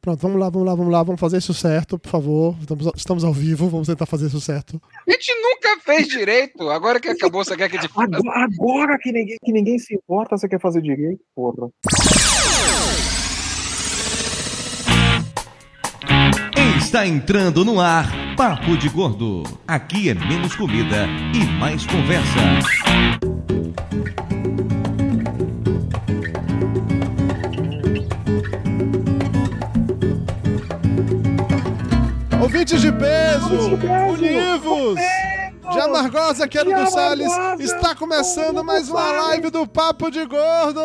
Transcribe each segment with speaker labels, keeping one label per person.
Speaker 1: Pronto, vamos lá, vamos lá, vamos lá, vamos fazer isso certo, por favor. Estamos, estamos ao vivo, vamos tentar fazer isso certo.
Speaker 2: A gente nunca fez direito. Agora que acabou, você quer que a gente faça?
Speaker 3: Agora, agora que, ninguém, que ninguém se importa, você quer fazer direito, porra.
Speaker 4: Está entrando no ar Papo de Gordo. Aqui é menos comida e mais conversa.
Speaker 1: Ouvintes de peso, univos! De Amargosa, Quero
Speaker 3: De
Speaker 1: dos é Salles,
Speaker 3: Amargosa,
Speaker 1: está começando
Speaker 3: Quero
Speaker 1: mais
Speaker 3: dos
Speaker 1: uma
Speaker 3: Salles.
Speaker 1: live do Papo de Gordo!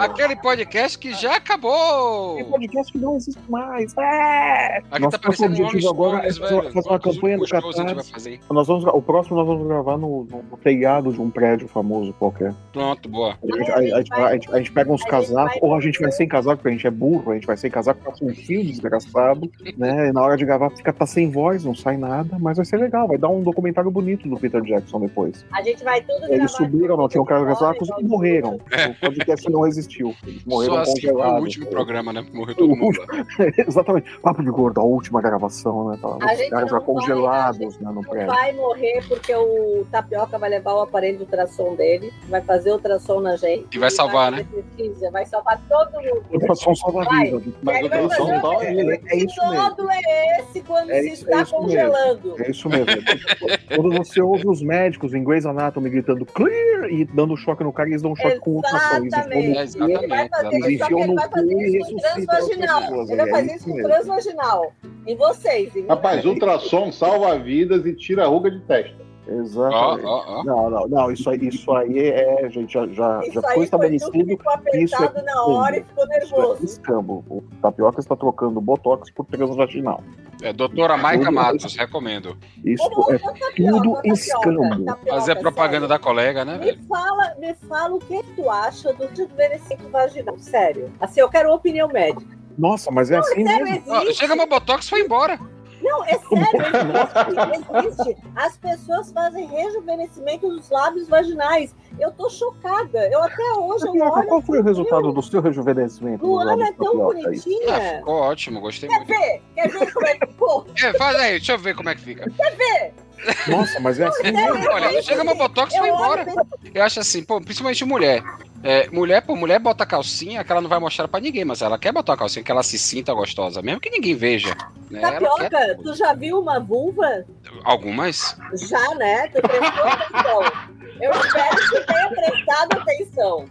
Speaker 2: Aquele podcast que já acabou.
Speaker 3: Tem podcast que não existe mais. É!
Speaker 2: Aqui
Speaker 3: Nosso
Speaker 2: tá parecendo um
Speaker 3: objetivo agora é
Speaker 2: Stories,
Speaker 3: fazer-
Speaker 2: velho.
Speaker 3: fazer uma
Speaker 2: Vamos,
Speaker 3: campanha do
Speaker 2: custoso a gente vai
Speaker 3: Catarse.
Speaker 2: fazer.
Speaker 3: Nós vamos, gra- o próximo nós vamos gravar no, no- no telhado de um prédio famoso qualquer.
Speaker 2: Pronto, boa.
Speaker 3: A gente, a- a gente vai- a gente- a gente pega uns
Speaker 5: A gente
Speaker 3: casacos,
Speaker 5: vai-
Speaker 3: ou a gente vai sem casaco, porque a gente é burro, a gente vai sem casaco, passa um fio desgraçado, né? E na hora de gravar fica tá sem voz, não sai nada, mas vai ser legal, vai dar um documentário bonito do Peter Jackson depois.
Speaker 5: A gente vai tudo gravar.
Speaker 3: É, Eles subiram, não um tinham casacos e "Ah, morreram. O podcast não existiu. Eles morreram
Speaker 2: É. Só assim foi o
Speaker 3: congelados.
Speaker 2: último programa, né? Morreu todo mundo. lá.
Speaker 3: Exatamente. Papo de gordo, a última gravação, né? Tava,
Speaker 5: A
Speaker 3: os
Speaker 5: gente
Speaker 3: caras
Speaker 5: não
Speaker 3: já
Speaker 5: vai,
Speaker 3: congelados né, no
Speaker 5: Não
Speaker 3: prédio.
Speaker 5: vai morrer porque o Tapioca vai levar o aparelho de ultrassom dele, vai fazer o ultrassom na gente.
Speaker 2: E vai salvar, né?
Speaker 5: fazer pesquisa, Vai salvar todo mundo.
Speaker 3: Ultrassom salva
Speaker 5: Vai.
Speaker 3: vida.
Speaker 5: E aí
Speaker 3: Mas
Speaker 5: vai
Speaker 3: ultrassom
Speaker 5: fazer
Speaker 3: salva
Speaker 5: uma-
Speaker 3: vida. É isso
Speaker 5: que
Speaker 3: mesmo.
Speaker 5: todo é esse quando
Speaker 3: É
Speaker 5: se
Speaker 3: isso-
Speaker 5: está
Speaker 3: é isso mesmo.
Speaker 5: congelando.
Speaker 3: É isso mesmo. Quando você ouve os médicos em Grey's Anatomy gritando clear e dando um choque no cara, eles dão choque com ultrassom. É Eles
Speaker 5: Exatamente.
Speaker 2: É,
Speaker 3: vão no
Speaker 2: exatamente.
Speaker 3: cu,
Speaker 5: Ele vai fazer
Speaker 3: Eles
Speaker 5: isso, só que
Speaker 3: enfiam
Speaker 5: ele
Speaker 3: no
Speaker 5: vai
Speaker 3: cu
Speaker 5: fazer
Speaker 3: e
Speaker 5: isso com
Speaker 3: ressuscitam as
Speaker 5: transvaginal.
Speaker 3: pessoas,
Speaker 5: Ele vai
Speaker 3: é
Speaker 5: fazer
Speaker 3: isso
Speaker 5: isso com
Speaker 3: mesmo.
Speaker 5: transvaginal. Em vocês. Em
Speaker 6: Rapaz, ultrassom salva vidas e tira a ruga de testa.
Speaker 2: Ó,
Speaker 3: Exatamente.
Speaker 2: ó, ó.
Speaker 3: Não, não, não. Isso aí, isso aí é, gente, já, já,
Speaker 5: Isso
Speaker 3: já
Speaker 5: aí
Speaker 3: foi
Speaker 5: tudo que
Speaker 3: estabelecido.
Speaker 5: ficou
Speaker 3: isso é
Speaker 5: apertado na hora e ficou
Speaker 3: Isso é
Speaker 5: nervoso.
Speaker 3: escambo. O tapioca está trocando botox por transvaginal.
Speaker 2: É, doutora Maica
Speaker 3: Tudo-
Speaker 2: Matos, recomendo.
Speaker 3: Isso
Speaker 5: Como
Speaker 3: é
Speaker 5: outra tapioca,
Speaker 3: tudo
Speaker 5: tapioca,
Speaker 3: escambo.
Speaker 5: tapioca,
Speaker 2: Fazer é propaganda da colega, né,
Speaker 5: sério.
Speaker 2: velho?
Speaker 5: Me fala, me fala o que tu acha do desvanecimento vaginal, sério. Assim, eu quero opinião médica.
Speaker 3: Nossa, mas é assim
Speaker 5: Sério,
Speaker 3: mesmo.
Speaker 5: existe.
Speaker 2: Ó, Chega meu Botox foi embora.
Speaker 5: Não, é sério, existe, existe. As pessoas fazem rejuvenescimento dos lábios vaginais. Eu tô chocada. Eu até hoje eu
Speaker 3: Tapioca,
Speaker 5: olho.
Speaker 3: qual foi o
Speaker 5: assim,
Speaker 3: resultado
Speaker 5: meu,
Speaker 3: do seu rejuvenescimento?
Speaker 5: Luana
Speaker 3: Luana,
Speaker 5: é tão
Speaker 3: tapioca?
Speaker 2: Ah,
Speaker 5: bonitinha.
Speaker 2: ficou ótimo, gostei
Speaker 5: Quer
Speaker 2: muito.
Speaker 5: ver? Quer ver como é que ficou?
Speaker 2: É, faz aí, deixa eu ver como é que fica.
Speaker 3: Nossa, mas é assim mesmo.
Speaker 5: Sério,
Speaker 2: Olha,
Speaker 5: existe.
Speaker 2: chega meu Botox
Speaker 5: Eu
Speaker 2: foi
Speaker 5: olho
Speaker 2: embora.
Speaker 5: e penso,
Speaker 2: Eu acho assim, pô, principalmente mulher. É, mulher, pô, mulher bota calcinha que ela não vai mostrar pra ninguém, mas ela quer botar uma calcinha que ela se sinta gostosa, mesmo que ninguém veja. né? Ela
Speaker 5: Tapioca,
Speaker 2: quer-
Speaker 5: tu já viu uma vulva?
Speaker 2: Algumas?
Speaker 5: Já, né? Tu prestou atenção. Eu espero que tu tenha prestado atenção.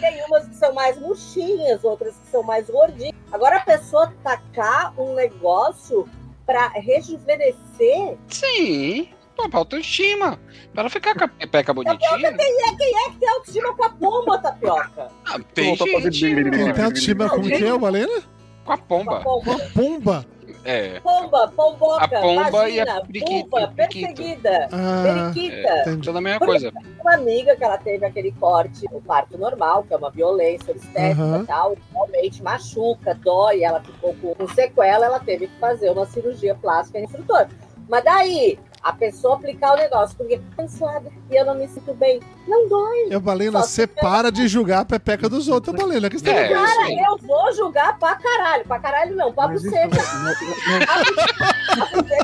Speaker 5: Tem umas que são mais murchinhas, outras que são mais gordinhas. Agora a pessoa tacar um negócio pra rejuvenescer.
Speaker 2: Sim. Pô, pra autoestima. Pra ela ficar com a pepeca bonitinha.
Speaker 5: Tapioca tem é quem é que tem autoestima com a pomba, tapioca.
Speaker 2: Ah, tem
Speaker 3: Voltar a fazer
Speaker 2: gente
Speaker 3: brilho.
Speaker 1: Quem tem autoestima com o quê, Valena?
Speaker 2: com a
Speaker 5: Com a
Speaker 2: pomba.
Speaker 5: pomba.
Speaker 1: Pomba!
Speaker 2: É.
Speaker 5: Pomba, pomboca,
Speaker 2: A pomba e a
Speaker 5: vagina,
Speaker 2: periquita,
Speaker 5: vulva,
Speaker 2: periquita.
Speaker 5: perseguida,
Speaker 1: Ah,
Speaker 5: periquita.
Speaker 2: é.
Speaker 1: entendi.
Speaker 2: Toda a mesma coisa.
Speaker 5: uma amiga que ela teve aquele corte, o parto normal, que é uma violência obstétrica
Speaker 1: Aham.
Speaker 5: e tal, realmente machuca, dói, ela ficou com, com sequela, ela teve que fazer uma cirurgia plástica instrutora. Mas daí, a pessoa aplicar o negócio, porque cansada e eu não me sinto bem, não dói.
Speaker 1: Eu, Valena, você para de julgar a pepeca dos outros, Valena. Que você tá
Speaker 2: É,
Speaker 1: ligado?
Speaker 2: isso
Speaker 5: Cara,
Speaker 2: aí.
Speaker 5: eu vou julgar pra caralho, pra caralho não, papo
Speaker 3: Mas isso- é assim
Speaker 5: seco.
Speaker 3: não, não,
Speaker 5: papo seco,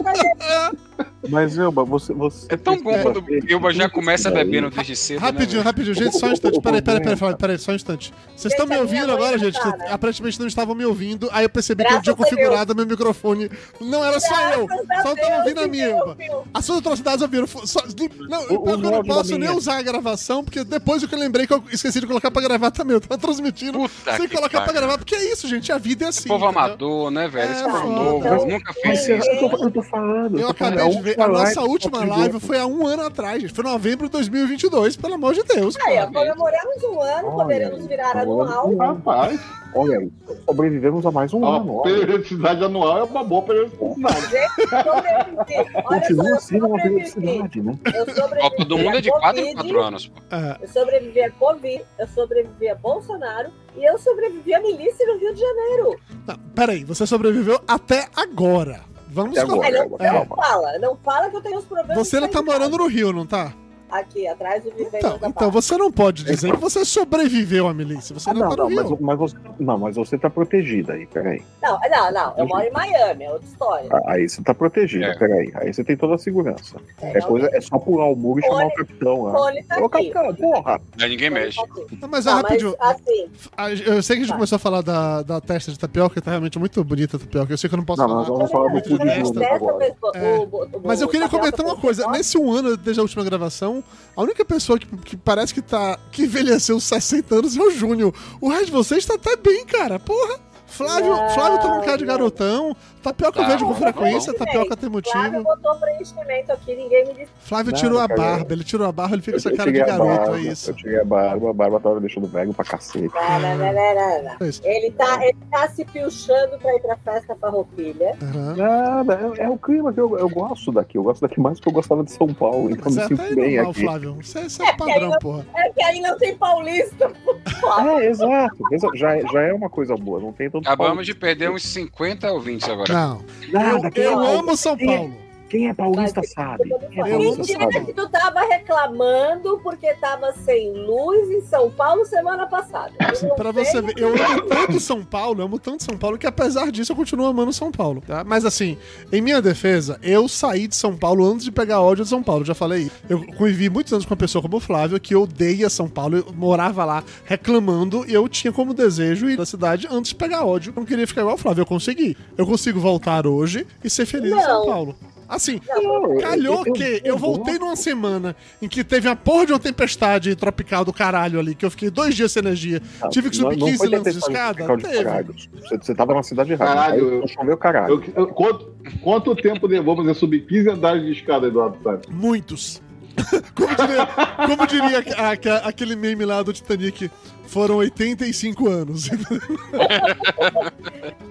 Speaker 5: a gente-
Speaker 3: não. Mas, Elba, você. você
Speaker 2: É tão bom
Speaker 3: você-
Speaker 2: quando o Bilba
Speaker 3: é,
Speaker 2: já começa
Speaker 3: Isso daí.
Speaker 2: bebendo desde cedo. né,
Speaker 1: Rapidinho,
Speaker 2: velho?
Speaker 1: rapidinho, gente, só um instante. Peraí, peraí, peraí, peraí, peraí, só um instante. Vocês estão me
Speaker 5: Gente, a minha
Speaker 1: ouvindo
Speaker 5: mãe
Speaker 1: agora,
Speaker 5: não
Speaker 1: gente?
Speaker 5: tá,
Speaker 1: Vocês
Speaker 5: né?
Speaker 1: Aparentemente não estavam me ouvindo. Aí eu percebi que eu
Speaker 5: Graças
Speaker 1: tinha
Speaker 5: a Deus.
Speaker 1: configurado meu microfone. Não era só eu.
Speaker 5: Graças a
Speaker 1: Só tava
Speaker 5: Deus
Speaker 1: ouvindo a
Speaker 5: que
Speaker 1: minha,
Speaker 5: Deus
Speaker 1: Elba.
Speaker 5: viu.
Speaker 1: As suas atrocidades ouviram. fo- Só, não, eu, pior
Speaker 3: O- o
Speaker 1: que eu não
Speaker 3: áudio da
Speaker 1: posso nem
Speaker 3: minha.
Speaker 1: usar a gravação, porque depois eu que eu lembrei que eu esqueci de colocar pra gravar também. Eu tava transmitindo
Speaker 2: Puta
Speaker 1: sem
Speaker 2: que
Speaker 1: colocar pra
Speaker 2: pariu.
Speaker 1: gravar, porque é isso, gente. A vida é assim.
Speaker 2: Esse povo
Speaker 1: entendeu?
Speaker 2: amador, né, velho? Esse
Speaker 1: É,
Speaker 2: povo
Speaker 1: foda.
Speaker 2: novo, nunca fez
Speaker 3: Mas é
Speaker 2: isso.
Speaker 3: isso que eu tô, eu tô falando.
Speaker 1: Eu
Speaker 3: tô falando,
Speaker 2: é
Speaker 3: é um
Speaker 1: acabei de ver. A nossa
Speaker 3: live do
Speaker 1: última
Speaker 3: Papo de
Speaker 1: live
Speaker 3: Gordo.
Speaker 1: foi há um ano atrás, gente. Foi novembro de 2022, pelo amor de Deus.
Speaker 5: Aí, ó,
Speaker 1: cara.
Speaker 5: comemoramos um ano,
Speaker 3: Olha,
Speaker 5: poderemos virar
Speaker 3: comemoramos
Speaker 5: anual.
Speaker 3: um ano.
Speaker 6: Rapaz,
Speaker 3: Olha aí. Sobrevivemos a mais um
Speaker 2: Ah,
Speaker 6: a
Speaker 3: ano. olha.
Speaker 6: periodicidade anual é uma boa periodicidade.
Speaker 5: Gente, sobrevivi. Olha só,
Speaker 3: Continua
Speaker 5: eu
Speaker 3: sendo uma
Speaker 5: sobrevivi.
Speaker 3: periodicidade, né?
Speaker 5: Eu sobrevivi
Speaker 2: Ó, todo mundo é de
Speaker 5: a
Speaker 2: 4 em
Speaker 5: Covid,
Speaker 2: 4 anos, pô.
Speaker 1: É,
Speaker 5: Eu sobrevivi a Covid, eu sobrevivi a Bolsonaro e eu sobrevivi a milícia no Rio de Janeiro.
Speaker 1: não, peraí, você sobreviveu até agora. Vamos
Speaker 3: Até
Speaker 1: colocar.
Speaker 3: agora.
Speaker 5: Olha,
Speaker 3: Elba,
Speaker 1: é.
Speaker 3: calma.
Speaker 5: Fala, não fala que eu tenho os problemas.
Speaker 1: Você ainda
Speaker 5: de
Speaker 1: tá
Speaker 5: saúde.
Speaker 1: morando no Rio, não tá?
Speaker 5: aqui atrás do Viver
Speaker 1: Então, então você não pode dizer que você sobreviveu à milícia. Você
Speaker 3: Ah,
Speaker 1: não,
Speaker 3: não,
Speaker 1: tá
Speaker 3: não,
Speaker 1: no
Speaker 3: mas,
Speaker 1: Rio.
Speaker 3: mas você, não, mas você tá protegida aí, peraí.
Speaker 5: Não, não, não. Eu moro em Miami, é outra história.
Speaker 3: Ah, Aí você tá protegida,
Speaker 2: É.
Speaker 3: peraí. Aí você tem toda a segurança. É,
Speaker 5: não,
Speaker 3: coisa, é só pular o muro e chamar
Speaker 5: Olha-
Speaker 3: o capitão
Speaker 5: O
Speaker 3: lá.
Speaker 5: Tony tá
Speaker 3: Ô,
Speaker 5: aqui.
Speaker 3: capitão, porra!
Speaker 2: Aí é ninguém mexe.
Speaker 5: Tony tá aqui.
Speaker 1: Não, mas é
Speaker 5: Tá, mas
Speaker 1: rapidinho.
Speaker 5: assim,
Speaker 1: Ah, Eu sei que a gente
Speaker 5: Tá.
Speaker 1: começou a falar da, da testa de tapioca, que tá realmente muito bonita a tapioca. Eu sei que eu não posso
Speaker 3: Não,
Speaker 1: falar.
Speaker 3: nós vamos falar do
Speaker 1: muito
Speaker 3: cu de
Speaker 1: honesta.
Speaker 3: Judas agora.
Speaker 1: É. Mas eu queria
Speaker 5: comentar
Speaker 1: comentar uma coisa. Nesse um ano, desde a última gravação, a única pessoa que, que parece que tá. que envelheceu 60 anos é o Júnior. O resto de vocês tá até bem, cara. Porra! Flávio,
Speaker 5: Não,
Speaker 1: Flávio tá com cara de
Speaker 5: não.
Speaker 1: garotão. Tapioca eu
Speaker 2: Tá,
Speaker 1: vejo com
Speaker 2: tá
Speaker 1: frequência,
Speaker 5: bom.
Speaker 1: tapioca tem
Speaker 5: Flávio
Speaker 1: motivo.
Speaker 5: botou preenchimento aqui, ninguém me disse.
Speaker 1: Flávio
Speaker 3: Não,
Speaker 1: tirou a
Speaker 3: cara,
Speaker 1: barba, ele tirou a barba, ele fica com essa
Speaker 3: Eu
Speaker 1: cara de
Speaker 3: tirei a
Speaker 1: garoto,
Speaker 3: barba,
Speaker 1: é isso.
Speaker 3: Eu tirei a barba, a barba tava me deixando velho pra cacete.
Speaker 5: Não, não, não, não, não, não.
Speaker 1: É isso.
Speaker 5: né, Ele tá, ele tá se piochando pra ir pra festa farroupilha.
Speaker 1: Aham.
Speaker 3: Nada, é, é o clima que eu, eu gosto daqui. Eu gosto daqui mais do que eu gostava de São Paulo. Então
Speaker 1: Mas é
Speaker 3: me
Speaker 1: até
Speaker 3: sinto bem
Speaker 1: normal,
Speaker 3: aqui.
Speaker 1: Flávio. Isso é, isso é padrão, porra.
Speaker 5: É que aí não tem paulista.
Speaker 3: É, exato. Exa- Já, já é uma coisa boa. Não tem tanto
Speaker 2: Acabamos de perder uns 50 ouvintes agora.
Speaker 1: Não.
Speaker 3: de...
Speaker 1: Eu,
Speaker 3: Nada, quem,
Speaker 1: eu
Speaker 3: é, paulista-
Speaker 1: amo São Paulo.
Speaker 3: quem é paulista
Speaker 5: Mas-
Speaker 3: sabe. Quem é
Speaker 1: Eu amo
Speaker 3: paulista
Speaker 1: São
Speaker 5: Mentira
Speaker 3: sabe.
Speaker 5: que tu tava reclamando porque tava sem luz em São Paulo semana passada. Eu não
Speaker 1: Pra
Speaker 5: sei
Speaker 1: você ver, eu amo tanto São Paulo, eu amo tanto São Paulo, que apesar disso eu continuo amando São Paulo, tá? Mas assim, em minha defesa, eu saí de São Paulo antes de pegar ódio de São Paulo, já falei. Eu convivi muitos anos com uma pessoa como o Flávio, que odeia São Paulo, eu morava lá reclamando, e eu tinha como desejo ir da cidade antes de pegar ódio. Eu não queria ficar igual o Flávio, eu consegui. Eu consigo voltar hoje e ser feliz em São
Speaker 5: Não.
Speaker 1: Paulo. Assim,
Speaker 3: Não, eu-
Speaker 1: Calhou
Speaker 3: eu-
Speaker 1: que eu voltei numa semana em que teve a porra de uma tempestade tropical do caralho ali, que eu fiquei dois dias sem energia.
Speaker 3: Não,
Speaker 1: Tive que subir
Speaker 3: não- não
Speaker 1: 15
Speaker 3: foi
Speaker 1: lances de
Speaker 3: tentado
Speaker 1: escada.
Speaker 3: ficar de
Speaker 1: Teve.
Speaker 3: caralho. Você, você tava na cidade errada.
Speaker 6: Caralho,
Speaker 3: Aí
Speaker 6: eu-
Speaker 3: choveu caralho.
Speaker 6: Eu- eu- quanto, quanto tempo levou pra você subir 15 andares de escada, Eduardo Santos?
Speaker 1: Muitos. como diria, como diria a- a- aquele meme lá do Titanic, foram 85 anos.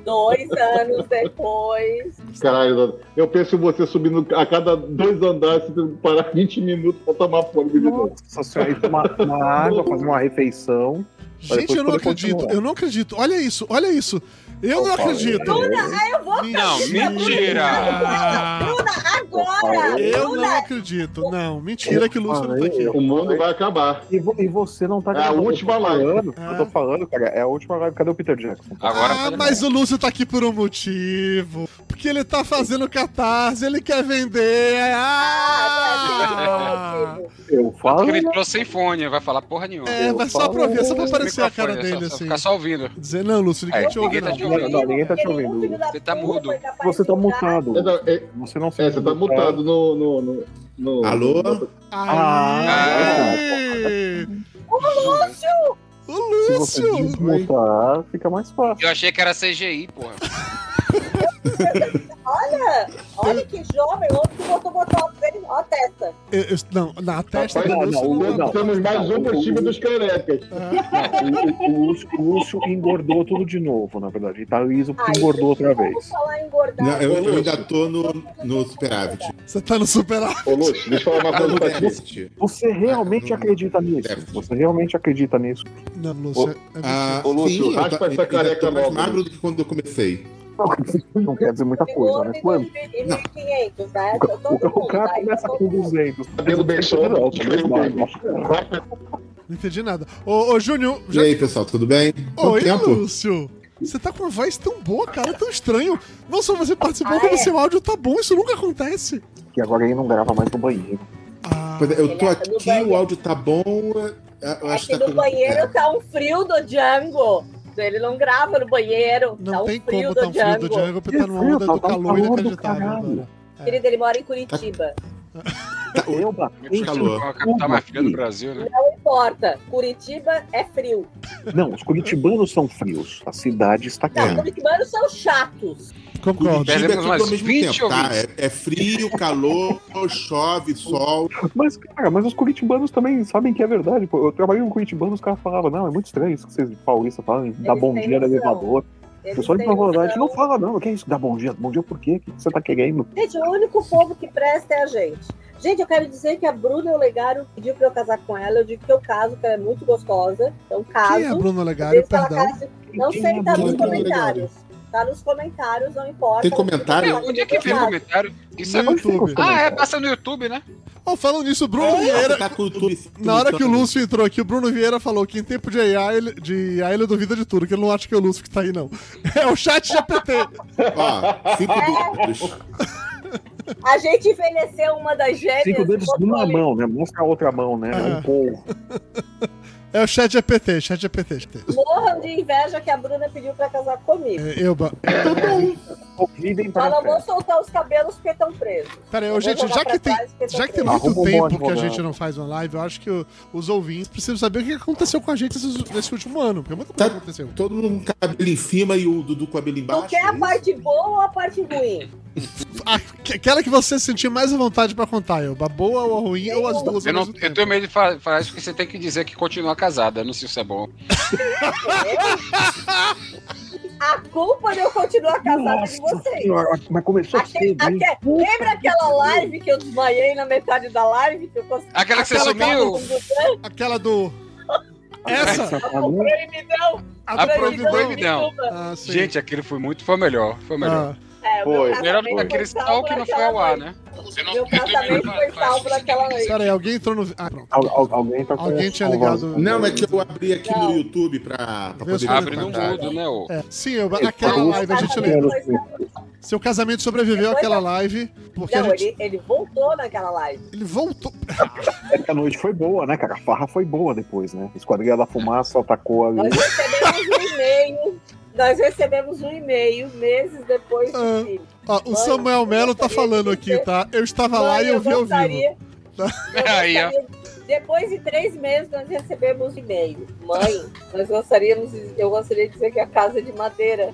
Speaker 5: Dois anos depois.
Speaker 6: Caralho, Eduardo. Eu penso em você subindo a cada dois andares, você tem que parar 20 minutos pra tomar fôlego de novo.
Speaker 3: Nossa senhora, aí tomar uma água, fazer uma refeição.
Speaker 1: Gente,
Speaker 3: depois
Speaker 1: eu não
Speaker 3: poder
Speaker 1: acredito,
Speaker 3: continuar.
Speaker 1: eu não acredito. Olha isso, olha isso. Eu não
Speaker 3: Eu falei,
Speaker 1: acredito.
Speaker 3: eu-
Speaker 5: Eu vou
Speaker 2: Não, mentira.
Speaker 5: Bruna, agora!
Speaker 1: Eu
Speaker 5: Bruna,
Speaker 1: não acredito. Não, mentira que o Lúcio não tá
Speaker 3: falei,
Speaker 1: aqui.
Speaker 3: eu-
Speaker 6: O mundo vai acabar.
Speaker 3: E, vo- e você não tá
Speaker 6: É a última
Speaker 3: eu tô
Speaker 6: live.
Speaker 3: falando-
Speaker 1: Ah.
Speaker 3: Eu tô falando, cara, é a última live. Cadê o Peter Jackson?
Speaker 2: Agora
Speaker 1: ah,
Speaker 2: tá
Speaker 1: mas o Lúcio tá aqui por um motivo. Porque ele tá fazendo catarse, ele quer vender. Ah!
Speaker 3: Eu falo.
Speaker 2: Tanto que ele entrou sem fone, vai falar porra nenhuma.
Speaker 1: É, mas só pra ouvir, é só pra aparecer a cara
Speaker 2: Microfone, é só-
Speaker 1: dele
Speaker 2: só
Speaker 1: assim.
Speaker 2: Ficar só ouvindo.
Speaker 1: Dizer, não, Lúcio, ninguém
Speaker 2: É,
Speaker 1: te ouve.
Speaker 2: ninguém tá
Speaker 1: não.
Speaker 2: te ouvindo.
Speaker 3: Não, ninguém tá te
Speaker 5: um
Speaker 3: ouvindo.
Speaker 2: Você tá mudo.
Speaker 3: Você tá mutado.
Speaker 6: É, não, é-
Speaker 3: Você não se
Speaker 6: é, você tá mutado no. no, no, no-
Speaker 7: Alô?
Speaker 6: no-
Speaker 1: Aê! O
Speaker 3: Se
Speaker 1: Lúcio!
Speaker 3: você desmutar, fica mais fácil.
Speaker 2: Eu achei que era CGI, porra.
Speaker 5: Olha, olha que jovem, o outro que botou, botou ó a testa.
Speaker 1: Eu- eu- não, na testa
Speaker 6: Rapaz,
Speaker 1: do
Speaker 3: não,
Speaker 1: Lúcio
Speaker 3: não,
Speaker 1: não,
Speaker 3: o- não.
Speaker 6: Temos mais um pro time dos carecas.
Speaker 1: tá.
Speaker 3: O, o- o Lúcio, o Lúcio engordou tudo de novo, na verdade. Ele tá liso porque
Speaker 5: Ai,
Speaker 3: engordou outra
Speaker 5: Vamos
Speaker 3: vez.
Speaker 5: falar em engordar.
Speaker 7: Não, eu, eu ainda tô no, no superávit.
Speaker 1: Você tá no super
Speaker 6: Ô, Lúcio, deixa eu falar uma
Speaker 7: Tá
Speaker 6: coisa
Speaker 7: no
Speaker 6: pra ti.
Speaker 7: déficit.
Speaker 3: Você realmente
Speaker 7: Não,
Speaker 3: acredita nisso?
Speaker 7: deve.
Speaker 3: Você realmente acredita nisso?
Speaker 1: Não, Lúcio. é- é
Speaker 7: Ah,
Speaker 6: Ô, Lúcio,
Speaker 7: sim, eu
Speaker 6: raspa essa
Speaker 7: ta- ainda
Speaker 6: careca
Speaker 7: tô mais
Speaker 6: logo.
Speaker 7: magro do que quando eu comecei.
Speaker 3: Não quer dizer muita coisa, né? Quando?
Speaker 5: E 1.500, né?
Speaker 3: O,
Speaker 5: Todo
Speaker 3: o
Speaker 5: mundo.
Speaker 3: cara
Speaker 5: tá?
Speaker 3: começa
Speaker 5: Então,
Speaker 3: com 200.
Speaker 6: Cabelo bem solto.
Speaker 3: Não, tá bem magro.
Speaker 1: Não entendi nada. Ô, ô Júnior,
Speaker 7: E
Speaker 1: já
Speaker 7: aí, pessoal, tudo bem? Quanto
Speaker 1: Oi,
Speaker 7: tempo?
Speaker 1: Lúcio! Você tá com uma voz tão boa, cara, tão estranho. Não só você participou,
Speaker 5: Ah,
Speaker 1: como
Speaker 5: é?
Speaker 1: seu áudio tá bom, isso nunca acontece.
Speaker 3: Que agora ele não grava mais no banheiro.
Speaker 1: Ah,
Speaker 7: Pois é, Eu tô
Speaker 5: Ele acha do
Speaker 7: aqui,
Speaker 5: banheiro.
Speaker 7: o áudio tá bom. eu- Eu
Speaker 5: É
Speaker 7: acho
Speaker 5: que
Speaker 7: que
Speaker 5: no
Speaker 7: tá todo mundo-
Speaker 5: banheiro tá um frio do Django. Ele não grava no banheiro.
Speaker 1: não
Speaker 5: tá um
Speaker 1: tem
Speaker 5: frio
Speaker 1: como
Speaker 5: do
Speaker 1: tá um frio do
Speaker 5: Django.
Speaker 1: Django porque tá numa
Speaker 3: Frio,
Speaker 1: onda
Speaker 3: tá-
Speaker 1: do
Speaker 3: tá um
Speaker 1: calor
Speaker 3: calor do
Speaker 1: inacreditável
Speaker 3: caralho.
Speaker 1: agora. É.
Speaker 5: Querido, ele mora em Curitiba.
Speaker 7: Tá- o-
Speaker 3: Eu bati.
Speaker 7: Calor.
Speaker 2: A capital mais fria do Brasil, né?
Speaker 5: Não importa. Curitiba é frio.
Speaker 3: Não, os curitibanos são frios. A cidade está
Speaker 5: Não,
Speaker 7: É.
Speaker 5: Tá, os
Speaker 3: quente.
Speaker 5: curitibanos são chatos.
Speaker 1: Concordo.
Speaker 7: Curitiba é
Speaker 2: Perdemos
Speaker 7: tudo
Speaker 2: mais
Speaker 7: ao mesmo
Speaker 2: 20
Speaker 7: tempo, tá?
Speaker 2: ouvintes.
Speaker 7: É, é frio, calor, chove, sol.
Speaker 3: Mas, cara, mas os curitibanos também sabem que é verdade. Pô, eu trabalhei com curitibanos, os caras falavam, não, é muito estranho isso que vocês paulistas falam, dá
Speaker 5: Eles
Speaker 3: bom
Speaker 5: têm
Speaker 3: dia no
Speaker 5: noção.
Speaker 3: elevador. O
Speaker 5: Eles
Speaker 3: pessoal de
Speaker 5: têm
Speaker 3: Pavlodade
Speaker 5: noção.
Speaker 3: não fala, não, o que é isso? Dá bom dia? Bom dia por quê? O que você tá querendo?
Speaker 5: Gente, o único povo que presta é a gente. Gente, eu quero dizer que a Bruna Olegário pediu pra eu casar com ela. Eu digo que eu caso, que ela é muito gostosa. Então, caso.
Speaker 1: Quem é Bruno Legário?
Speaker 5: Vocês falam,
Speaker 1: Perdão.
Speaker 5: cara, assim, Não
Speaker 3: Quem
Speaker 5: sei,
Speaker 3: é
Speaker 5: tá
Speaker 7: Bruna
Speaker 5: nos
Speaker 7: Olegário?
Speaker 5: comentários. Tá nos comentários, não importa.
Speaker 7: Tem comentário?
Speaker 5: Não
Speaker 2: Meu,
Speaker 5: importa,
Speaker 2: onde é que vem
Speaker 1: um
Speaker 5: não
Speaker 2: comentário? Isso é...
Speaker 1: No YouTube.
Speaker 2: Ah, é, passa no YouTube, né?
Speaker 1: Oh, falando nisso, o Bruno Vieira.
Speaker 7: Tá com o YouTube
Speaker 1: Na hora que o
Speaker 7: simultâneo.
Speaker 1: Lúcio entrou aqui, o Bruno Vieira falou que em tempo de AI, ele, de AI ele duvida de tudo, que ele não acha que é o Lúcio que tá aí, não. É o chat GPT.
Speaker 7: Ó, cinco dúvidas.
Speaker 5: importa. A gente envelheceu uma das gêmeas.
Speaker 3: Cinco dedos
Speaker 5: botou
Speaker 3: numa
Speaker 5: ali.
Speaker 3: mão, né? Mostra a outra mão, né?
Speaker 1: É.
Speaker 3: Um povo.
Speaker 1: É o chat GPT, chat GPT.
Speaker 5: Morram de inveja que a Bruna pediu pra casar comigo.
Speaker 1: É, Euba.
Speaker 3: Convidem
Speaker 5: Mas
Speaker 3: para a
Speaker 5: não vou
Speaker 3: festa.
Speaker 5: soltar os cabelos porque estão presos.
Speaker 1: Pera aí,
Speaker 5: Eu
Speaker 1: ô,
Speaker 5: vou
Speaker 1: gente,
Speaker 5: jogar
Speaker 1: já
Speaker 5: pra
Speaker 1: que tem,
Speaker 5: trás porque
Speaker 1: já
Speaker 5: tão
Speaker 1: que tem
Speaker 5: presos.
Speaker 1: muito
Speaker 3: Arruma um
Speaker 1: tempo
Speaker 3: ótimo
Speaker 1: que a
Speaker 3: lugar.
Speaker 1: gente não faz uma live, eu acho que o- os ouvintes precisam saber o que aconteceu com a gente nesse, nesse último ano, porque muita coisa
Speaker 7: Tá.
Speaker 1: aconteceu.
Speaker 7: Todo mundo com cabelo em cima e o Dudu com cabelo embaixo.
Speaker 5: Tu quer a
Speaker 7: é
Speaker 5: parte boa ou a parte ruim?
Speaker 1: A- que- Aquela que você sentir mais à vontade pra contar, Euba. Boa ou ruim, ou as duas
Speaker 2: Eu,
Speaker 1: ao
Speaker 2: não,
Speaker 1: mesmo
Speaker 2: eu
Speaker 1: tempo.
Speaker 2: tenho medo de fa- falar isso porque você tem que dizer que continua casada. Eu não sei se isso é bom.
Speaker 5: A culpa de eu continuar casada de vocês.
Speaker 3: senhora, mas começou
Speaker 5: Aquele-
Speaker 3: cedo, hein?
Speaker 5: aque- lembra aquela live que eu desmaiei na metade da live? Que eu consegui-
Speaker 2: Aquela que você
Speaker 5: eu
Speaker 2: sumiu?
Speaker 5: comprei
Speaker 1: Aquela do. Essa?
Speaker 3: Satanás.
Speaker 5: proibidão.
Speaker 1: A
Speaker 2: proibidão.
Speaker 5: proibidão me culpa.
Speaker 1: Ah, sim.
Speaker 2: Gente, aquele foi muito, foi o melhor. Foi o melhor.
Speaker 1: Ah,
Speaker 5: É, o meu
Speaker 6: Foi.
Speaker 2: Melhor
Speaker 5: casamento
Speaker 2: aquele
Speaker 5: foi
Speaker 2: tal que
Speaker 5: salvo
Speaker 2: não foi ao ar,
Speaker 5: naquela
Speaker 2: né?
Speaker 5: noite. Meu casamento foi salvo naquela noite.
Speaker 1: Pera aí, alguém entrou no. Ah, pronto.
Speaker 3: Al- al- alguém tá com
Speaker 1: Alguém tinha
Speaker 3: a voz-
Speaker 1: ligado.
Speaker 7: Não, é que eu abri aqui
Speaker 5: Não.
Speaker 7: no YouTube pra, pra
Speaker 1: Vê os
Speaker 7: poder
Speaker 1: comentários.
Speaker 2: Abre no
Speaker 7: comentar.
Speaker 2: mundo, né, ô?
Speaker 1: É, sim, eu,
Speaker 3: Eu
Speaker 1: aquela
Speaker 3: falo-
Speaker 1: live a gente
Speaker 5: Exatamente.
Speaker 1: lembra.
Speaker 3: Quero ser.
Speaker 1: Seu casamento sobreviveu
Speaker 5: Depois
Speaker 1: àquela
Speaker 5: eu-
Speaker 1: live, porque a
Speaker 5: Não,
Speaker 1: gente,
Speaker 5: ele, ele voltou naquela live.
Speaker 1: ele voltou.
Speaker 3: É que a noite foi boa, né, cara? A farra foi boa depois, né? Esquadrilha da Fumaça atacou ali.
Speaker 5: Nós recebemos um e-mail. Nós recebemos um e-mail meses depois do
Speaker 1: Ah.
Speaker 5: filho.
Speaker 1: Ó, o
Speaker 5: Mano,
Speaker 1: Samuel Melo tá
Speaker 5: eu gostaria
Speaker 1: falando
Speaker 5: de
Speaker 1: aqui,
Speaker 5: dizer-
Speaker 1: tá? Eu estava lá e eu vi ao vivo.
Speaker 5: gostaria-
Speaker 1: É.
Speaker 5: eu
Speaker 2: Aí, ó.
Speaker 5: gostaria- Depois de três meses, nós recebemos um e-mail. Mãe, nós gostaríamos, de- eu gostaria de dizer que a casa é de madeira.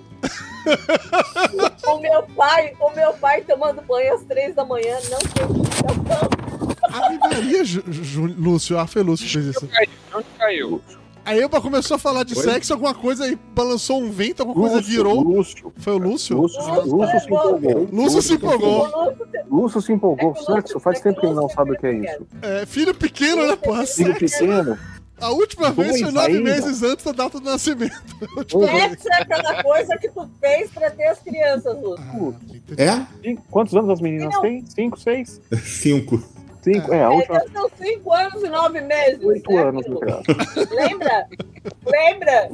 Speaker 5: o meu pai, o meu pai tomando banho às três da manhã, não tem
Speaker 1: Ave Maria, Ah, Ju- Ju- Lúcio, ah, foi Lúcio que fez isso.
Speaker 2: Onde caiu?
Speaker 1: A Elba começou a falar de
Speaker 7: Oi?
Speaker 1: sexo, alguma coisa aí balançou um vento, alguma coisa virou.
Speaker 3: Lúcio.
Speaker 1: Foi o Lúcio?
Speaker 3: Lúcio,
Speaker 5: Lúcio
Speaker 3: Lúcio se
Speaker 5: é bom.
Speaker 3: empolgou.
Speaker 1: Lúcio se empolgou.
Speaker 5: como.
Speaker 3: Lúcio se empolgou.
Speaker 5: É que o Lúcio-
Speaker 3: Sexo, faz
Speaker 5: é que o
Speaker 3: tempo que ele não
Speaker 5: Lúcio
Speaker 3: sabe o que é
Speaker 5: é
Speaker 3: isso.
Speaker 1: É, filho pequeno, né, porra?
Speaker 3: Filho
Speaker 1: Sexo.
Speaker 3: pequeno,
Speaker 1: A última vez
Speaker 3: Dois
Speaker 1: foi nove
Speaker 3: ainda.
Speaker 1: meses antes da data do nascimento. A última
Speaker 3: Dois.
Speaker 1: vez.
Speaker 5: Essa é aquela coisa que tu fez pra ter as crianças, Lúcio.
Speaker 1: Ah, entendi.
Speaker 7: É?
Speaker 3: Cinco- Quantos anos as meninas
Speaker 5: Não.
Speaker 3: têm? Cinco, seus?
Speaker 7: Cinco.
Speaker 3: Cinco. É, a última.
Speaker 5: Eles são cinco anos e nove meses.
Speaker 3: Oito
Speaker 5: né,
Speaker 3: anos, no
Speaker 5: Lúcio?
Speaker 3: caso.
Speaker 5: Lembra? Lembra?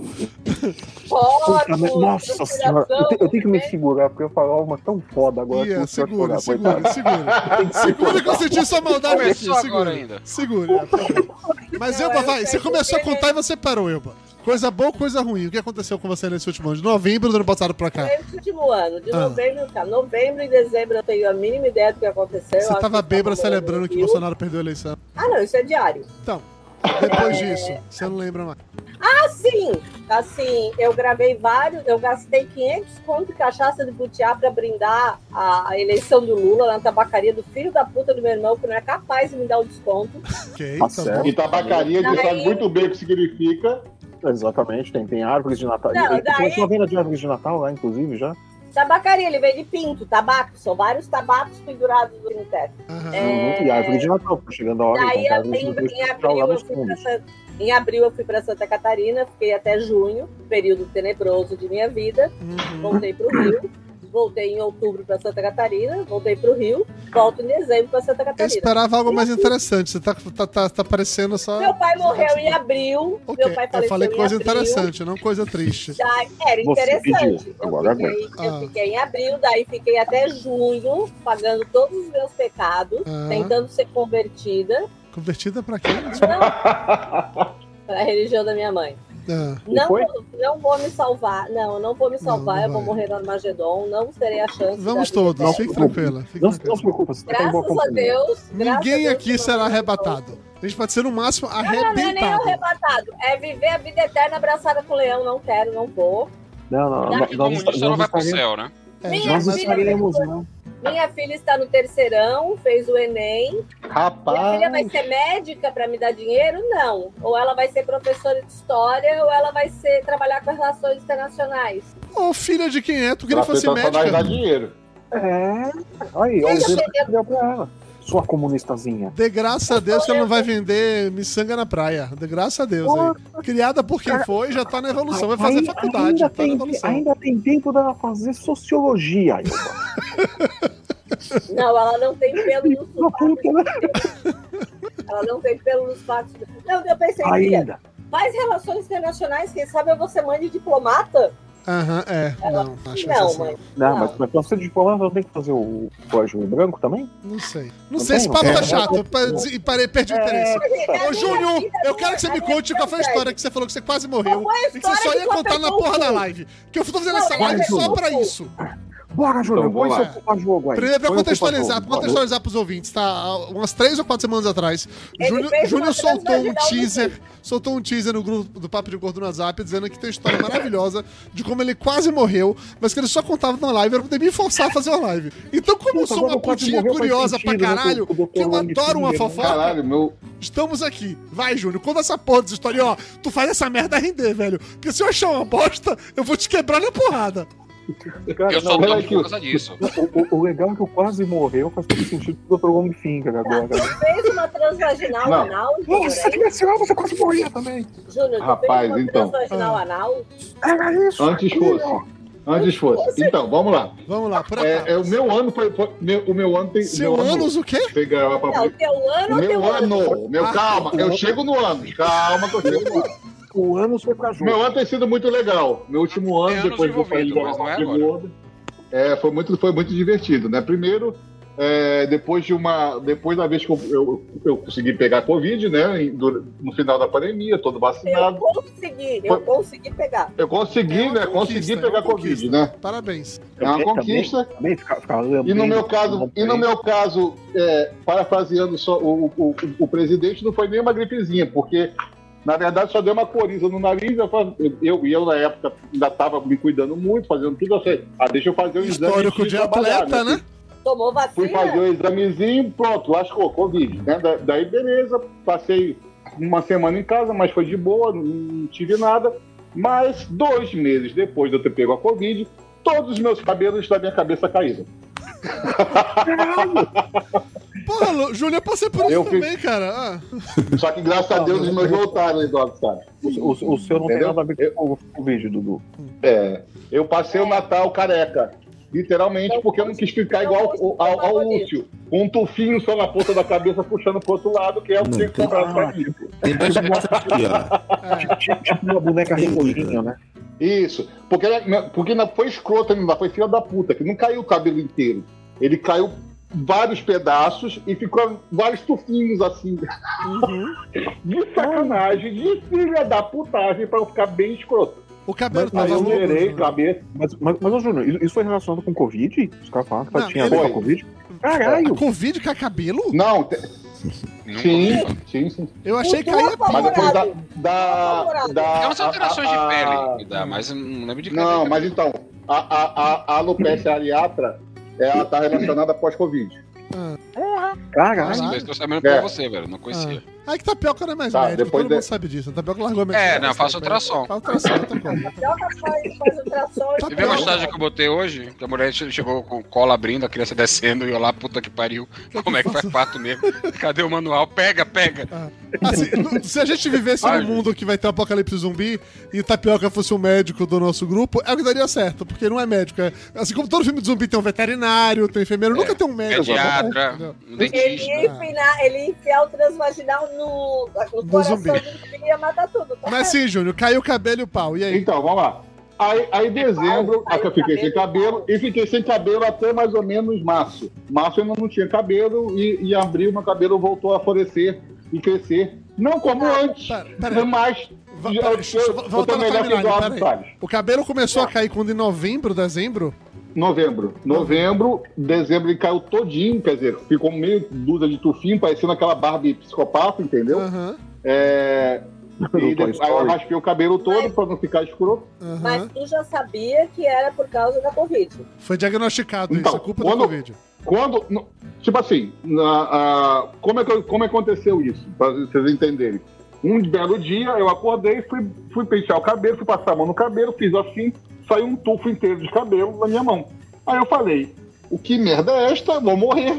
Speaker 5: Fotos,
Speaker 3: Puta,
Speaker 5: é,
Speaker 3: nossa senhora, eu, te- eu tenho que me segurar, porque eu falar uma tão foda agora.
Speaker 1: Ia,
Speaker 3: que eu vou
Speaker 1: segura,
Speaker 3: chorar,
Speaker 1: segura, segura.
Speaker 3: coitado. Tem que
Speaker 1: Segura que eu senti sua maldade aqui,
Speaker 2: Começou agora
Speaker 1: segura.
Speaker 2: ainda.
Speaker 1: Segura. é, tá bom. Mas,
Speaker 5: Não, é,
Speaker 1: Elba,
Speaker 5: eu
Speaker 1: vai.
Speaker 5: sei
Speaker 1: Você começou a
Speaker 5: porque-
Speaker 1: contar e você parou, Elba. Coisa boa, coisa ruim. O que aconteceu com você nesse último ano? De novembro do ano passado pra cá.
Speaker 5: Esse último ano, de
Speaker 1: Ah.
Speaker 5: novembro, tá? Novembro e dezembro eu tenho a mínima ideia do que aconteceu. Eu
Speaker 1: Você
Speaker 5: acho
Speaker 1: tava
Speaker 5: que eu
Speaker 1: bêbada
Speaker 5: morando
Speaker 1: celebrando
Speaker 5: no
Speaker 1: que
Speaker 5: Rio.
Speaker 1: Bolsonaro perdeu a eleição.
Speaker 5: Ah, não, isso é diário.
Speaker 1: Então, depois disso, você não lembra mais.
Speaker 5: Assim, assim, eu gravei vários, eu gastei 500 conto de cachaça de butiá pra brindar a, a eleição do Lula na tabacaria do filho da puta do meu irmão, que não é capaz de me dar o desconto.
Speaker 1: Ok,
Speaker 3: Tá
Speaker 1: tá
Speaker 3: certo.
Speaker 1: bom.
Speaker 6: E tabacaria, a gente
Speaker 5: Daí-
Speaker 6: sabe muito bem o que significa.
Speaker 3: Exatamente, tem, tem árvores de Natal.
Speaker 5: Não,
Speaker 3: Eu- eu
Speaker 5: daí-
Speaker 3: comecei uma venda de árvores de Natal lá, inclusive, já.
Speaker 5: Tabacaria, ele veio de pinto, tabaco, são vários tabacos pendurados no teto.
Speaker 1: Aham.
Speaker 5: É.
Speaker 3: Uhum, E árvore de Natal, tá chegando a hora.
Speaker 5: Daí,
Speaker 3: tem
Speaker 5: eu-
Speaker 3: árvores de
Speaker 5: em,
Speaker 3: Natal
Speaker 5: em
Speaker 3: lá
Speaker 5: abril, eu
Speaker 3: nos
Speaker 5: fui pra
Speaker 3: fundos.
Speaker 5: Santa, em abril, eu fui para Santa Catarina, fiquei até junho, um período tenebroso de minha vida.
Speaker 1: Uhum.
Speaker 5: Voltei para o Rio, voltei em outubro para Santa Catarina, voltei para o Rio, volto em dezembro para Santa
Speaker 1: Eu
Speaker 5: Catarina.
Speaker 1: esperava algo mais interessante. Você tá, tá, tá, tá parecendo só.
Speaker 5: Meu pai morreu em abril,
Speaker 1: Ok,
Speaker 5: meu pai
Speaker 1: eu
Speaker 5: faleceu
Speaker 1: falei
Speaker 5: em
Speaker 1: coisa
Speaker 5: abril.
Speaker 1: interessante, não coisa triste.
Speaker 5: Daí, era
Speaker 3: Você
Speaker 5: interessante.
Speaker 3: pediu, agora
Speaker 5: eu, fiquei, eu
Speaker 1: Ah.
Speaker 5: fiquei em abril, daí fiquei até junho, pagando todos os meus pecados,
Speaker 1: Ah.
Speaker 5: tentando ser convertida
Speaker 1: Convertida pra quê?
Speaker 5: para a religião da minha mãe.
Speaker 1: Ah,
Speaker 5: Não,
Speaker 3: foi?
Speaker 5: vou- não vou me salvar. Não, eu não vou me salvar.
Speaker 1: Não, não
Speaker 5: eu vou
Speaker 1: vai.
Speaker 5: morrer no Armagedon. Não terei a chance.
Speaker 1: vamos
Speaker 5: da vida
Speaker 1: todos,
Speaker 5: eterna.
Speaker 1: fique tranquila. Fique
Speaker 3: Não, não
Speaker 1: tranquila.
Speaker 3: se preocupa, você tá em boa
Speaker 5: Graças a
Speaker 3: companhia.
Speaker 5: Deus. graças a
Speaker 1: Ninguém
Speaker 5: Deus,
Speaker 1: aqui
Speaker 5: não
Speaker 1: será
Speaker 5: vou-
Speaker 1: arrebatado. A gente pode ser no máximo
Speaker 5: Não, não, não é nem
Speaker 1: arrebentado.
Speaker 5: arrebatado. É viver a vida eterna abraçada com o leão. Não quero, não vou.
Speaker 3: Não, não,
Speaker 5: Não,
Speaker 3: não.
Speaker 2: E
Speaker 3: Nós,
Speaker 2: comunista não vai pro
Speaker 3: estaremos-
Speaker 2: céu, né?
Speaker 1: É,
Speaker 5: Minha
Speaker 3: nós
Speaker 1: nós-
Speaker 3: não
Speaker 5: filha-
Speaker 3: estaremos, não.
Speaker 5: Minha filha está no terceirão, fez o Enem. Minha filha vai
Speaker 6: Rapaz,
Speaker 5: ser médica para me dar dinheiro? Não. Ou ela vai ser professora de história, ou ela vai ser trabalhar com relações internacionais.
Speaker 1: Ô, filha de
Speaker 3: Tá
Speaker 1: quem é? Tu queria
Speaker 6: pra
Speaker 1: fosse
Speaker 6: tentar só nós dar
Speaker 1: médica.
Speaker 6: dinheiro.
Speaker 3: É. Olha aí, olha o jeito que deu pra ela. sua comunistazinha.
Speaker 1: De graça a Deus que ela não vai vender miçanga na praia. De graça a Deus. Aí. Criada por quem foi, já tá na evolução. Vai fazer
Speaker 3: Aí-
Speaker 1: faculdade,
Speaker 3: Ainda,
Speaker 1: tá na
Speaker 3: tem,
Speaker 1: evolução.
Speaker 3: ainda tem tempo dela fazer sociologia. Eu
Speaker 5: Não, ela não tem pelo no
Speaker 3: tô falando
Speaker 5: sovaco.
Speaker 3: que ela-
Speaker 5: Ela não tem pelo nos fatos. Não, eu pensei, filha,
Speaker 3: Ainda.
Speaker 5: faz relações internacionais, quem sabe eu vou ser mãe de diplomata?
Speaker 1: Aham, é.
Speaker 5: Ela-
Speaker 1: Não, acho que assim.
Speaker 5: não,
Speaker 1: essa-
Speaker 5: mãe.
Speaker 3: Não, mas pra você diplomar, não tem que fazer o código em branco também?
Speaker 1: Não sei. Não,
Speaker 3: Não
Speaker 1: sei,
Speaker 3: tem,
Speaker 1: esse
Speaker 3: não
Speaker 1: papo
Speaker 7: tem.
Speaker 1: tá
Speaker 7: É,
Speaker 1: chato.
Speaker 3: não-
Speaker 1: Eu pa- e parei, perdi
Speaker 5: É.
Speaker 1: o interesse. Ô, Júnior, eu quero que você me conte qual foi a história que você falou que você quase morreu.
Speaker 5: Qual é foi a
Speaker 1: E que você só
Speaker 5: história
Speaker 1: ia
Speaker 5: que tu
Speaker 1: contar na
Speaker 5: apertou o
Speaker 1: porra da
Speaker 5: cu?
Speaker 1: live. Que eu tô fazendo
Speaker 5: Não,
Speaker 1: essa
Speaker 5: é
Speaker 1: live
Speaker 3: apertou
Speaker 1: só
Speaker 5: o
Speaker 1: pra
Speaker 5: cu.
Speaker 1: isso.
Speaker 3: Bora, Júnior,
Speaker 6: Então,
Speaker 3: põe
Speaker 6: vamos
Speaker 3: seu
Speaker 6: lá.
Speaker 3: culpa jogo aí.
Speaker 1: Primeiro, pra
Speaker 3: Põe o
Speaker 1: contextualizar, pra
Speaker 3: culpa-jogo, bora.
Speaker 1: contextualizar pros ouvintes, tá? Há Umas três ou quatro semanas atrás,
Speaker 5: Ele
Speaker 1: Júnior,
Speaker 5: fez uma
Speaker 1: Júnior soltou um
Speaker 5: transvaginal no
Speaker 1: teaser. Soltou um teaser no grupo do Papo de Gordo no WhatsApp dizendo que tem uma história maravilhosa de como ele quase morreu, mas que ele só contava na live, era pra poder me forçar a fazer uma live. Então, como eu
Speaker 3: Puta,
Speaker 1: sou
Speaker 3: agora
Speaker 1: uma
Speaker 3: o quase
Speaker 1: putinha
Speaker 3: morreu faz
Speaker 1: curiosa pra
Speaker 3: sentido, né,
Speaker 1: caralho,
Speaker 3: com o Dr.
Speaker 1: que eu
Speaker 3: Lani
Speaker 1: adoro uma
Speaker 3: Finger, né?
Speaker 1: fofoca,
Speaker 6: Caralho, meu.
Speaker 1: Estamos aqui. Vai, Júnior, conta essa porra dessa história. E, ó, tu faz essa merda render, velho. Porque se eu achar uma bosta, eu vou te quebrar na porrada.
Speaker 3: Cara,
Speaker 2: Eu
Speaker 3: não,
Speaker 2: sou
Speaker 3: peraí
Speaker 2: doido
Speaker 3: que
Speaker 2: por causa disso.
Speaker 3: o- o, o legal é que eu quase morreu faz todo sentido do Dr. Longfinger agora. né?
Speaker 5: Fez uma transvaginal
Speaker 6: Não.
Speaker 5: anal,
Speaker 3: Nossa,
Speaker 5: Júnior?
Speaker 3: dimensional, você quase morria também.
Speaker 5: Júnior, tu
Speaker 6: Rapaz,
Speaker 5: fez uma
Speaker 6: então.
Speaker 1: Ah.
Speaker 5: transvaginal anal?
Speaker 3: Era isso.
Speaker 6: Antes
Speaker 3: aquilo.
Speaker 1: é.
Speaker 6: fosse. Antes fosse. Então, vamos lá.
Speaker 1: Vamos lá, por acaso.
Speaker 6: É, é, o meu ano foi. foi- meu- o meu
Speaker 3: é,
Speaker 6: ano tem.
Speaker 1: Seu
Speaker 6: meu
Speaker 1: ânus, o quê?
Speaker 6: Tem grava pra
Speaker 5: Não, teu ano ou
Speaker 6: Meu
Speaker 5: teu ano?
Speaker 6: ano, meu,
Speaker 1: Ah,
Speaker 6: calma, eu
Speaker 3: ano.
Speaker 6: chego no ano, calma que eu chego no ano.
Speaker 3: O ano foi pra jogo.
Speaker 6: Meu ano tem sido muito legal. Meu último
Speaker 2: É
Speaker 6: ano,
Speaker 2: anos
Speaker 6: depois do país
Speaker 2: envolvido, mas não é agora.
Speaker 6: é, foi muito, foi muito divertido, né? Primeiro, é, depois de uma, depois da vez que eu, eu, eu consegui pegar Covid, né? em- dur- No final da pandemia, todo
Speaker 5: Eu
Speaker 6: vacinado,
Speaker 5: consegui, eu consegui pegar.
Speaker 6: eu consegui,
Speaker 1: É uma
Speaker 6: né? Consegui
Speaker 1: conquista, é
Speaker 6: pegar
Speaker 1: uma
Speaker 6: Covid,
Speaker 1: conquista.
Speaker 6: né?
Speaker 1: Parabéns.
Speaker 6: É uma
Speaker 3: Também-
Speaker 6: conquista.
Speaker 3: Também, também ficar, ficar lambendo,
Speaker 6: E no meu caso, e no meu caso é, parafraseando só o, o, o presidente, não foi nem uma gripezinha, porque na verdade só deu uma coriza no nariz. Eu, fa- eu, e eu na época ainda estava me cuidando muito, fazendo tudo assim. Ah, deixa eu fazer um exame.
Speaker 1: Histórico
Speaker 6: X
Speaker 1: de
Speaker 6: trabalhar,
Speaker 1: atleta, né?
Speaker 5: Tomou
Speaker 6: Fui fazer
Speaker 5: vacina?
Speaker 6: o examezinho, pronto, lascou, Covid. Né? Da- daí, beleza, passei uma semana em casa, mas foi de boa, não- não tive nada. Mas dois meses depois de eu ter pego a Covid, todos os meus cabelos da minha cabeça caíram.
Speaker 1: Porra, Lu- Júlio, eu passei por isso
Speaker 6: Eu
Speaker 1: também, cara. Ah,
Speaker 6: Só que graças a
Speaker 3: Não,
Speaker 6: Deus
Speaker 3: mas
Speaker 6: os
Speaker 3: eu
Speaker 6: meus
Speaker 3: vou-
Speaker 6: voltaram, Eduardo, sabe?
Speaker 3: O, o- o seu não
Speaker 6: Entendeu?
Speaker 3: tem nada a ver com o- com o vídeo, Dudu.
Speaker 6: É. Eu passei o Natal careca. Literalmente,
Speaker 5: Não
Speaker 6: porque eu não quis ficar igual ao, ao, ao Lúcio. Com um tufinho só na ponta da cabeça, puxando pro outro lado, que é o que
Speaker 7: Não,
Speaker 6: tem que
Speaker 7: tem-
Speaker 6: comprar pra
Speaker 3: ah,
Speaker 6: mim.
Speaker 7: Tem dois pontos aqui, ó.
Speaker 1: é.
Speaker 3: Tipo tipo uma boneca reloginho, né?
Speaker 6: Isso. Porque, ela- porque não foi escrota ainda, foi filha da puta, que não caiu o cabelo inteiro. Ele caiu vários pedaços e ficou vários tufinhos assim.
Speaker 1: Uhum.
Speaker 6: De sacanagem, de filha da putagem, pra eu ficar bem escroto.
Speaker 1: O cabelo
Speaker 3: Mas-
Speaker 6: Aí
Speaker 1: tava
Speaker 6: eu
Speaker 1: louco.
Speaker 6: zerei
Speaker 1: Júnior.
Speaker 6: cabeça.
Speaker 3: Mas, mas, mas ô, Júnior, isso- isso foi relacionado com Covid? Os caras falaram que
Speaker 1: Não, É,
Speaker 3: tinha a ver
Speaker 6: ele-
Speaker 3: com Covid?
Speaker 1: A
Speaker 3: Caralho!
Speaker 1: Covid com cabelo?
Speaker 6: Não, te- sim, sim, sim.
Speaker 1: Eu achei que
Speaker 5: Tudo
Speaker 1: caía
Speaker 5: apavorado.
Speaker 6: Mas
Speaker 1: pau.
Speaker 6: depois da.
Speaker 5: Colorado.
Speaker 6: da,
Speaker 5: Colorado.
Speaker 6: da
Speaker 2: Tem umas Então alterações de
Speaker 6: a- a-
Speaker 2: pele, que dá, mas eu não lembro de
Speaker 6: ah, Não, mas então, a, a, a, a alopecia areata, ela tá relacionada à pós-Covid.
Speaker 2: Nossa,
Speaker 3: Caralho!
Speaker 1: Caralho.
Speaker 2: mas eu tô sabendo pra
Speaker 6: É.
Speaker 2: você, velho. Não conhecia.
Speaker 1: Aí que Tapioca não é mais
Speaker 6: Tá,
Speaker 1: médico,
Speaker 6: depois
Speaker 1: todo
Speaker 6: de-
Speaker 1: mundo sabe disso. A Tapioca largou a medicina.
Speaker 2: é, não, eu faço ultrassom.
Speaker 1: Faz ultrassom, outra coisa.
Speaker 5: Joga faz, faz ultrassom.
Speaker 1: Você
Speaker 2: Você viu a
Speaker 1: Não.
Speaker 2: postagem que eu botei hoje? Que a mulher che- chegou com cola abrindo, a criança descendo e eu lá, puta que pariu. Como é que faz pato mesmo? Cadê o manual? Pega, pega.
Speaker 1: Assim, no- se a gente vivesse
Speaker 2: Ai,
Speaker 1: num mundo que vai ter um apocalipse zumbi e Tapioca fosse um médico do nosso grupo, é o que daria certo, porque não é médico. é- assim como todo filme de zumbi tem um veterinário, tem um enfermeiro,
Speaker 2: É,
Speaker 1: nunca tem um médico.
Speaker 2: Pediatra,
Speaker 1: entendeu?
Speaker 2: um
Speaker 5: Ele
Speaker 2: dentista.
Speaker 5: ia, enfinar, ele ia enfiar o transvaginal no, no
Speaker 1: No
Speaker 5: coração
Speaker 1: zumbi.
Speaker 5: do zumbi e ia matar tudo. Tá?
Speaker 1: Mas sim, Júnior, caiu o cabelo e o pau. E aí?
Speaker 6: Então, vamos lá. Aí, aí em dezembro,
Speaker 5: Aí
Speaker 6: eu fiquei sem
Speaker 5: cabelo.
Speaker 6: cabelo, e fiquei sem cabelo até mais ou menos março. Março eu ainda não tinha cabelo, e, e abril meu cabelo voltou a florescer e crescer. Não como antes,
Speaker 1: Pera- pera aí.
Speaker 6: mas
Speaker 1: Va-
Speaker 6: eu,
Speaker 1: pera-
Speaker 6: eu,
Speaker 1: deixa eu vo-
Speaker 6: eu
Speaker 1: voltar
Speaker 6: tô
Speaker 1: na
Speaker 6: melhor que Tá.
Speaker 1: timeline, pera
Speaker 6: Eduardo
Speaker 1: aí.
Speaker 6: Salles.
Speaker 1: O cabelo começou a cair quando em novembro, dezembro?
Speaker 6: Novembro. Novembro, dezembro ele caiu todinho, quer dizer, ficou meio dúvida de tufinho, parecendo aquela Barbie psicopata, entendeu?
Speaker 1: Aham.
Speaker 6: É,
Speaker 3: Toy
Speaker 6: e depois, aí eu
Speaker 3: Story.
Speaker 6: raspei o cabelo todo pra não ficar escuro.
Speaker 1: aham.
Speaker 5: Mas tu já sabia que era por causa da Covid.
Speaker 1: Foi diagnosticado
Speaker 6: Então,
Speaker 1: isso, é culpa
Speaker 6: quando-
Speaker 1: do Covid.
Speaker 6: Quando. no- tipo assim, na- a- como, é que, como aconteceu isso? Pra vocês entenderem. Um belo dia eu acordei, fui, fui pentear o cabelo, fui passar a mão no cabelo, fiz assim, saiu um tufo inteiro de cabelo na minha mão. Aí eu falei, o que merda é esta? Vou morrer.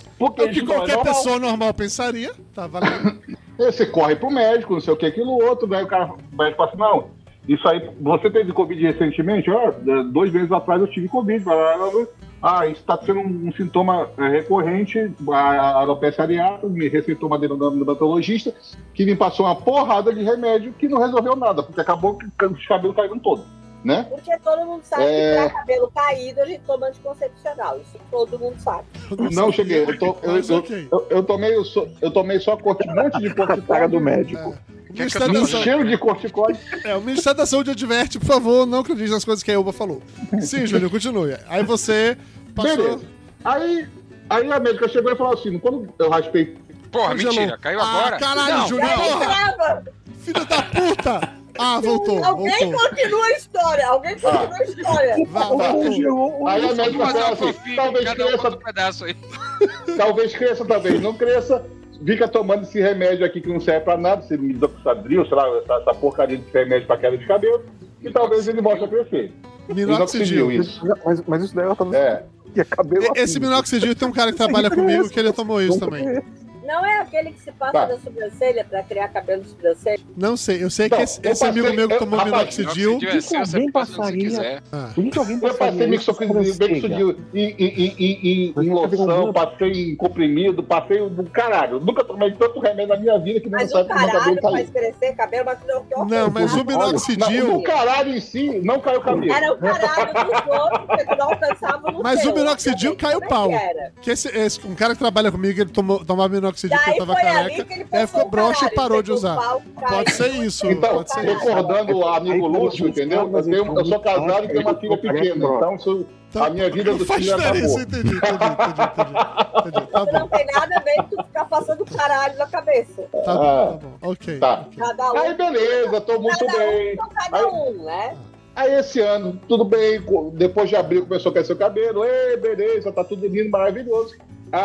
Speaker 6: Porque
Speaker 1: O
Speaker 6: eles
Speaker 1: que
Speaker 6: falam,
Speaker 1: qualquer
Speaker 6: "Não, não,
Speaker 1: pessoa normal pensaria. Tá valendo.
Speaker 6: Você corre pro médico, não sei o que, aquilo outro, né? O cara o médico fala assim, não, isso aí, você teve Covid recentemente? Ó, é, dois meses atrás eu tive Covid. blá, blá, blá, blá. Ah, isso tá sendo um, um sintoma é, recorrente, a- a alopecia areata, me receitou uma dermatologista, que me passou uma porrada de remédio que não resolveu nada, porque acabou que os cabelos caíram todo, né?
Speaker 5: Porque todo mundo sabe
Speaker 6: É.
Speaker 5: que pra cabelo caído a gente toma anticoncepcional. Isso todo mundo sabe.
Speaker 6: Não, cheguei, eu tô- eu-
Speaker 1: Mas ok.
Speaker 6: Eu, eu tomei, o so- eu tomei só corti- um monte de
Speaker 3: A praga do
Speaker 6: corticóide,
Speaker 3: médico.
Speaker 1: O
Speaker 2: que é que
Speaker 1: Ministério
Speaker 6: um
Speaker 1: da Saúde-
Speaker 6: cheiro de corticóide.
Speaker 1: É, o Ministério da Saúde adverte, por favor, não acredite nas coisas que a Elba falou. Sim, Júlio, continue. Aí você passou.
Speaker 6: Beleza. Aí, aí a médica chegou e falou assim: quando eu raspei.
Speaker 2: Porra,
Speaker 1: Congelou.
Speaker 2: mentira, caiu
Speaker 1: Ah,
Speaker 2: agora.
Speaker 1: caralho,
Speaker 2: Não,
Speaker 1: Júlio,
Speaker 5: Aí,
Speaker 1: porra!
Speaker 5: trava.
Speaker 1: Filho da puta! Ah, voltou,
Speaker 5: Alguém
Speaker 1: voltou.
Speaker 5: continua a história. Alguém
Speaker 6: Ah.
Speaker 5: continua a história.
Speaker 1: Vá, vá.
Speaker 3: Congelou o-
Speaker 6: Aí a
Speaker 2: Vamos
Speaker 6: médica
Speaker 2: fazer uma
Speaker 6: falou assim:
Speaker 2: fanfic,
Speaker 6: talvez
Speaker 2: cada um
Speaker 6: cresça,
Speaker 2: manda um pedaço aí.
Speaker 6: talvez cresça, talvez não cresça. Fica tomando esse remédio aqui que não serve pra nada, esse midoxadril, um sei lá, essa, essa porcaria de remédio pra queda de cabelo, e
Speaker 2: Então,
Speaker 6: talvez ele volte a crescer.
Speaker 1: Minoxidil.
Speaker 6: isso.
Speaker 3: Mas, mas isso daí ela tá no
Speaker 6: É.
Speaker 3: é. cabelo
Speaker 1: E- Esse minoxidil tem um cara que trabalha comigo que ele tomou isso também.
Speaker 5: Não é aquele que se passa
Speaker 6: Tá.
Speaker 5: da sobrancelha pra criar cabelo de sobrancelha?
Speaker 1: Não sei, eu sei que
Speaker 6: Não,
Speaker 1: esse,
Speaker 6: eu
Speaker 1: esse amigo
Speaker 6: passei-
Speaker 1: meu que
Speaker 6: eu-
Speaker 1: tomou
Speaker 6: rapaz,
Speaker 1: minoxidil.
Speaker 2: Minoxidil é seu, você
Speaker 3: alguém
Speaker 2: passa onde você
Speaker 3: passaria?
Speaker 2: quiser.
Speaker 3: Por que alguém
Speaker 6: Eu passei
Speaker 3: passaria isso
Speaker 6: mixofidil,
Speaker 3: na sobrancelha?
Speaker 6: mixofidil em, em, em, em, em, em loção, passei em comprimido, passei do caralho. Nunca tomei tanto remédio na minha vida que não
Speaker 5: Mas o
Speaker 6: sabe como meu cabelo
Speaker 5: caralho
Speaker 6: caiu.
Speaker 5: faz crescer cabelo, mas não que
Speaker 1: Não, mas o
Speaker 6: Não,
Speaker 1: minoxidil.
Speaker 6: o caralho em si não caiu o cabelo.
Speaker 5: Era o caralho dos outros, porque tu não alcançava no
Speaker 1: Mas
Speaker 5: teu.
Speaker 1: o minoxidil
Speaker 5: Como é que
Speaker 1: caiu pau.
Speaker 5: era?
Speaker 1: Que esse, esse- um cara que trabalha comigo, ele tomou, tomava minoxidil porque
Speaker 5: Daí
Speaker 1: eu tava
Speaker 5: foi ali
Speaker 1: careca.
Speaker 5: que ele
Speaker 1: Aí
Speaker 5: passou
Speaker 1: ficou
Speaker 5: o
Speaker 1: broxa e
Speaker 5: caralho,
Speaker 1: parou de
Speaker 5: o
Speaker 1: usar.
Speaker 5: pau caiu.
Speaker 1: Pode ser isso.
Speaker 6: Então,
Speaker 1: pode ser isso.
Speaker 6: recordando o amigo Lúcio, entendeu? Eu, tenho- eu sou casado e tenho uma filha pequena. Então, isso-
Speaker 1: Tá.
Speaker 6: a minha vida
Speaker 1: Não
Speaker 6: do
Speaker 1: faz
Speaker 6: filho acabou.
Speaker 1: diferença, entendi, entendi, entendi, entendi, entendi. Tá
Speaker 5: Tu Não
Speaker 1: bom,
Speaker 5: tem nada a ver tu ficar passando caralho na cabeça.
Speaker 1: tá bom, tá bom. Ok.
Speaker 6: Ah, Tá.
Speaker 1: ok.
Speaker 5: Cada um.
Speaker 6: Aí, beleza, tô muito
Speaker 5: cada
Speaker 6: bem.
Speaker 5: um com cada um, né?
Speaker 6: Aí, esse ano, tudo bem. co- Depois de abril, começou a crescer o cabelo. Ei, beleza, tá tudo lindo, maravilhoso.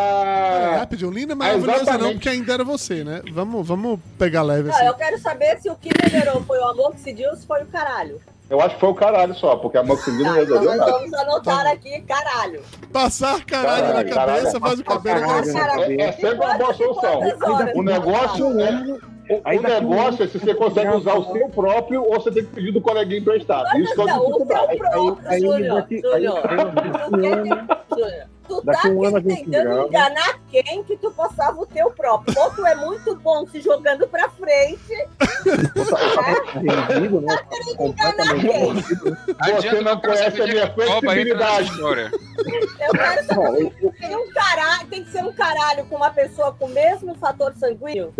Speaker 1: Pera,
Speaker 6: Ah,
Speaker 1: É, rapidinho, linda, maravilhosa não,
Speaker 6: exatamente.
Speaker 1: porque ainda era você, né? Vamos, vamos pegar leve
Speaker 5: Não,
Speaker 1: assim.
Speaker 5: eu quero saber se o que melhorou foi o amor que se diz ou se foi o caralho.
Speaker 6: eu acho que foi o caralho só, porque a moxidil não
Speaker 5: Tá, então
Speaker 6: resolveu
Speaker 5: nós
Speaker 6: nada.
Speaker 5: vamos
Speaker 1: Tá
Speaker 5: anotar aqui, caralho.
Speaker 1: Passar caralho,
Speaker 6: Caralho,
Speaker 1: na cabeça,
Speaker 6: caralho.
Speaker 1: faz o cabelo
Speaker 3: Caralho.
Speaker 1: crescer.
Speaker 6: É, é sempre uma boa solução. O
Speaker 3: um
Speaker 6: negócio é. O, o negócio é se você consegue usar o seu próprio ou você tem que pedir do coleguinha emprestado. Isso que é
Speaker 5: Não, o teu
Speaker 6: dificuldade.
Speaker 5: pronto,
Speaker 3: aí ele
Speaker 5: Júlio.
Speaker 3: daqui- aí-
Speaker 5: Júlio. Tu quer ter- Júlio, Tu tá
Speaker 3: Daqui um ano a gente
Speaker 5: tentando
Speaker 3: grava.
Speaker 5: enganar quem que tu passava o teu próprio. Ou tu é muito bom se jogando pra frente, né?
Speaker 3: Rendido, né?
Speaker 5: enganar quem?
Speaker 6: Você não
Speaker 2: eu quero saber
Speaker 6: conhece a
Speaker 2: onde é
Speaker 6: minha
Speaker 2: que o Toba entra nessa
Speaker 6: flexibilidade.
Speaker 2: história.
Speaker 5: Eu quero
Speaker 3: Não,
Speaker 5: saber.
Speaker 3: eu- eu-
Speaker 5: Tem, um caralho, tem que ser um caralho com uma pessoa com o mesmo fator sanguíneo?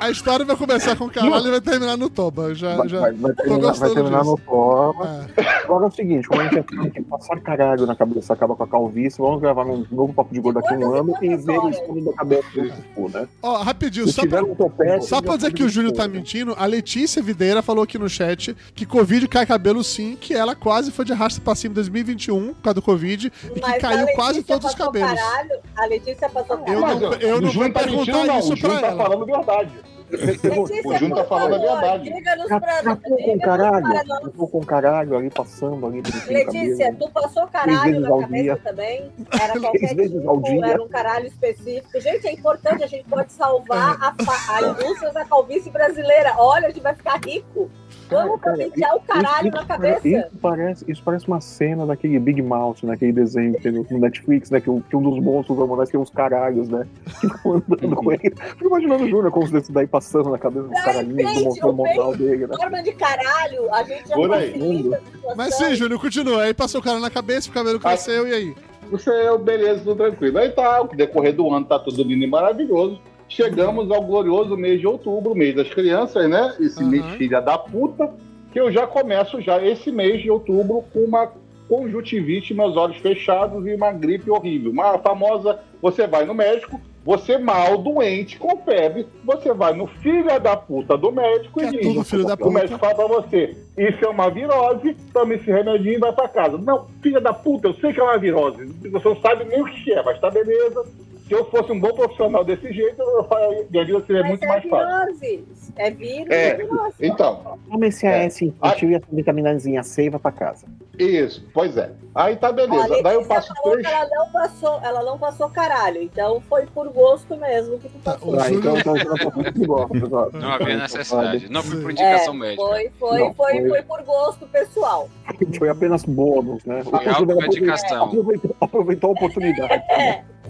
Speaker 1: A história vai começar com caralho e vai terminar no toba. eu Já,
Speaker 3: Vai,
Speaker 1: já.
Speaker 3: vai- vai terminar, vai
Speaker 1: gostando
Speaker 3: terminar
Speaker 1: disso.
Speaker 3: no forma.
Speaker 1: É.
Speaker 3: Agora é o seguinte, como a gente tem que passar caralho na cabeça, acaba com a calvície, vamos gravar um novo papo de gordo daqui a um ano e ver eles comendo a cabeça do tipo, né?
Speaker 1: Ó, rapidinho,
Speaker 3: Se
Speaker 1: só pra,
Speaker 3: tiver um topete...
Speaker 1: É, só pra dizer que o Júlio tá
Speaker 6: né?
Speaker 1: mentindo, a Letícia Videira falou aqui no chat que Covid cai cabelo sim, que ela quase foi de arrasta pra cima em 2021 por causa do Covid e que
Speaker 5: a
Speaker 1: caiu
Speaker 5: Letícia
Speaker 1: quase todos os
Speaker 5: passou
Speaker 1: cabelos.
Speaker 5: caralho, a Letícia passou
Speaker 1: Eu
Speaker 5: caralho.
Speaker 1: não, eu não
Speaker 6: o Júnior
Speaker 1: vou
Speaker 6: tá mentindo,
Speaker 1: perguntar
Speaker 6: não.
Speaker 1: isso
Speaker 6: O Júnior
Speaker 1: pra
Speaker 6: tá
Speaker 1: ela.
Speaker 6: falando verdade.
Speaker 5: Letícia,
Speaker 6: O Júnior tá
Speaker 5: por
Speaker 6: falando a
Speaker 5: favor,
Speaker 6: verdade.
Speaker 5: Diga-nos pra,
Speaker 3: Capô com
Speaker 5: diga-nos
Speaker 3: caralho,
Speaker 5: para nós.
Speaker 3: capô com caralho ali passando ali. pelo
Speaker 5: Letícia,
Speaker 3: cabelo.
Speaker 5: tu passou
Speaker 3: Três
Speaker 5: caralho
Speaker 3: vezes ao
Speaker 5: na cabeça
Speaker 3: dia.
Speaker 5: também? Era
Speaker 3: Três
Speaker 5: qualquer
Speaker 3: vezes ao
Speaker 5: tipo,
Speaker 3: dia.
Speaker 5: era um caralho específico. Gente, é importante, a gente pode salvar a, fa- a indústria da calvície brasileira. Olha, a gente vai ficar rico. Vamos
Speaker 3: Cara,
Speaker 5: providenciar o caralho na cabeça.
Speaker 3: Isso parece, isso parece uma cena daquele Big Mouth, naquele desenho que tem no no Netflix, né? Que, o- que um dos monstros hormonais tem uns caralhos, né? Que ficam
Speaker 5: Uhum.
Speaker 3: andando com ele. Fico imaginando o Júnior com os dentes daí passando na cabeça dos
Speaker 5: Não,
Speaker 3: caralhinhos do
Speaker 5: enfeite,
Speaker 3: monstro hormonal dele, né?
Speaker 5: Forma de caralho, a gente já
Speaker 6: Por aí. é
Speaker 5: facilita a situação.
Speaker 1: Mas sim, Júlio, continua. Aí passou o cara na cabeça, o cabelo cresceu, e aí?
Speaker 6: Você é beleza, tudo tranquilo. Aí tá, o decorrer do ano tá tudo lindo e maravilhoso. Chegamos ao glorioso mês de outubro, mês das crianças, né? Esse
Speaker 1: Aham.
Speaker 6: mês filha da puta, que eu já começo já esse mês de outubro com uma conjuntivite, meus olhos fechados e uma gripe horrível. Uma famosa, você vai no médico, você mal, doente, com febre, você vai no filha da puta do médico
Speaker 1: Que é
Speaker 6: e diz,
Speaker 1: tudo filho da
Speaker 6: o médico
Speaker 1: puta.
Speaker 6: fala pra você, isso é uma virose, toma esse remedinho e vai pra casa. Não, filha da puta, eu sei que é uma virose. Você não sabe nem o que é, mas tá beleza. Se eu fosse um bom profissional desse jeito, eu faria, minha vida seria
Speaker 5: Mas
Speaker 6: muito
Speaker 5: é
Speaker 6: mais fácil.
Speaker 5: virose. É vírus,
Speaker 6: É,
Speaker 5: é virose.
Speaker 6: Então,
Speaker 3: Toma é esse AS infantil e essa vitaminazinha C e vai pra casa.
Speaker 6: isso, pois é. Aí tá beleza.
Speaker 5: Olha,
Speaker 6: Daí eu
Speaker 5: Letícia
Speaker 6: passo
Speaker 5: falou
Speaker 6: três.
Speaker 5: que ela não passou, ela não passou caralho, então foi por gosto mesmo que tu
Speaker 1: Tá,
Speaker 5: passou.
Speaker 1: o
Speaker 3: Ah,
Speaker 1: Júlio-
Speaker 3: então, então, então, então, então, então, então, então,
Speaker 2: Não havia
Speaker 3: então,
Speaker 2: necessidade. Não foi por
Speaker 1: É,
Speaker 2: indicação
Speaker 6: né?
Speaker 2: médica.
Speaker 5: Foi, foi,
Speaker 3: Não,
Speaker 5: foi,
Speaker 3: foi-
Speaker 5: foi por gosto pessoal.
Speaker 3: então, Foi apenas bônus, né?
Speaker 2: Foi automedicação.
Speaker 3: Aproveitou, aproveitou a oportunidade.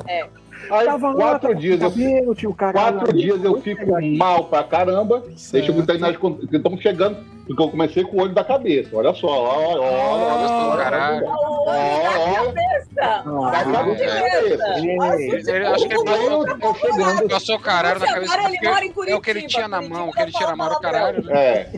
Speaker 5: É,
Speaker 6: Aí
Speaker 3: Tava lá, tá
Speaker 6: quatro
Speaker 3: tava com
Speaker 6: dias eu
Speaker 3: cabelo, tinha o cara
Speaker 6: Quatro
Speaker 3: lá.
Speaker 6: dias eu fico mal pra caramba. Deixa eu botar aí nas contas. Estamos chegando. Porque eu comecei com o olho da cabeça. Olha só. Olha, olha,
Speaker 2: Ah,
Speaker 6: olha. olha,
Speaker 2: Caralho.
Speaker 5: olha o olho
Speaker 6: Olha, olha.
Speaker 5: da cabeça.
Speaker 3: Ah,
Speaker 6: Da
Speaker 5: Olha o olho
Speaker 2: é.
Speaker 5: da
Speaker 6: cabeça.
Speaker 5: cabeça. Olha o
Speaker 3: Ele-
Speaker 5: sujeito
Speaker 2: ele- acho que é ele
Speaker 5: do olho
Speaker 6: Eu
Speaker 5: do
Speaker 6: tô chegando.
Speaker 2: Passou o caralho na
Speaker 5: Nossa,
Speaker 2: cabeça.
Speaker 5: agora ele
Speaker 2: porque
Speaker 5: mora em
Speaker 2: É o que ele
Speaker 5: Curitiba.
Speaker 2: tinha na mão, o que ele
Speaker 5: Curitiba
Speaker 2: tinha na
Speaker 5: não
Speaker 2: mão era o
Speaker 5: fala
Speaker 2: caralho. né?
Speaker 6: É.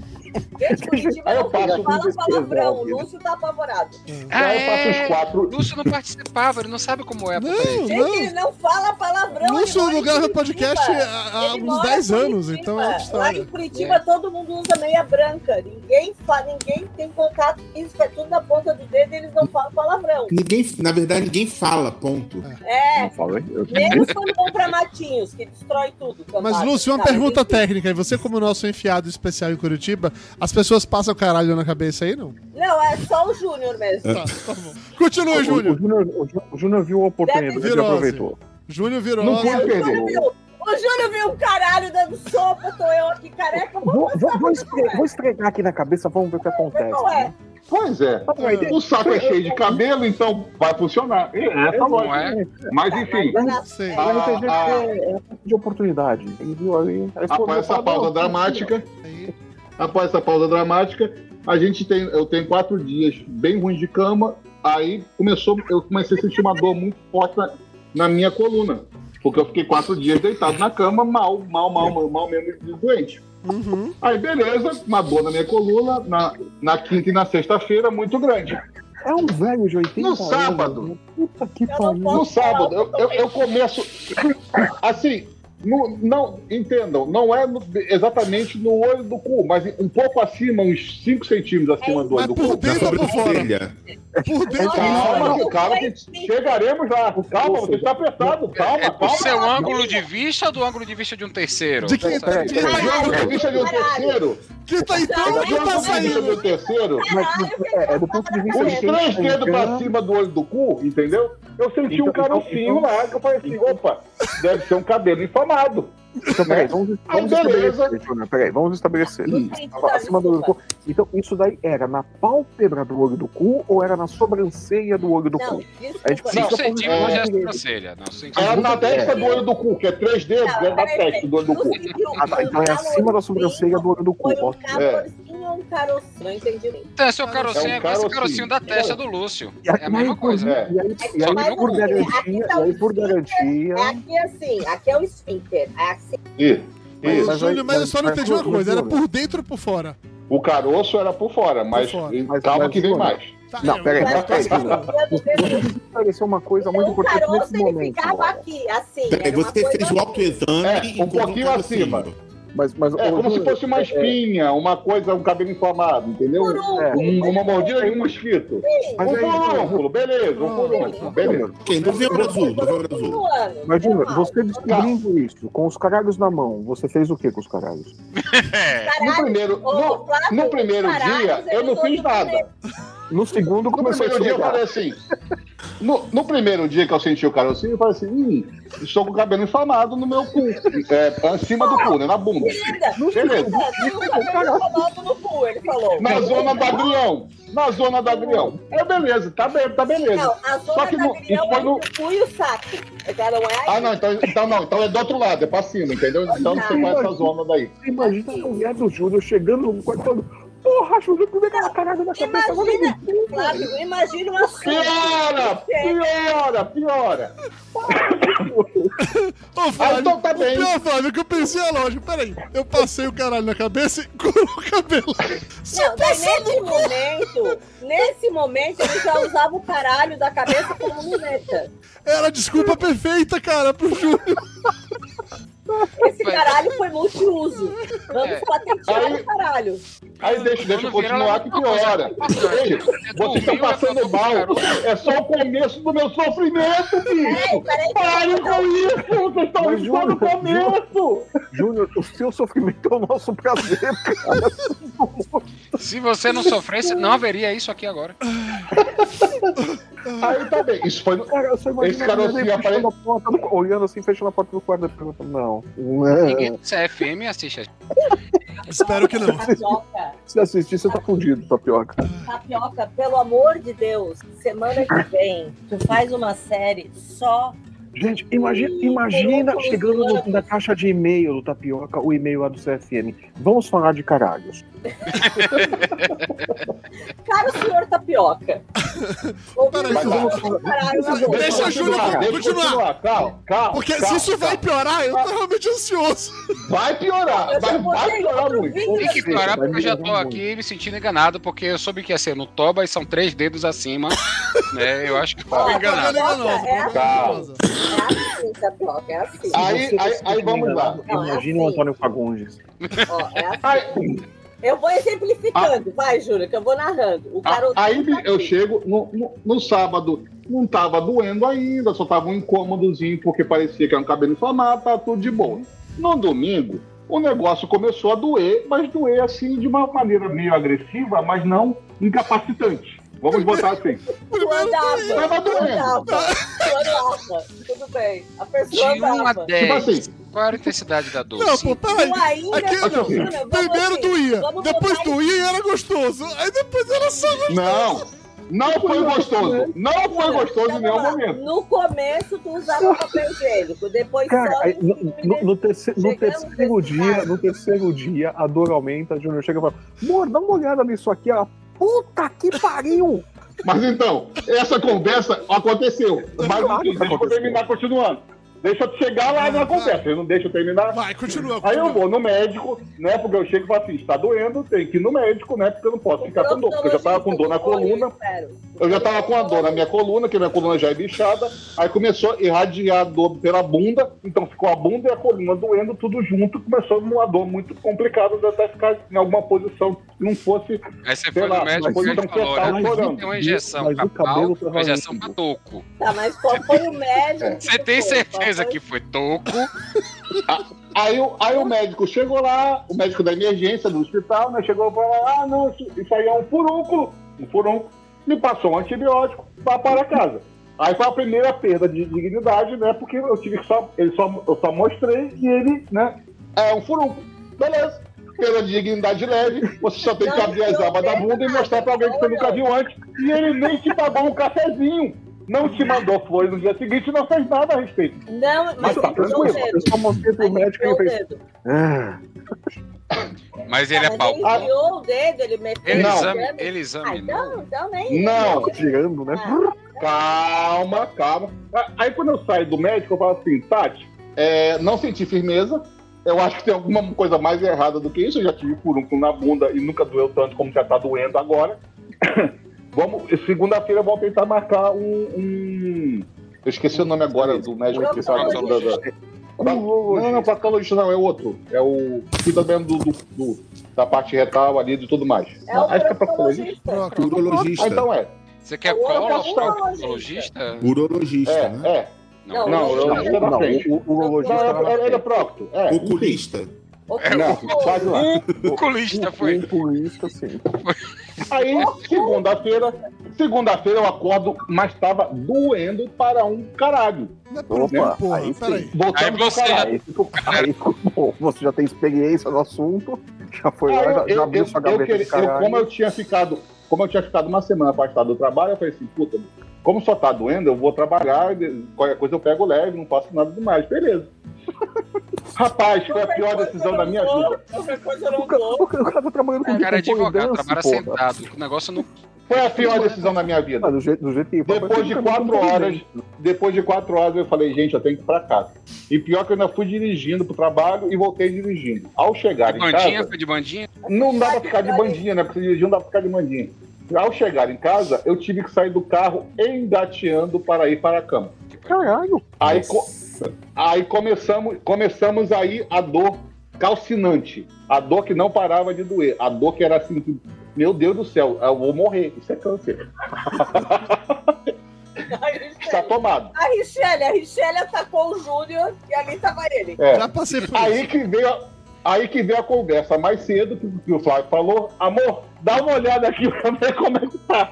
Speaker 5: Gente, Curitiba
Speaker 6: Aí eu
Speaker 5: não
Speaker 6: passo
Speaker 5: fala
Speaker 3: com
Speaker 5: palavrão. O
Speaker 3: despesas,
Speaker 5: Lúcio tá apavorado.
Speaker 2: Ah,
Speaker 6: Aí eu faço
Speaker 2: é.
Speaker 6: os quatro.
Speaker 2: Lúcio não participava, ele não sabe como é. porque-
Speaker 1: Não,
Speaker 5: Gente, ele
Speaker 1: não.
Speaker 5: não fala palavrão. ele
Speaker 1: Lúcio
Speaker 5: mora em
Speaker 1: lugar no
Speaker 5: Curitiba.
Speaker 1: podcast há, há
Speaker 5: Ele
Speaker 1: uns
Speaker 5: mora em
Speaker 1: 10 anos,
Speaker 5: Curitiba.
Speaker 1: então é outra
Speaker 5: Lá
Speaker 1: história.
Speaker 5: em Curitiba todo mundo usa meia branca. Ninguém, fa... ninguém tem contato físico, é tudo na ponta do dedo e eles não falam palavrão.
Speaker 7: Ninguém, na verdade, ninguém fala, ponto.
Speaker 5: É,
Speaker 3: Não fala, eu-
Speaker 5: menos quando vão pra Matinhos, que destrói tudo.
Speaker 1: Mas,
Speaker 5: cambada,
Speaker 1: Lúcio, uma
Speaker 5: sabe?
Speaker 1: pergunta técnica. E você, como nosso enfiado especial em Curitiba, as pessoas passam caralho na cabeça aí, não?
Speaker 5: Não, é só o Júnior
Speaker 6: É.
Speaker 5: mesmo.
Speaker 3: É.
Speaker 1: Tá, tá bom. Continua,
Speaker 3: O- O
Speaker 1: Júnior.
Speaker 3: Júnior- o Jú- o Júnior viu a oportunidade
Speaker 5: Deve-
Speaker 3: e aproveitou.
Speaker 6: assim.
Speaker 1: Júnior virou.
Speaker 6: Não pude
Speaker 5: É, O
Speaker 6: perder.
Speaker 5: Júnior viu- O Júnior viu o caralho dando sopa, tô eu aqui careca.
Speaker 3: Vou,
Speaker 5: Vou...
Speaker 3: vou- vou estre- vou estregar aqui na cabeça, vamos ver o que acontece. né?
Speaker 5: Não é.
Speaker 6: Pois é. O saco é cheio de cabelo, então vai funcionar. É, essa
Speaker 2: Não
Speaker 6: a lógica.
Speaker 2: é?
Speaker 6: Mas enfim.
Speaker 1: Sei.
Speaker 6: Ah,
Speaker 3: O RPG
Speaker 6: ah.
Speaker 3: é, é de oportunidade. Ele viu aí. aí
Speaker 6: Após essa pausa dramática,
Speaker 1: Aí,
Speaker 6: após essa pausa dramática, a gente tem, eu tenho quatro dias bem ruins de cama. Aí começou, eu comecei a sentir uma dor muito forte na, na minha coluna, porque eu fiquei quatro dias deitado na cama, mal, mal, mal, mal, mal mesmo de doente.
Speaker 1: uhum.
Speaker 6: Aí beleza, uma dor na minha coluna, na, na quinta e na sexta-feira muito grande.
Speaker 3: É um velho de 80
Speaker 6: No
Speaker 3: anos,
Speaker 6: sábado.
Speaker 3: né? Puta que
Speaker 5: Eu não
Speaker 3: pariu.
Speaker 6: No sábado, eu, eu, eu começo. Assim, no- não, entendam, não é no- exatamente no olho do cu, mas um pouco acima, uns 5 centímetros acima do
Speaker 1: Mas
Speaker 6: olho do
Speaker 1: por
Speaker 6: cu.
Speaker 7: Na
Speaker 1: dentro ou por fora?
Speaker 7: sobrancelha.
Speaker 1: Por dentro ou por fora?
Speaker 6: Calma, calma, que chegaremos lá. Calma, você está apertado.
Speaker 2: É
Speaker 6: Calma,
Speaker 2: do
Speaker 6: calma.
Speaker 2: seu ângulo de vista ou do ângulo de vista de um terceiro?
Speaker 1: De
Speaker 6: É.
Speaker 1: quem,
Speaker 3: Peraí,
Speaker 1: quem,
Speaker 3: peraí.
Speaker 1: tá,
Speaker 6: Do ponto de vista de um terceiro,
Speaker 1: quem tá entrando
Speaker 6: do
Speaker 1: quem tá
Speaker 6: ponto de vista de
Speaker 1: saindo?
Speaker 6: um terceiro,
Speaker 3: Mas, é, é do ponto de vista
Speaker 6: os
Speaker 3: de quem
Speaker 6: três
Speaker 3: tá
Speaker 6: dedos Um pra
Speaker 3: entrando,
Speaker 6: cima do olho do cu, entendeu? Eu senti
Speaker 3: Então,
Speaker 6: um
Speaker 3: então,
Speaker 6: carocinho
Speaker 3: então-
Speaker 6: lá, que eu falei assim, opa, deve ser um cabelo inflamado.
Speaker 3: Então, peraí, vamos,
Speaker 6: Aí,
Speaker 3: vamos
Speaker 6: beleza.
Speaker 3: estabelecer, Júnior. Peraí, vamos estabelecer. Tava acima do olho do cu. Então, isso daí era na pálpebra do olho do cu ou era na sobrancelha do olho do
Speaker 5: Não,
Speaker 3: cu? A gente
Speaker 5: desculpa.
Speaker 3: precisa-
Speaker 5: Não,
Speaker 2: 5 centímetros
Speaker 6: é.
Speaker 2: é a sobrancelha. Não, cinco
Speaker 6: É
Speaker 2: centímetros.
Speaker 6: na testa do olho do cu, que é três dedos, é na
Speaker 5: peraí,
Speaker 6: testa do olho do cu.
Speaker 5: Lúcio viu
Speaker 3: Ah, tá, então é
Speaker 5: um
Speaker 3: acima da sobrancelha do olho do cu.
Speaker 5: Foi um
Speaker 3: ó.
Speaker 5: calorzinho ou um carocinho? Não entendi bem.
Speaker 2: Então, esse é o carocinho,
Speaker 6: É um
Speaker 2: é esse
Speaker 6: carocinho.
Speaker 2: carocinho da testa do Lúcio.
Speaker 3: E aí,
Speaker 2: É a mesma coisa.
Speaker 6: É.
Speaker 3: E aí, e aí,
Speaker 2: Só que no
Speaker 3: por
Speaker 2: cu.
Speaker 3: garantia, e
Speaker 5: tá
Speaker 3: aí, por garantia.
Speaker 5: um É aqui assim, aqui é o esfíncter. É assim.
Speaker 6: Isso.
Speaker 1: Mas,
Speaker 6: Isso.
Speaker 1: o Júlio, mas eu só não
Speaker 3: mas-
Speaker 1: entendi uma
Speaker 3: mas-
Speaker 1: coisa. Era
Speaker 3: mas-
Speaker 1: por dentro ou por fora?
Speaker 6: O caroço era por fora, mas
Speaker 1: Por fora.
Speaker 6: mas calma
Speaker 3: Mas-
Speaker 6: que vem
Speaker 3: mas-
Speaker 6: mais.
Speaker 1: Tá,
Speaker 3: Não,
Speaker 1: eu-
Speaker 3: peraí,
Speaker 1: eu-
Speaker 3: mas
Speaker 5: Mas
Speaker 3: peraí,
Speaker 5: assim, a
Speaker 3: Júnior.
Speaker 5: sobrancelha do dedo
Speaker 3: Esclarecer uma coisa muito
Speaker 5: Então, o
Speaker 3: importante
Speaker 5: caroço
Speaker 3: nesse
Speaker 5: ele
Speaker 3: momento.
Speaker 5: ficava
Speaker 3: Laura.
Speaker 5: aqui, assim.
Speaker 7: Peraí,
Speaker 5: era uma
Speaker 7: É, você fez o
Speaker 5: coisa-
Speaker 7: autoexame
Speaker 6: É,
Speaker 7: e
Speaker 6: um pouquinho acima.
Speaker 3: Mas, mas,
Speaker 6: É
Speaker 3: ô,
Speaker 6: como se
Speaker 3: Júnior,
Speaker 6: fosse uma espinha, uma coisa, um cabelo inflamado, entendeu?
Speaker 5: Furúnculo.
Speaker 3: É.
Speaker 6: Um- uma mordida de um mosquito.
Speaker 3: Mas
Speaker 6: um
Speaker 3: aí, Júnior,
Speaker 6: furúnculo, beleza, um furúnculo,
Speaker 5: Pronto.
Speaker 6: beleza.
Speaker 7: Quem? Do Novembro Azul, do Novembro Azul.
Speaker 5: Continuando,
Speaker 3: Mas, Júnior,
Speaker 5: normal.
Speaker 3: você descobrindo isso, com os caralhos na mão, você fez o que com os caralhos?
Speaker 6: No
Speaker 5: Caralho,
Speaker 6: primeiro,
Speaker 5: ô,
Speaker 6: no,
Speaker 5: Flávio,
Speaker 6: no primeiro
Speaker 5: caralho,
Speaker 6: dia,
Speaker 5: você
Speaker 6: eu não
Speaker 5: usou
Speaker 6: fiz
Speaker 5: do
Speaker 6: nada.
Speaker 5: primeiro.
Speaker 3: No segundo,
Speaker 6: No
Speaker 3: começou a
Speaker 6: primeiro dia eu
Speaker 3: chegar.
Speaker 6: falei assim. No, no primeiro dia que eu senti o carocinho, eu falei assim: hum, estou com o cabelo inflamado no meu cu. É, acima do cu, né? Na bunda.
Speaker 5: Linda,
Speaker 6: Beleza. é
Speaker 5: linda, viu? O cabelo tomado no cu, ele falou.
Speaker 6: Na zona do agrião. Na zona do agrião. É beleza, tá, be tá beleza.
Speaker 5: Não, é a zona
Speaker 6: Só que
Speaker 5: da
Speaker 6: no-
Speaker 5: agrião
Speaker 6: isso foi
Speaker 5: é
Speaker 6: no-
Speaker 5: entre o cu e o saco. Então não é
Speaker 6: Ah, não, então, então não, então é do outro lado, é pra cima, entendeu? Então não sei qual é essa zona daí.
Speaker 3: Você imagina a mulher do Júnior chegando no quarto e falando Porra, Júnior, como é que é a caralho na cabeça? Agora eu
Speaker 5: Imagina,
Speaker 3: não sei, velho."
Speaker 5: Flávio, imagina uma
Speaker 6: Piora, piora, piora.
Speaker 1: Ô, Flávio,
Speaker 6: Ah, então tá
Speaker 1: o
Speaker 6: bem.
Speaker 1: pior, Flávio, que eu pensei é lógico. Peraí, eu passei o caralho na cabeça e colou o cabelo. Só
Speaker 5: Não, daí
Speaker 1: passando
Speaker 5: nesse momento, nesse momento, ele já usava o caralho da cabeça como muleta.
Speaker 1: Era a desculpa perfeita, cara, pro Júlio.
Speaker 5: Esse caralho foi multiuso. Vamos
Speaker 2: É.
Speaker 5: patentear
Speaker 6: Aí-
Speaker 5: o caralho.
Speaker 6: Aí deixa, deixa eu continuar que piora. Gente, vocês estão passando mal. É só o começo do meu sofrimento,
Speaker 5: Ei,
Speaker 6: bicho.
Speaker 5: peraí,
Speaker 6: Parem com isso! Vocês estão
Speaker 3: Mas,
Speaker 6: indo só no
Speaker 3: Júnior,
Speaker 6: começo!
Speaker 3: Júnior, o seu sofrimento é o nosso prazer, cara.
Speaker 2: Se você não sofresse, não haveria isso aqui agora.
Speaker 6: Aí tá bem. Isso foi no...
Speaker 3: cara eu só imagino
Speaker 6: Esse cara
Speaker 3: a menina aí
Speaker 6: assim,
Speaker 3: fechando a porta do- olhando assim, fechando a porta do quarto e perguntando, não.
Speaker 2: Ninguém se é FM assiste. a-
Speaker 1: Espero que não.
Speaker 5: tapioca,
Speaker 3: Se assistir, você tá fudido, tapioca.
Speaker 5: tapioca, pelo amor de Deus, semana que vem, tu faz uma série só.
Speaker 3: Gente, imagina, imagina chegando no- na caixa de e-mail do Tapioca, o e-mail lá do CFM. Vamos falar de caralhos.
Speaker 5: Cara, o senhor tapioca.
Speaker 1: Peraí,
Speaker 5: Ouvimos
Speaker 6: vamos
Speaker 5: falar do caralho na
Speaker 3: precisamos-
Speaker 5: boca.
Speaker 1: Deixa a Júlia
Speaker 6: Cara, deixa eu
Speaker 1: continuar.
Speaker 6: Calma, calma.
Speaker 1: Porque se
Speaker 6: calma,
Speaker 1: isso vai
Speaker 6: calma.
Speaker 1: piorar, eu tô realmente ansioso.
Speaker 6: Vai piorar.
Speaker 5: Eu já
Speaker 6: Vai, vai
Speaker 5: botei
Speaker 6: piorar
Speaker 5: outro
Speaker 6: muito.
Speaker 5: vídeo.
Speaker 2: Tem que piorar porque eu já tô
Speaker 3: Vai me
Speaker 2: aqui me sentindo enganado, porque eu soube que ia ser no Toba e são três dedos acima. né? Eu acho que tô
Speaker 5: Olha,
Speaker 1: Propaganda
Speaker 2: enganado.
Speaker 5: olha,
Speaker 1: enganosa, propaganda enganosa.
Speaker 5: É É assim, tapioca, é assim.
Speaker 3: Se
Speaker 6: Aí-
Speaker 3: você tá
Speaker 6: aí-
Speaker 3: se
Speaker 6: aí vamos lá.
Speaker 3: enganado, Imagina o Antônio Fagundes.
Speaker 5: Ó, é assim.
Speaker 6: Aí,
Speaker 5: Eu vou exemplificando, vai, Júlia, que eu vou narrando. O garoto
Speaker 6: Ah. Aí
Speaker 5: tá
Speaker 6: eu
Speaker 5: aqui.
Speaker 6: chego no, no- no sábado, não tava doendo ainda, só tava um incômodozinho porque parecia que era um cabelo inflamado, tá tudo de boa. No domingo, o negócio começou a doer, mas doer assim de uma maneira meio agressiva, mas não incapacitante. Vamos botar assim.
Speaker 5: Tu andava, tu
Speaker 6: Tava doendo.
Speaker 5: andava, tu andava. Tudo bem. A
Speaker 2: De
Speaker 5: pessoa
Speaker 2: 1 a
Speaker 5: andava.
Speaker 3: É.
Speaker 2: 10.
Speaker 6: Tipo assim,
Speaker 2: Qual era a intensidade da dor?
Speaker 1: Não,
Speaker 2: Cinco?
Speaker 1: pô, peraí.
Speaker 5: Tu ainda,
Speaker 1: Aqui,
Speaker 5: Júlia,
Speaker 6: assim,
Speaker 5: vamos
Speaker 1: Primeiro
Speaker 5: assim,
Speaker 1: doía,
Speaker 5: vamos
Speaker 1: depois
Speaker 5: botar
Speaker 1: doía e era gostoso. Aí depois era só
Speaker 6: não, não foi gostoso. Não foi gostoso em nenhum
Speaker 5: Então Vamos lá.
Speaker 6: momento.
Speaker 5: No começo, tu usava papel higiênico, depois
Speaker 3: Cara,
Speaker 5: só um
Speaker 3: aí, no, no- no terceiro, no
Speaker 5: Chegamos
Speaker 3: terceiro
Speaker 5: nesse
Speaker 3: dia,
Speaker 5: caso.
Speaker 3: no terceiro dia, a dor aumenta, Júnior chega e fala, amor, dá uma olhada nisso aqui, ela, puta que pariu!
Speaker 6: Mas então, essa conversa aconteceu. Mas
Speaker 3: Claro que
Speaker 6: enfim, deixa eu
Speaker 3: aconteceu.
Speaker 6: terminar continuando. Deixa eu chegar lá na conversa. Ele não deixa eu terminar.
Speaker 1: Vai, continua.
Speaker 6: Aí eu
Speaker 1: continua.
Speaker 6: vou no médico, né? Porque eu chego e falo assim, está doendo, tem que ir no médico, né? Porque eu não posso ficar com dor, porque eu já tava com dor na coluna, eu já tava com a dor né? na minha coluna, que minha coluna já é bichada, aí começou a irradiar a dor pela bunda, então ficou a bunda e a coluna doendo tudo junto, começou uma dor muito complicada de até ficar em alguma posição que não fosse
Speaker 2: Aí você
Speaker 6: Sei
Speaker 2: foi
Speaker 6: lá,
Speaker 2: no médico
Speaker 6: mas
Speaker 2: e ele
Speaker 6: então
Speaker 2: falou:
Speaker 6: tá
Speaker 2: olha,
Speaker 6: chorando.
Speaker 2: tem uma injeção
Speaker 3: Mas o
Speaker 2: capal,
Speaker 3: cabelo tá
Speaker 2: uma injeção pra
Speaker 3: valendo.
Speaker 2: toco.
Speaker 5: Tá, mas qual foi o médico? que
Speaker 2: É. Você tem
Speaker 5: foi?
Speaker 2: certeza
Speaker 5: Qual
Speaker 2: que foi toco?
Speaker 6: Aí, o- aí o médico chegou lá, o médico da emergência do hospital, né? Chegou e falou: ah, não, isso, isso aí é um furúnculo, um furúnculo. Me passou um antibiótico, vá para casa. Aí foi a primeira perda de dignidade, né? Porque eu tive que só, ele só, eu só mostrei e ele, né? É um furúnculo. Beleza. Perda de dignidade leve, você só tem que
Speaker 5: Não,
Speaker 6: abrir as
Speaker 5: não
Speaker 6: abas da
Speaker 5: tem
Speaker 6: bunda e
Speaker 5: nada.
Speaker 6: mostrar para alguém que você
Speaker 5: Olha.
Speaker 6: nunca viu antes. E ele nem te pagou um cafezinho. Não te mandou flores no dia seguinte, não fez nada a respeito.
Speaker 5: foi? Não,
Speaker 3: Mas
Speaker 5: mas
Speaker 3: tá tranquilo, eu só mostrei pro médico e ele fez, ah,
Speaker 2: Mas ele é pau.
Speaker 5: Ele enfiou o dedo, ele meteu
Speaker 2: Ele
Speaker 6: Não.
Speaker 5: o
Speaker 2: exame,
Speaker 5: exame.
Speaker 2: ele
Speaker 5: Ah,
Speaker 2: examinou.
Speaker 5: então, então nem.
Speaker 6: Não,
Speaker 3: girando, né?
Speaker 6: Calma, calma. A- Aí quando eu saio do médico, eu falo assim, Tati, é, não senti firmeza. Eu acho que tem alguma coisa mais errada do que isso. Eu já tive furúnculo na bunda e nunca doeu tanto como já tá doendo agora. Vamos, segunda-feira eu vou tentar marcar um. um- Eu esqueci o nome agora do médico que sabe. da- da- da-
Speaker 3: Curou,
Speaker 6: Não, não,
Speaker 3: gente.
Speaker 6: patologista não, é outro. É o. Cuida mesmo do, do- do- da parte retal ali e de tudo mais.
Speaker 5: É o
Speaker 6: acho que é patologista.
Speaker 5: proctologista.
Speaker 6: Ah,
Speaker 7: Urologista.
Speaker 6: então é.
Speaker 2: Você quer
Speaker 5: Agora
Speaker 2: cola
Speaker 5: tá
Speaker 2: pra
Speaker 5: bom,
Speaker 2: urologista?
Speaker 7: Urologista, né?
Speaker 6: É, é.
Speaker 5: Não,
Speaker 6: Não, eu
Speaker 3: Não,
Speaker 6: acho que é na
Speaker 3: não,
Speaker 6: frente.
Speaker 3: o- o urologista
Speaker 6: Não,
Speaker 3: era na
Speaker 6: era, era, era
Speaker 3: frente.
Speaker 6: prócto. É.
Speaker 7: Oculista.
Speaker 6: Não, quase lá.
Speaker 2: Oculista foi.
Speaker 3: Um purista, sim.
Speaker 6: Aí, segunda-feira, segunda-feira eu acordo, mas tava doendo para um caralho.
Speaker 1: Não é problema,
Speaker 3: Opa,
Speaker 1: porra.
Speaker 3: aí sim.
Speaker 1: Peraí.
Speaker 2: Aí
Speaker 6: Voltando pro
Speaker 2: você
Speaker 6: caralho.
Speaker 3: Aí ficou, aí ficou bom. Você já tem experiência no assunto, já foi lá, já,
Speaker 6: Aí,
Speaker 3: já
Speaker 6: É, eu,
Speaker 3: abriu
Speaker 6: eu,
Speaker 3: sua
Speaker 6: eu, eu,
Speaker 3: gaveta de
Speaker 6: queria- eu-
Speaker 3: caralho.
Speaker 6: como eu tinha ficado, como eu tinha ficado uma semana afastado do trabalho, eu falei assim, puta, como só tá doendo, eu vou trabalhar, qualquer coisa eu pego leve, não faço nada demais, beleza. Rapaz, foi a pior decisão da minha vida.
Speaker 5: Qualquer coisa eu
Speaker 3: O
Speaker 5: não
Speaker 3: cara,
Speaker 5: dou.
Speaker 3: o cara tá trabalhando com
Speaker 2: O cara é
Speaker 3: com pole
Speaker 2: advogado,
Speaker 3: dance,
Speaker 2: trabalha
Speaker 3: porra.
Speaker 2: sentado. O negócio não.
Speaker 6: Foi a pior decisão da minha vida.
Speaker 3: Ah, do jeito, do jeito que foi,
Speaker 6: Depois de
Speaker 3: foi muito
Speaker 6: quatro
Speaker 3: inteligente.
Speaker 6: horas, depois de quatro horas eu falei, gente, eu tenho que ir pra casa. E pior que eu ainda fui dirigindo pro trabalho e voltei dirigindo. Ao chegar
Speaker 2: De
Speaker 6: Tá em
Speaker 2: bandinha,
Speaker 6: casa,
Speaker 2: foi de bandinha.
Speaker 6: não dá pra ficar de bandinha, né? Porque dirigir não dá pra ficar de bandinha. Ao chegar em casa, eu tive que sair do carro engateando para ir para a cama.
Speaker 3: Caralho,
Speaker 6: Aí, co-
Speaker 7: Nossa.
Speaker 6: Aí começamos, começamos aí a dor calcinante. A dor que não parava de doer. A dor que era assim, que, meu Deus do céu, eu vou morrer. Isso é câncer.
Speaker 5: A Richelle.
Speaker 6: Está tomado.
Speaker 5: A Richelle, a Richelle atacou o Júnior e ali tava ele.
Speaker 6: É.
Speaker 1: Já passei por isso.
Speaker 6: Aí que veio a, aí que veio a conversa mais cedo que, que o Flávio falou. Amor, dá uma olhada aqui pra ver como é que tá.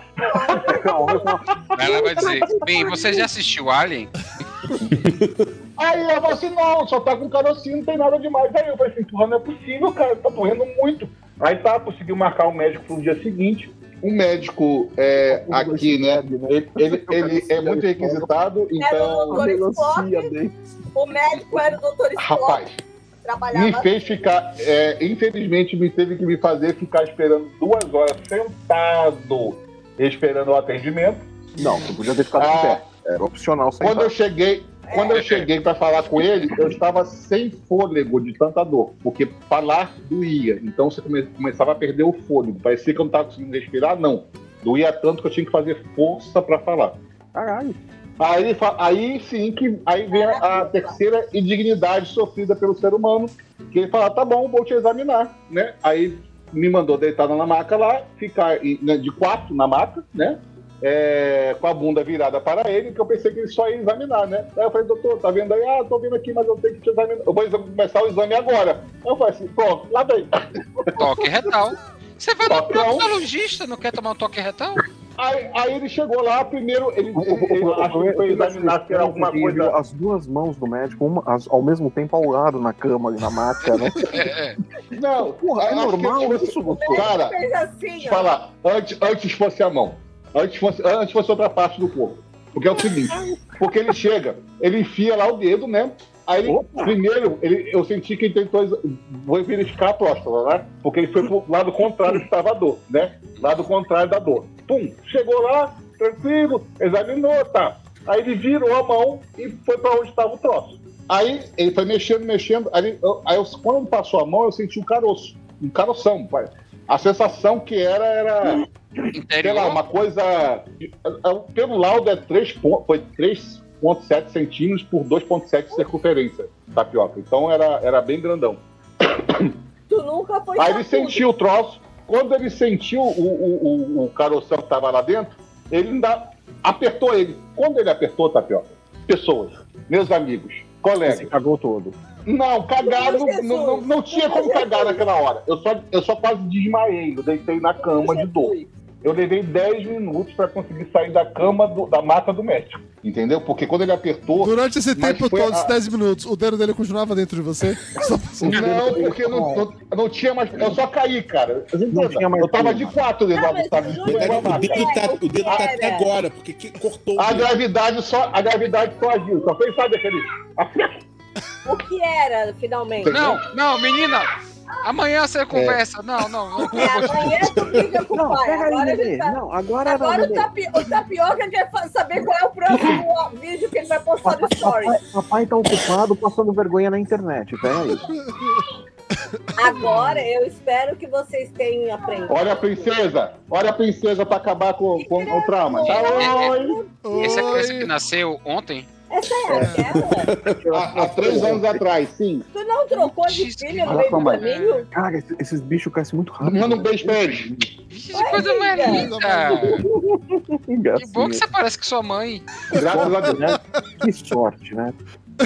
Speaker 2: Ela vai dizer, bem, você já assistiu Alien?
Speaker 6: Aí ela falou assim: não, só tá com carocinho, não tem nada demais. Aí eu falei assim: porra, não é possível, cara, tá morrendo muito. Aí tá, conseguiu marcar o médico pro dia seguinte. Um médico é, aqui, né? Ele, ele- ele é muito requisitado,
Speaker 5: Era
Speaker 1: É
Speaker 5: o
Speaker 6: então.
Speaker 5: doutor Spock, o médico era o doutor Spock,
Speaker 6: Rapaz, me
Speaker 5: trabalhava
Speaker 6: fez ficar. é, infelizmente, me teve que me fazer ficar esperando duas horas sentado, esperando o atendimento.
Speaker 3: Não, tu podia ter ficado
Speaker 6: Ah,
Speaker 3: em pé. Era opcional sair.
Speaker 6: Quando eu cheguei, quando eu cheguei para falar com ele, eu estava sem fôlego de tanta dor, porque falar doía. Então você come- começava a perder o fôlego. Parecia que eu não estava conseguindo respirar, não. Doía tanto que eu tinha que fazer força para falar.
Speaker 3: Caralho.
Speaker 6: Aí, ele fa- aí sim que aí vem a, a terceira indignidade sofrida pelo ser humano, que ele fala, tá bom, vou te examinar, né? Aí me mandou deitada na maca lá, ficar em- né, de quatro na maca, né? É, com a bunda virada para ele, que eu pensei que ele só ia examinar, né? Aí eu falei, doutor, tá vendo aí? Ah, tô vendo aqui, mas eu tenho que te examinar. Eu vou exa- começar o exame agora. Aí eu falei assim, pronto, lá vem.
Speaker 2: Toque retal. Você vai no
Speaker 6: Toque não.
Speaker 2: proctologista, não quer tomar um toque retal?
Speaker 6: Aí, aí ele chegou lá, primeiro, ele, ele, ele, achou que foi examinar se era alguma
Speaker 3: Ele viu
Speaker 6: coisa
Speaker 3: As duas mãos do médico, uma, as- ao mesmo tempo ao lado, na cama, ali na maca, né?
Speaker 2: É, é.
Speaker 6: Não,
Speaker 3: Porra, é
Speaker 6: acho que
Speaker 3: normal
Speaker 6: ele-
Speaker 3: isso, doutor?
Speaker 6: Cara,
Speaker 5: fez assim,
Speaker 6: te
Speaker 5: ó.
Speaker 6: falar, antes, antes fosse a mão. Antes fosse, antes fosse outra parte do corpo. Porque é o seguinte, porque ele chega, ele enfia lá o dedo, né? Aí, ele- primeiro, ele, eu senti que ele tentou. exa- Vou verificar a próstata, né? Porque ele foi pro lado contrário que estava a dor, né? Lado contrário da dor. Pum, chegou lá, tranquilo, examinou, tá. Aí ele virou a mão e foi pra onde estava o troço. Aí ele foi mexendo, mexendo. Aí, eu- aí eu- quando ele passou a mão, eu senti um caroço. Um caroção, pai. A sensação que era, era sei lá,
Speaker 2: Interior.
Speaker 6: uma coisa. é Pelo laudo é 3, pon- foi 3,7 centímetros por 2,7 de circunferência tapioca. Então era, era bem grandão.
Speaker 5: Tu nunca foi
Speaker 6: Aí ele
Speaker 5: sacudo.
Speaker 6: sentiu o troço. Quando ele sentiu o, o, o, o caroção que estava lá dentro, ele ainda apertou ele. Quando ele apertou, tapioca, pessoas, meus amigos,
Speaker 3: Ele
Speaker 6: colegas,
Speaker 3: cagou todo.
Speaker 6: não, cagado,
Speaker 5: Meu
Speaker 6: não,
Speaker 5: Jesus.
Speaker 6: não, não tinha como
Speaker 5: Meu
Speaker 6: cagar
Speaker 5: Jesus.
Speaker 6: naquela hora. Eu só, eu só quase desmaiei, eu deitei na cama de dor. Eu levei 10 minutos para conseguir sair da cama do- da mata do médico. Entendeu? Porque quando ele apertou.
Speaker 1: Durante esse
Speaker 6: Mas
Speaker 1: tempo
Speaker 6: foi
Speaker 1: todo,
Speaker 6: a-
Speaker 1: esses 10 minutos, o dedo dele continuava dentro de você? Só passou.
Speaker 6: Não, porque não, não, não tinha mais. Eu só caí, cara.
Speaker 3: Não tinha mais
Speaker 6: eu tava
Speaker 3: como.
Speaker 6: de quatro
Speaker 5: Não,
Speaker 6: levado,
Speaker 5: mas
Speaker 6: sabe?
Speaker 5: o
Speaker 7: Na
Speaker 5: Júnior-
Speaker 7: verdade,
Speaker 5: Não,
Speaker 7: o dedo tá, o dedo tá até
Speaker 5: Era.
Speaker 7: agora, porque que cortou o
Speaker 6: A
Speaker 7: dedo.
Speaker 6: gravidade só, a gravidade só agiu. Só fez, sabe aquele.
Speaker 5: O que era, finalmente?
Speaker 2: Não, não, menina. Amanhã você conversa. Não, não. não.
Speaker 5: É, amanhã tu briga com o
Speaker 3: Não,
Speaker 5: pai.
Speaker 3: pega aí,
Speaker 5: Agora a
Speaker 3: Nenê.
Speaker 5: gente tá...
Speaker 3: Não, agora é era
Speaker 5: Agora tá o,
Speaker 3: Nenê.
Speaker 5: tapi... o Tapioca quer fa- saber qual é o próximo ó, vídeo que ele vai postar no Story.
Speaker 3: Papai, papai tá ocupado passando vergonha na internet, peraí.
Speaker 5: Agora eu espero que vocês tenham aprendido.
Speaker 6: Olha a princesa! Olha a princesa pra acabar com, com o trauma. Tá, oi!
Speaker 2: Essa
Speaker 1: Oi.
Speaker 2: é criança que nasceu ontem.
Speaker 5: Essa é aquela?
Speaker 6: Há, há três anos atrás, sim.
Speaker 5: Tu não trocou de filha no meio do
Speaker 3: Rapaz.
Speaker 5: caminho?
Speaker 3: Cara, esses, esses bichos crescem muito rápido. né?
Speaker 6: Manda um beijo pra eles.
Speaker 2: Vixe, que coisa mais
Speaker 5: amiga.
Speaker 2: linda. Que
Speaker 3: Engraçado.
Speaker 2: bom que você parece com sua mãe.
Speaker 6: Graças a Deus.
Speaker 3: né? Que sorte, né?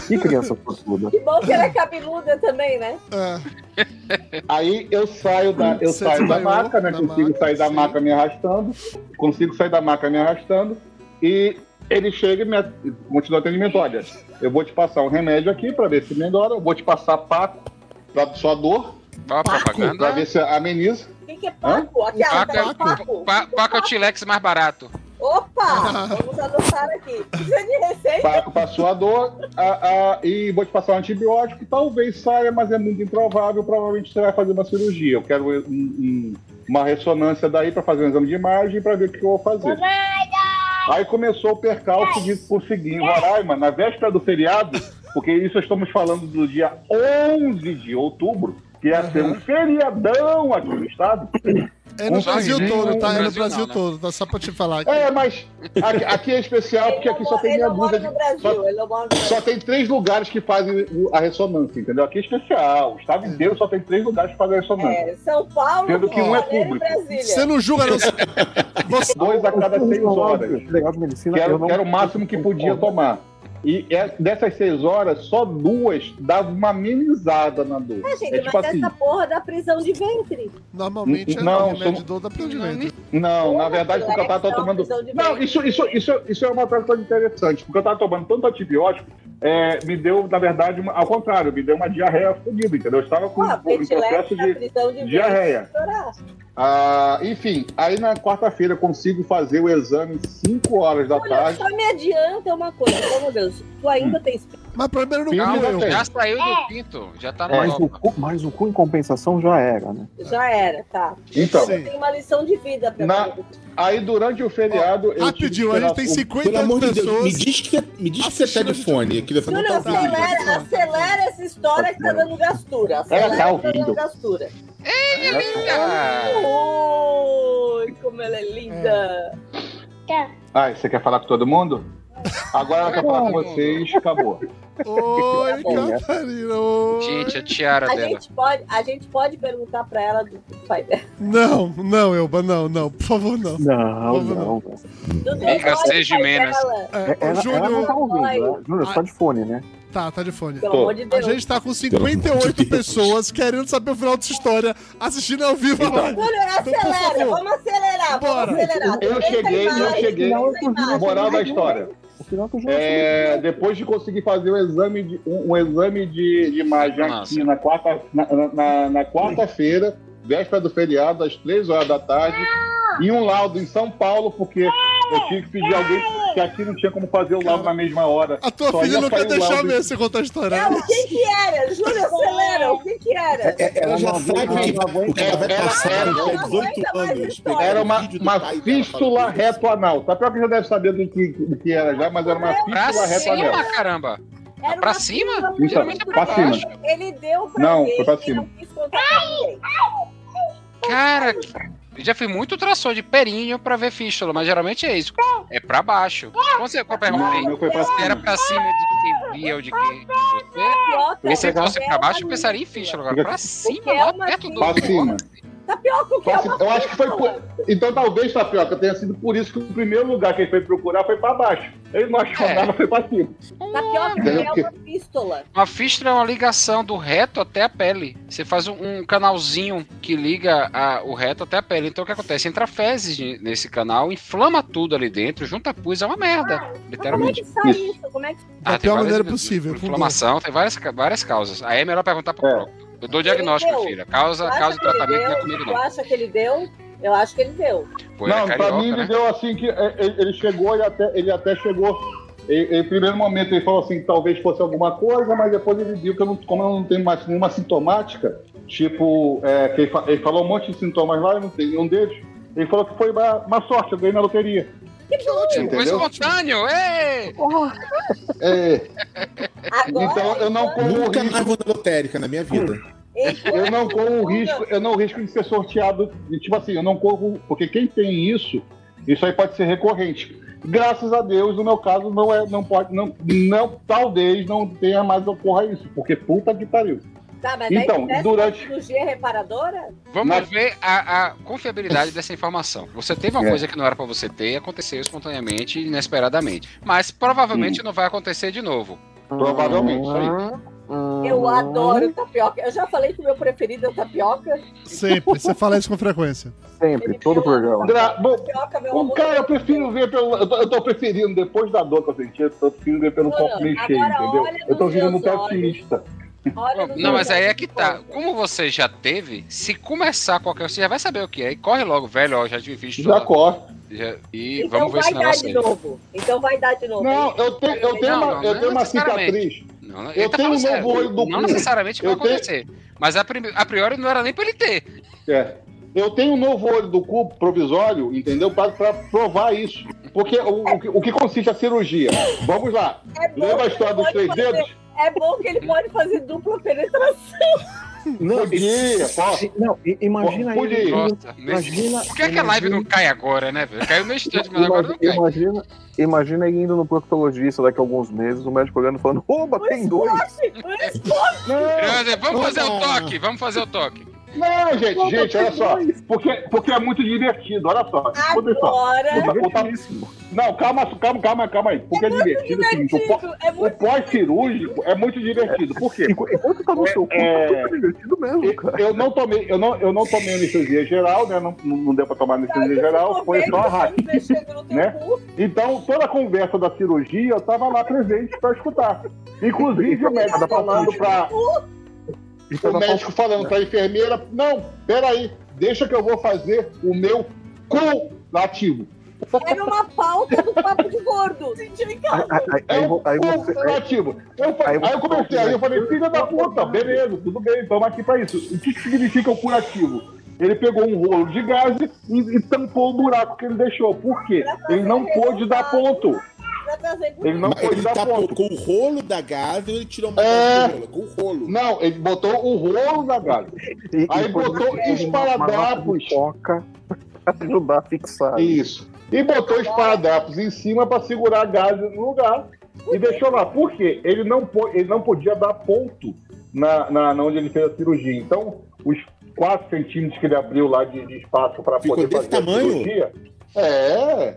Speaker 3: Que criança fortuda.
Speaker 5: Que bom que ela é cabeluda também, né?
Speaker 1: É,
Speaker 6: Aí eu saio da, eu
Speaker 1: Você é
Speaker 6: saio da
Speaker 1: desmaiou
Speaker 6: maca, né?
Speaker 1: na
Speaker 6: Consigo
Speaker 1: maca,
Speaker 6: sair da
Speaker 1: sim.
Speaker 6: maca me arrastando. Consigo sair da maca me arrastando. E ele chega e me at- continua o atendimento. Olha, eu vou te passar um remédio aqui pra ver se melhora. Eu vou te passar paco pra sua dor,
Speaker 2: Ó, a
Speaker 6: pra
Speaker 2: propaganda.
Speaker 6: ver se ameniza.
Speaker 5: O que, que é Paco? Aquela
Speaker 2: Paco
Speaker 5: tá
Speaker 2: é,
Speaker 5: Paco.
Speaker 2: pa, Paco é o Tilex mais barato.
Speaker 6: Ah.
Speaker 5: Opa! Vamos anotar aqui. Precisa de receita?
Speaker 6: Paco pra sua dor. a- a- e vou te passar um antibiótico. Talvez saia, mas é muito improvável. Provavelmente você vai fazer uma cirurgia. Eu quero um- um- uma ressonância daí pra fazer um exame de imagem pra ver o que eu vou fazer. Aí começou o percalço de conseguir em Roraima, na véspera do feriado, porque isso estamos falando do dia 11 de outubro, que ia ser um feriadão aqui no estado.
Speaker 1: É no
Speaker 6: Um
Speaker 1: Brasil
Speaker 6: sorrisinho,
Speaker 1: todo, tá? É no
Speaker 2: Brasil
Speaker 1: Brasil
Speaker 2: não, né?
Speaker 1: todo, tá? Só pra te falar. aqui.
Speaker 6: É, mas aqui, aqui é especial porque aqui
Speaker 5: não
Speaker 6: só
Speaker 5: mora-
Speaker 6: tem
Speaker 5: ele
Speaker 6: meia
Speaker 5: não mora
Speaker 6: dúzia
Speaker 5: no
Speaker 6: de.
Speaker 5: Brasil, ele não mora no Brasil.
Speaker 6: Só tem três lugares que fazem o- a ressonância, entendeu? Aqui é especial. O estado inteiro só tem três lugares que fazem a ressonância.
Speaker 5: É, São Paulo,
Speaker 6: Sendo
Speaker 5: Rio
Speaker 6: que
Speaker 5: de
Speaker 6: um é
Speaker 5: Janeiro e
Speaker 6: público.
Speaker 5: Brasília.
Speaker 1: Você não julga, não. Você...
Speaker 6: Dois a cada seis horas.
Speaker 3: Legal de medicina,
Speaker 6: Que era,
Speaker 3: eu não-
Speaker 6: que era o máximo que podia tomar. E é- dessas seis horas, só duas davam uma amenizada na dor.
Speaker 5: Ah, gente,
Speaker 6: é
Speaker 5: mas
Speaker 6: tipo assim.
Speaker 5: essa porra da prisão de ventre.
Speaker 1: Normalmente é
Speaker 6: Não,
Speaker 1: não, remédio
Speaker 6: sou-
Speaker 1: dor da prisão de ventre.
Speaker 6: Não, na verdade, porque eu
Speaker 5: Porra,
Speaker 6: tava
Speaker 5: prisão,
Speaker 6: tomando.
Speaker 5: prisão é de
Speaker 6: Não,
Speaker 5: ventre.
Speaker 6: isso, isso, isso, isso é uma coisa interessante, porque eu tava tomando tanto antibiótico, é, me deu, na verdade, uma- ao contrário, me deu uma diarreia fodida, entendeu? Eu estava com
Speaker 5: Ah,
Speaker 6: com um
Speaker 5: petilete
Speaker 6: processo
Speaker 5: da
Speaker 6: de.
Speaker 5: prisão de
Speaker 6: diarreia. tá?
Speaker 5: ventre. Chorar.
Speaker 6: Ah, enfim, aí na quarta-feira eu consigo fazer o exame 5 horas da
Speaker 5: Olha,
Speaker 6: tarde.
Speaker 5: só me adianta uma coisa, pelo amor de Deus. Tu
Speaker 6: Hum.
Speaker 5: ainda tem espírito.
Speaker 1: Mas primeiro não
Speaker 6: Filho,
Speaker 1: fui
Speaker 6: não
Speaker 1: eu.
Speaker 6: tem.
Speaker 2: Já saiu do pinto, já tá no
Speaker 3: Mas o,
Speaker 2: Europa.
Speaker 3: cu, mas o cu em compensação já era, né?
Speaker 5: Já era, tá.
Speaker 6: Então,
Speaker 1: Sim.
Speaker 5: Tem uma lição de vida pra
Speaker 6: Na-
Speaker 5: mim.
Speaker 6: aí durante o feriado. eu tive que um-
Speaker 1: Rapidinho, a
Speaker 6: esperar
Speaker 1: gente tem
Speaker 6: o-
Speaker 1: 50
Speaker 7: Pelo amor de Deus, me
Speaker 1: pessoas.
Speaker 7: diz que, me diz que você
Speaker 1: assistindo
Speaker 7: tá de
Speaker 1: de-
Speaker 7: fone. Que o telefone
Speaker 5: Júnior,
Speaker 7: não tá ouvindo.
Speaker 5: acelera, acelera essa história que tá dando gastura. Acelera
Speaker 6: tá
Speaker 5: que tá
Speaker 6: ouvindo.
Speaker 5: dando gastura.
Speaker 2: Ah,
Speaker 5: Ui, como ela é linda.
Speaker 6: Ai, Ah, você quer falar com todo mundo? Agora ela quer falar com vocês, acabou.
Speaker 1: Oi,
Speaker 5: Tá bom,
Speaker 3: né?
Speaker 1: Catarina. oi.
Speaker 2: Gente, a tiara
Speaker 5: A,
Speaker 2: dela.
Speaker 5: gente pode, a gente pode perguntar pra ela do pai dela.
Speaker 1: Não, não, Elba, não, não. Por favor, não.
Speaker 3: Não,
Speaker 1: Vamos,
Speaker 3: não.
Speaker 5: Do
Speaker 2: Amiga,
Speaker 5: Teodoro,
Speaker 2: seja
Speaker 5: pai
Speaker 2: menos.
Speaker 5: dela.
Speaker 1: É,
Speaker 3: É, Ela,
Speaker 1: o Júnior.
Speaker 3: ela não tá ouvindo, né? Júnior, você tá de fone, né?
Speaker 1: Tá, tá de fone.
Speaker 5: Pelo
Speaker 6: Tô.
Speaker 5: amor de
Speaker 1: A
Speaker 5: Deus.
Speaker 1: gente tá com 58 pessoas querendo saber o final dessa história, assistindo ao vivo a live.
Speaker 5: Júnior,
Speaker 1: Então, por
Speaker 5: acelera,
Speaker 1: favor.
Speaker 5: vamos acelerar,
Speaker 1: Bora.
Speaker 5: vamos acelerar.
Speaker 6: um Eu
Speaker 5: Tem
Speaker 6: cheguei,
Speaker 5: mais,
Speaker 6: eu cheguei.
Speaker 5: tem mais.
Speaker 3: Não,
Speaker 6: Moral da história.
Speaker 3: O final que o Júnior
Speaker 6: É, depois de conseguir fazer um exame de, um, um exame de, de imagem
Speaker 2: Nossa.
Speaker 6: aqui na quarta na, na- na- na quarta-feira, véspera do feriado, às três horas da tarde, e um laudo em São Paulo, porque eu tinha que pedir alguém que aqui não tinha como fazer o laudo na mesma hora.
Speaker 1: A tua
Speaker 6: Só
Speaker 1: filha
Speaker 6: ia
Speaker 1: não quer
Speaker 6: sair o
Speaker 1: deixar
Speaker 6: laudo.
Speaker 1: mesmo você contar a história.
Speaker 5: Não, É, o que que era? Júlio, acelera, o que que era?
Speaker 7: É, ela já
Speaker 3: Ela não
Speaker 7: sabe
Speaker 3: aguenta,
Speaker 7: que
Speaker 3: ela não aguenta.
Speaker 7: o cara vai
Speaker 6: Ela-
Speaker 7: passar
Speaker 6: ela-
Speaker 7: daqui a
Speaker 5: ela
Speaker 7: 18
Speaker 5: aguenta mais
Speaker 7: anos.
Speaker 5: história.
Speaker 7: pegar
Speaker 6: Era
Speaker 7: o
Speaker 6: uma,
Speaker 7: um vídeo do
Speaker 6: uma
Speaker 7: pai dela
Speaker 6: fístula
Speaker 7: falando isso.
Speaker 6: retoanal. Tá pior que já deve saber do que, do que era já, mas era uma
Speaker 2: Pra
Speaker 6: fístula retoanal.
Speaker 2: cima, caramba.
Speaker 5: Era
Speaker 2: Pra
Speaker 5: uma
Speaker 2: cima? é
Speaker 5: fila muito
Speaker 6: Então,
Speaker 5: grande.
Speaker 6: pra cima.
Speaker 5: Ele deu pra
Speaker 6: Não,
Speaker 5: ver
Speaker 6: foi pra
Speaker 5: e
Speaker 6: cima.
Speaker 5: não quis contar pra ninguém.
Speaker 2: Cara, eu já fiz muito tração de perinho pra ver fístula, mas geralmente é isso. É pra baixo. Quando você eu
Speaker 6: Não, o
Speaker 2: perguntei
Speaker 6: meu foi pra
Speaker 2: se era
Speaker 6: cima.
Speaker 2: pra cima de quem via ou de quem de você.
Speaker 5: Pior que
Speaker 2: Porque se
Speaker 5: ela
Speaker 2: fosse
Speaker 5: é
Speaker 2: pra
Speaker 5: uma
Speaker 2: baixo, eu
Speaker 5: mina.
Speaker 2: pensaria em fístula. Agora,
Speaker 6: Fica-
Speaker 2: pra cima,
Speaker 5: Porque é
Speaker 2: lá
Speaker 5: uma
Speaker 2: perto do.
Speaker 6: Pra cima.
Speaker 5: Tá pior que o que é
Speaker 6: Fácil-
Speaker 5: uma
Speaker 6: Eu acho que foi.
Speaker 5: fila.
Speaker 6: Por... Então talvez, Tapioca, tenha sido por isso que o primeiro lugar que ele foi procurar foi pra baixo. Ele não achou
Speaker 2: É.
Speaker 6: nada, foi pra cima.
Speaker 5: Tá pior que
Speaker 6: Entendeu?
Speaker 5: é uma pístola.
Speaker 2: Uma fístula é uma ligação do reto até a pele. Você faz um, um canalzinho que liga a- o reto até a pele. Então o que acontece? Entra fezes ne- nesse canal, inflama tudo ali dentro, junta pus, é uma merda.
Speaker 5: Mas como é
Speaker 2: Literalmente.
Speaker 5: que sai isso? Como é que
Speaker 1: Da
Speaker 2: tem
Speaker 1: pior
Speaker 2: várias-
Speaker 1: maneira possível, por
Speaker 2: Inflamação, tem várias, ca- várias causas. Aí é melhor perguntar pro
Speaker 6: É.
Speaker 2: próprio. Eu dou diagnóstico,
Speaker 5: Ele deu.
Speaker 2: filha. Causa,
Speaker 5: tu
Speaker 2: causa
Speaker 5: acha
Speaker 2: e
Speaker 5: que ele
Speaker 2: tratamento não é
Speaker 5: deu?
Speaker 2: comigo,
Speaker 5: Tu
Speaker 2: não.
Speaker 5: acha que ele deu? Eu acho que ele deu.
Speaker 2: Pô, ele é
Speaker 6: não, pra mim
Speaker 2: carioca,
Speaker 6: ele
Speaker 2: né?
Speaker 6: deu assim que. é, Ele ele chegou e até. Ele até chegou. Em em primeiro momento ele falou assim que talvez fosse alguma coisa, mas depois ele viu que eu não, como eu não tenho mais nenhuma sintomática, tipo, é, que ele, fa- ele falou um monte de sintomas lá, eu não tenho nenhum deles. Ele falou que foi uma, uma sorte, eu ganhei na loteria.
Speaker 2: Foi
Speaker 6: Entendeu?
Speaker 2: espontâneo, ê!
Speaker 6: É,
Speaker 5: Agora,
Speaker 6: então eu não
Speaker 5: então,
Speaker 6: corro o
Speaker 7: Nunca
Speaker 6: risco
Speaker 7: mais vou na lotérica na minha vida.
Speaker 5: enquanto-
Speaker 6: Eu não corro o risco, eu não risco de ser sorteado. E, tipo assim, eu não corro. Porque quem tem isso, isso aí pode ser recorrente. Graças a Deus, no meu caso, não é, não pode, não, não, talvez não tenha mais ocorra isso, porque puta que pariu.
Speaker 5: Tá, mas daí
Speaker 6: Então,
Speaker 5: tivesse
Speaker 6: durante-
Speaker 5: uma cirurgia reparadora?
Speaker 2: Vamos
Speaker 6: Na-
Speaker 2: ver a, a confiabilidade dessa informação. Você teve uma
Speaker 6: É.
Speaker 2: coisa que não era pra você ter, aconteceu espontaneamente e inesperadamente. Mas provavelmente não vai acontecer de novo.
Speaker 6: Provavelmente, isso aí.
Speaker 5: Eu
Speaker 3: Hum,
Speaker 5: adoro tapioca. Eu já falei que o meu preferido é tapioca.
Speaker 1: Sempre. Você fala isso com frequência.
Speaker 3: Sempre, todo programa.
Speaker 6: Gra- bom,
Speaker 5: Tapioca, meu
Speaker 6: o
Speaker 5: amor.
Speaker 6: Um
Speaker 5: é
Speaker 6: cara, eu prefiro ver pelo. Eu tô, eu tô preferindo, depois da dor que eu senti, eu tô preferindo ver pelo
Speaker 5: Olha,
Speaker 6: copo meio
Speaker 5: agora
Speaker 6: cheio,
Speaker 5: olha
Speaker 6: entendeu?
Speaker 5: nos
Speaker 6: Eu tô virando um
Speaker 5: meus olhos.
Speaker 6: pessimista.
Speaker 5: Olha
Speaker 2: Não,
Speaker 5: nos meus
Speaker 2: mas aí é
Speaker 5: olhos,
Speaker 2: que tá.
Speaker 5: tapioca.
Speaker 2: Como você já teve, se começar qualquer, você já vai saber o que é. E corre logo, velho, ó, já tive visto.
Speaker 6: Já
Speaker 2: lá.
Speaker 6: corre.
Speaker 2: Já- E
Speaker 5: Então
Speaker 2: vamos ver
Speaker 5: vai
Speaker 2: esse
Speaker 5: dar
Speaker 2: negócio
Speaker 5: de
Speaker 2: aí.
Speaker 5: novo. Então vai dar de novo.
Speaker 6: Não, eu tenho, eu tenho
Speaker 2: Não,
Speaker 6: uma,
Speaker 2: não,
Speaker 6: eu
Speaker 2: não é
Speaker 6: tenho uma
Speaker 2: necessariamente.
Speaker 6: cicatriz.
Speaker 2: Não,
Speaker 6: Eu
Speaker 2: ele tá
Speaker 6: tenho
Speaker 2: falando
Speaker 6: um
Speaker 2: sério.
Speaker 6: novo olho do
Speaker 2: Não
Speaker 6: cu.
Speaker 2: necessariamente vai
Speaker 6: Eu tenho-
Speaker 2: acontecer. Mas a, prime- a priori não era nem pra ele ter.
Speaker 6: É. Eu tenho um novo olho do cu provisório, entendeu? Para provar isso. Porque o, o que- o que consiste a cirurgia? Vamos lá.
Speaker 5: É bom
Speaker 6: Lembra a
Speaker 5: que ele
Speaker 6: história dos
Speaker 5: pode
Speaker 6: três
Speaker 5: fazer-
Speaker 6: dedos?
Speaker 5: É bom que ele pode fazer dupla penetração.
Speaker 3: Não,
Speaker 6: Podia, ó.
Speaker 3: e- não, i- imagina aí.
Speaker 6: Podia.
Speaker 2: Nossa, nesse-
Speaker 3: Imagina,
Speaker 2: Por que, é que a live não cai agora, né, velho? Caiu no instante, mas agora não
Speaker 3: Imagina,
Speaker 2: cai.
Speaker 3: imagina, imagina ele indo no proctologista daqui a alguns meses, o médico olhando e falando: Oba, tem dois!
Speaker 2: Grande, Vamos
Speaker 1: Não,
Speaker 2: fazer
Speaker 1: não,
Speaker 2: o toque, vamos fazer o toque.
Speaker 6: Não, gente, gente, olha só. Porque, porque é muito divertido, olha só. Escuta só.
Speaker 5: Agora.
Speaker 6: O- o tap- Não, calma, calma, calma, calma aí. Porque é divertido, é o seguinte, o pó-
Speaker 5: Divertido, é
Speaker 6: o
Speaker 5: muito
Speaker 6: pós-cirúrgico é muito divertido. Por quê?
Speaker 3: Enqu- Enquanto tá no seu cu,
Speaker 6: é-
Speaker 3: tá super divertido mesmo, cara.
Speaker 6: Eu não tomei, eu não, eu não tomei anestesia geral, né? Não, não deu pra tomar anestesia geral, foi só a hack.
Speaker 5: Mexendo no teu
Speaker 6: né?
Speaker 5: cu.
Speaker 6: Então, toda a conversa da cirurgia, eu tava lá presente pra escutar. Inclusive, o médico falando pra.
Speaker 3: Isso é
Speaker 6: O
Speaker 3: da
Speaker 6: médico falando pra enfermeira: Não, peraí, deixa que eu vou fazer o meu cu lativo.
Speaker 5: Era uma pauta do papo de gordo. Sentiu em casa.
Speaker 3: Aí- aí-
Speaker 6: É
Speaker 3: aí
Speaker 6: o
Speaker 3: vo- aí você-
Speaker 6: cu lativo. Eu, fa-
Speaker 3: aí
Speaker 6: aí eu
Speaker 3: você-
Speaker 6: comecei, aí eu falei: Filha da puta, beleza, tudo bem, tamo aqui pra isso. O que que significa o curativo? Ele pegou um rolo de gás e, e tampou o buraco que ele deixou. Por quê? Ele não pôde dar ponto.
Speaker 5: Pra trazer pro
Speaker 6: Ele não
Speaker 7: Mas
Speaker 6: pôde
Speaker 7: ele tá
Speaker 6: dar
Speaker 7: tapou
Speaker 6: ponto.
Speaker 7: com o rolo da Gavi, ele tirou uma
Speaker 6: É.
Speaker 7: gás do rolo, com o rolo.
Speaker 6: Não, ele botou o rolo da galho.
Speaker 3: e- e
Speaker 6: Aí
Speaker 3: foi-
Speaker 6: botou
Speaker 3: uma- uma
Speaker 6: esparadrapos.
Speaker 3: lata de coca pra ajudar a fixar.
Speaker 6: Isso. E botou esparadrapos em cima para segurar a galho no lugar. E deixou lá. Por quê? Ele não, po- ele não podia dar ponto na, na, na onde ele fez a cirurgia. Então, os 4 centímetros que ele abriu lá de, de espaço para
Speaker 7: Ficou
Speaker 6: poder
Speaker 7: desse
Speaker 6: fazer
Speaker 7: tamanho?
Speaker 6: a cirurgia. É.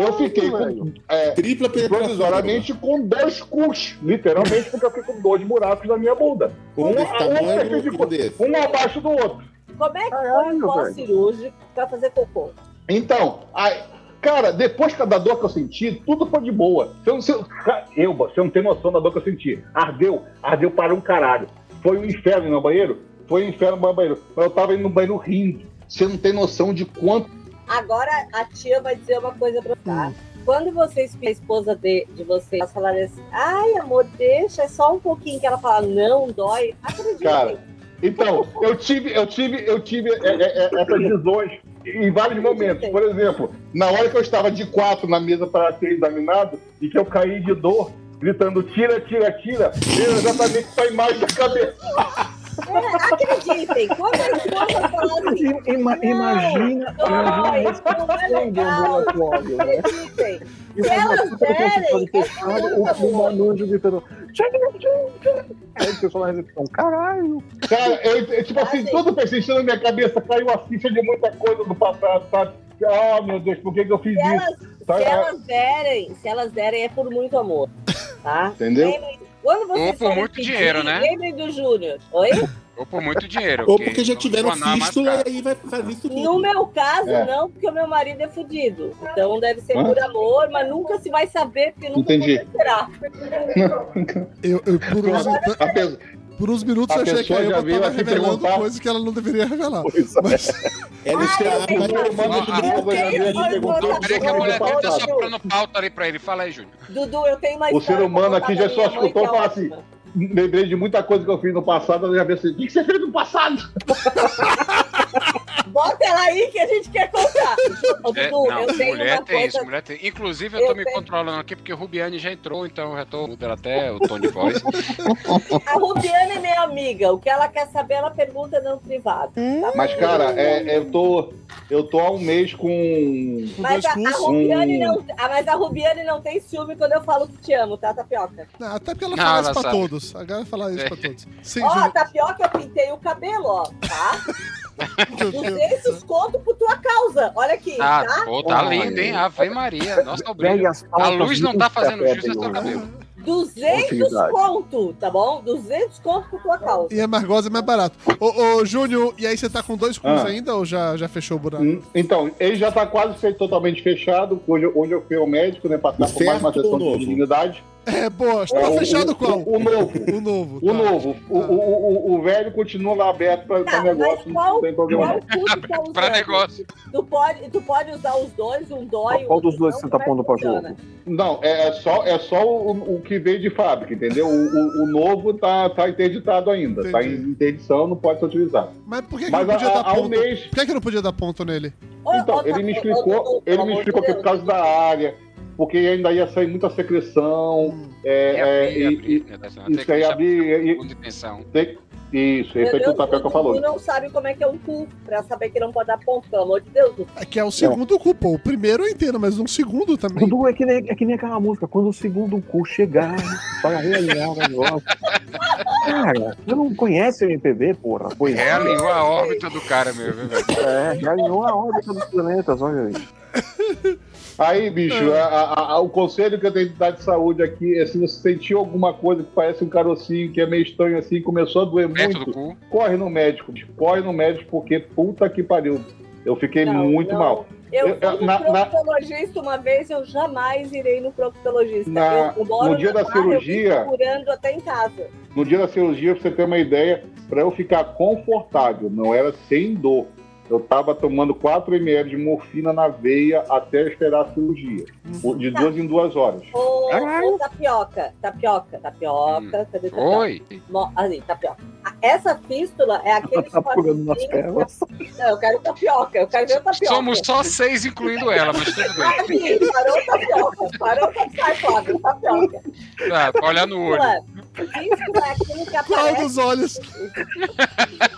Speaker 6: Eu fiquei com,
Speaker 3: velho.
Speaker 6: é,
Speaker 7: Tripla penetração.
Speaker 6: provisoriamente com dois cus. Literalmente, porque eu fiquei com dois buracos na minha bunda.
Speaker 7: Com
Speaker 6: Um,
Speaker 7: desse tamanho,
Speaker 6: um,
Speaker 7: um cu desse.
Speaker 6: um abaixo do outro.
Speaker 5: Como é que foi
Speaker 3: Caralho,
Speaker 5: o pós-cirúrgico pra fazer cocô?
Speaker 6: Então, aí, cara, depois que- da dor que eu senti, tudo foi de boa. Você não, você- cara, eu, você não tem noção da dor que eu senti. Ardeu, ardeu para um caralho. Foi um inferno no meu banheiro? Foi um inferno no meu banheiro. Mas eu tava indo no banheiro rindo. Você não tem noção de quanto.
Speaker 5: Agora a tia vai dizer uma coisa pra você. tá?
Speaker 3: Hum.
Speaker 5: Quando vocês, a esposa de, de vocês, elas falarem assim, ai amor, deixa, é só um pouquinho que ela fala, não, dói. Acreditem.
Speaker 6: Cara, Então, eu tive, eu tive, eu tive é, é, é, essas visões em vários momentos. Por exemplo, na hora que eu estava de quatro na mesa para ser examinado e que eu caí de dor, gritando tira, tira, tira, veio exatamente essa imagem da cabeça.
Speaker 5: É, acreditem, quando a esposa falar assim,
Speaker 3: I- ima-
Speaker 5: Não.
Speaker 3: imagina,
Speaker 5: não,
Speaker 3: imagina
Speaker 5: isso não é
Speaker 3: a
Speaker 5: legal,
Speaker 3: do Óleo, né?
Speaker 5: acreditem.
Speaker 3: E
Speaker 5: Se elas
Speaker 3: você tá com esse
Speaker 5: derem,
Speaker 3: fone fechado,
Speaker 5: é
Speaker 3: o
Speaker 5: muito
Speaker 3: filho
Speaker 5: bom.
Speaker 3: anjo gritando. "Tchau, tchau, tchau". Aí o pessoal na recepção, tipo, caralho.
Speaker 6: Cara, eu, eu, tipo assim, tudo persistiu na minha cabeça, caiu a ficha de muita coisa do passado, sabe? Ah, meu Deus, por que, que eu fiz
Speaker 5: Se
Speaker 6: isso?
Speaker 5: elas,
Speaker 6: Tá
Speaker 5: se
Speaker 6: errado.
Speaker 5: elas derem, se elas derem, é por muito amor, tá?
Speaker 6: Entendeu?
Speaker 5: Lembrem- Quando vocês
Speaker 2: Ou Um por
Speaker 5: forem
Speaker 2: muito dinheiro, né?
Speaker 5: Lembrem do Júnior. Oi?
Speaker 2: Ou por muito dinheiro.
Speaker 7: Ou porque já tiveram
Speaker 2: Joaná
Speaker 7: fístula
Speaker 2: Mascara.
Speaker 7: e aí vai fazer isso
Speaker 5: No
Speaker 7: tudo.
Speaker 5: meu caso,
Speaker 6: É.
Speaker 5: não, porque o meu marido é fudido. Então deve ser
Speaker 6: Hã?
Speaker 5: por amor, mas nunca se vai saber, porque nunca
Speaker 6: Entendi.
Speaker 5: acontecerá.
Speaker 1: Eu, eu, por, uns,
Speaker 6: A pe-
Speaker 1: por uns minutos
Speaker 6: A
Speaker 1: eu achei que a
Speaker 6: pessoa já
Speaker 1: Elba
Speaker 6: veio
Speaker 1: tava
Speaker 6: aqui
Speaker 1: revelando
Speaker 6: perguntar.
Speaker 1: coisa que ela não deveria revelar.
Speaker 3: Pois é.
Speaker 1: Mas
Speaker 7: Ela está
Speaker 5: eu
Speaker 7: mais
Speaker 5: tenho-
Speaker 7: profunda
Speaker 2: Ah,
Speaker 7: do grupo.
Speaker 6: Agora já veio aqui
Speaker 5: Olha,
Speaker 6: perguntar.
Speaker 5: olha,
Speaker 2: Não, peraí que a
Speaker 5: Joaná
Speaker 2: mulher dele tá
Speaker 5: Mascara.
Speaker 2: soprando pauta ali pra ele. Fala aí, Júnior.
Speaker 5: Dudu, eu tenho uma
Speaker 6: O
Speaker 5: história
Speaker 6: ser humano
Speaker 5: pra contar
Speaker 6: aqui já
Speaker 5: da
Speaker 6: só
Speaker 5: minha mãe,
Speaker 6: escutou
Speaker 5: que é
Speaker 6: falar assim,
Speaker 5: ótima.
Speaker 6: Lembrei de muita coisa que eu fiz no passado, eu já pensei, o que que você fez no passado?
Speaker 5: Bota ela aí que a gente quer contar. Ô,
Speaker 2: É,
Speaker 5: Dudu,
Speaker 2: não,
Speaker 5: eu tenho
Speaker 2: mulher
Speaker 5: uma
Speaker 2: tem isso,
Speaker 5: coisa.
Speaker 2: mulher tem. Inclusive, eu tô
Speaker 5: Eu
Speaker 2: me
Speaker 5: tenho-
Speaker 2: controlando aqui porque o Rubiane já entrou, então eu já tô mudando até o tom de voz.
Speaker 5: A Rubiana é minha amiga. O que ela quer saber, ela pergunta no privado.
Speaker 6: Mas, cara, é, eu, tô, eu tô há um mês com.
Speaker 1: com
Speaker 5: Mas
Speaker 1: dois
Speaker 5: a, a
Speaker 1: cursos.
Speaker 5: Rubiane não, ah, mas a Rubiane não tem ciúme quando eu falo que te amo, tá, Tapioca?
Speaker 1: Não, até porque ela
Speaker 2: Não,
Speaker 1: fala
Speaker 2: ela
Speaker 1: isso pra
Speaker 2: sabe.
Speaker 1: todos. A galera fala isso pra todos. Sim,
Speaker 5: Ó,
Speaker 1: Júnior.
Speaker 5: Tapioca, eu pintei o cabelo, ó, tá?
Speaker 1: Meu Deus.
Speaker 5: 200 conto por tua causa. Olha aqui,
Speaker 2: Ah,
Speaker 5: tá?
Speaker 2: pô, tá
Speaker 3: Olha.
Speaker 2: lindo, hein? Ave Maria. Nossa, não
Speaker 3: Pegue
Speaker 2: brilha.
Speaker 3: as
Speaker 2: A
Speaker 3: pautas
Speaker 2: luz não
Speaker 3: de
Speaker 2: tá fazendo
Speaker 3: café,
Speaker 2: jus nesse teu
Speaker 3: Pedro.
Speaker 2: cabelo.
Speaker 5: 200
Speaker 3: Utilidade.
Speaker 5: conto, tá bom? 200 conto por tua causa.
Speaker 1: E é mais gostoso, é mais barato. Ô, ô Júnior, e aí você tá com dois cursos
Speaker 6: Ah.
Speaker 1: ainda ou já, já fechou o buraco?
Speaker 6: Hum, Então, ele já tá quase fe- totalmente fechado. Hoje, eu- hoje eu fui ao médico, né? Passar por mais uma
Speaker 7: Certo ou
Speaker 6: sessão de
Speaker 7: novo?
Speaker 6: dignidade.
Speaker 1: É, boa. Tá
Speaker 6: É, o-
Speaker 1: fechado
Speaker 6: o-
Speaker 1: qual?
Speaker 6: O, o novo.
Speaker 1: O novo.
Speaker 6: O
Speaker 1: tá.
Speaker 6: novo. O, o, o, o velho continua lá aberto pra, pra
Speaker 5: Tá,
Speaker 6: negócio,
Speaker 5: mas qual-
Speaker 6: não tem problema.
Speaker 5: Qual
Speaker 6: não.
Speaker 5: curso tá usando?
Speaker 2: Pra negócio.
Speaker 5: Tu pode, tu pode usar os dois, um dói.
Speaker 3: Qual
Speaker 5: outro
Speaker 3: dos dois
Speaker 5: não,
Speaker 3: você tá
Speaker 5: como é
Speaker 3: pondo
Speaker 5: que
Speaker 3: pra
Speaker 5: funciona?
Speaker 3: jogo?
Speaker 6: Não, é, é só, é só o, o que veio de fábrica, entendeu? O, o- o novo tá, tá interditado ainda. Tá em
Speaker 1: Entendi.
Speaker 6: interdição, não pode ser utilizado.
Speaker 1: Mas por que, que
Speaker 6: Mas
Speaker 1: não podia
Speaker 6: há-
Speaker 1: dar
Speaker 6: há um
Speaker 1: ponto?
Speaker 6: mês-
Speaker 1: Por que, que não podia dar ponto nele?
Speaker 5: Ô, ô,
Speaker 6: Então, ele
Speaker 5: Tatu,
Speaker 6: me
Speaker 5: ô,
Speaker 6: explicou,
Speaker 5: Dudu,
Speaker 6: ele
Speaker 5: pelo
Speaker 6: me
Speaker 5: amor
Speaker 6: explicou
Speaker 5: de
Speaker 6: que
Speaker 5: Deus.
Speaker 6: por causa da área, porque ainda ia sair muita secreção,
Speaker 1: Hum.
Speaker 6: é, é, e- e-
Speaker 2: né? Tem que
Speaker 6: isso aí é
Speaker 2: deixar
Speaker 6: abrir. e- e-
Speaker 2: fundo de tensão.
Speaker 6: tem- Isso, esse aqui é o papel que eu
Speaker 5: E
Speaker 6: falou.
Speaker 5: não sabe como é que é um cu, pra saber que não pode dar ponto, pelo amor de Deus.
Speaker 1: É que é o segundo cu, pô. O primeiro eu entendo, mas um segundo também.
Speaker 3: Dudu, é que, nem, é que nem aquela música, quando o segundo cu chegar para realinhar o negócio. Cara, você não conhece o MPB, porra? Pois é,
Speaker 2: É, alinhou a órbita do cara, meu. viu, velho?
Speaker 3: é ganhou a órbita dos planetas, olha aí.
Speaker 6: Aí, bicho,
Speaker 5: Ah.
Speaker 6: a- a- a- o conselho que eu tenho de dar de saúde aqui é se você sentiu alguma coisa que parece um carocinho, que é meio estranho assim, começou a doer
Speaker 2: Perto
Speaker 6: muito,
Speaker 2: do cu.
Speaker 6: corre no médico, bicho. corre no médico, porque puta que pariu. Eu fiquei
Speaker 5: Não,
Speaker 6: muito
Speaker 5: não.
Speaker 6: mal.
Speaker 5: Eu,
Speaker 6: Eu- eu-
Speaker 5: fui
Speaker 6: na-
Speaker 5: no
Speaker 6: na-
Speaker 5: proctologista uma vez, eu jamais irei no proctologista.
Speaker 6: Na-
Speaker 5: eu moro
Speaker 6: no dia da
Speaker 5: quarto,
Speaker 6: cirurgia-
Speaker 5: Eu fico curando até em casa.
Speaker 6: No dia da cirurgia, pra você ter uma ideia, pra eu ficar confortável, não era sem dor. Eu tava tomando 4 ml de morfina na veia até esperar a cirurgia. De duas em duas horas.
Speaker 5: Ô,
Speaker 3: Caralho.
Speaker 5: ô, tapioca, tapioca,
Speaker 6: Hum,
Speaker 5: tapioca, cadê tapioca?
Speaker 2: Oi.
Speaker 5: Mo- Ali, tapioca. Ah, Essa fístula é aquele
Speaker 3: Tá procurando nas telas.
Speaker 5: Não, eu quero tapioca, eu quero ver o tapioca.
Speaker 2: Somos só seis, incluindo ela, mas tudo bem.
Speaker 5: Aqui, parou o tapioca, parou o tapioca, sai, Flávio, tapioca.
Speaker 2: Tá, pra olhar no olho.
Speaker 5: Fístula, fístula é aquilo que
Speaker 1: Qual
Speaker 5: aparece.
Speaker 1: dos olhos?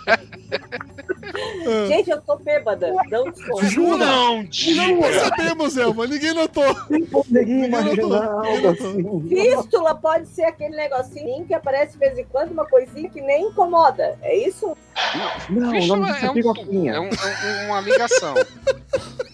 Speaker 1: Ah,
Speaker 5: Gente, eu tô bêbada, um não desconto.
Speaker 1: Jura?
Speaker 2: Não,
Speaker 1: Não
Speaker 6: é.
Speaker 2: diga.
Speaker 1: sabemos, Elma. Ninguém notou.
Speaker 3: Nem poderia
Speaker 1: Eu
Speaker 3: imaginar
Speaker 1: não tô- eu
Speaker 3: algo
Speaker 1: não tô.
Speaker 3: assim.
Speaker 5: Fístula pode ser aquele negocinho que aparece de vez em quando, uma coisinha que nem incomoda. É isso?
Speaker 3: Não, não,
Speaker 2: Fístula
Speaker 3: não
Speaker 2: é,
Speaker 3: é
Speaker 2: um, tu-
Speaker 3: piroquinha.
Speaker 2: é, um, é um- uma ligação.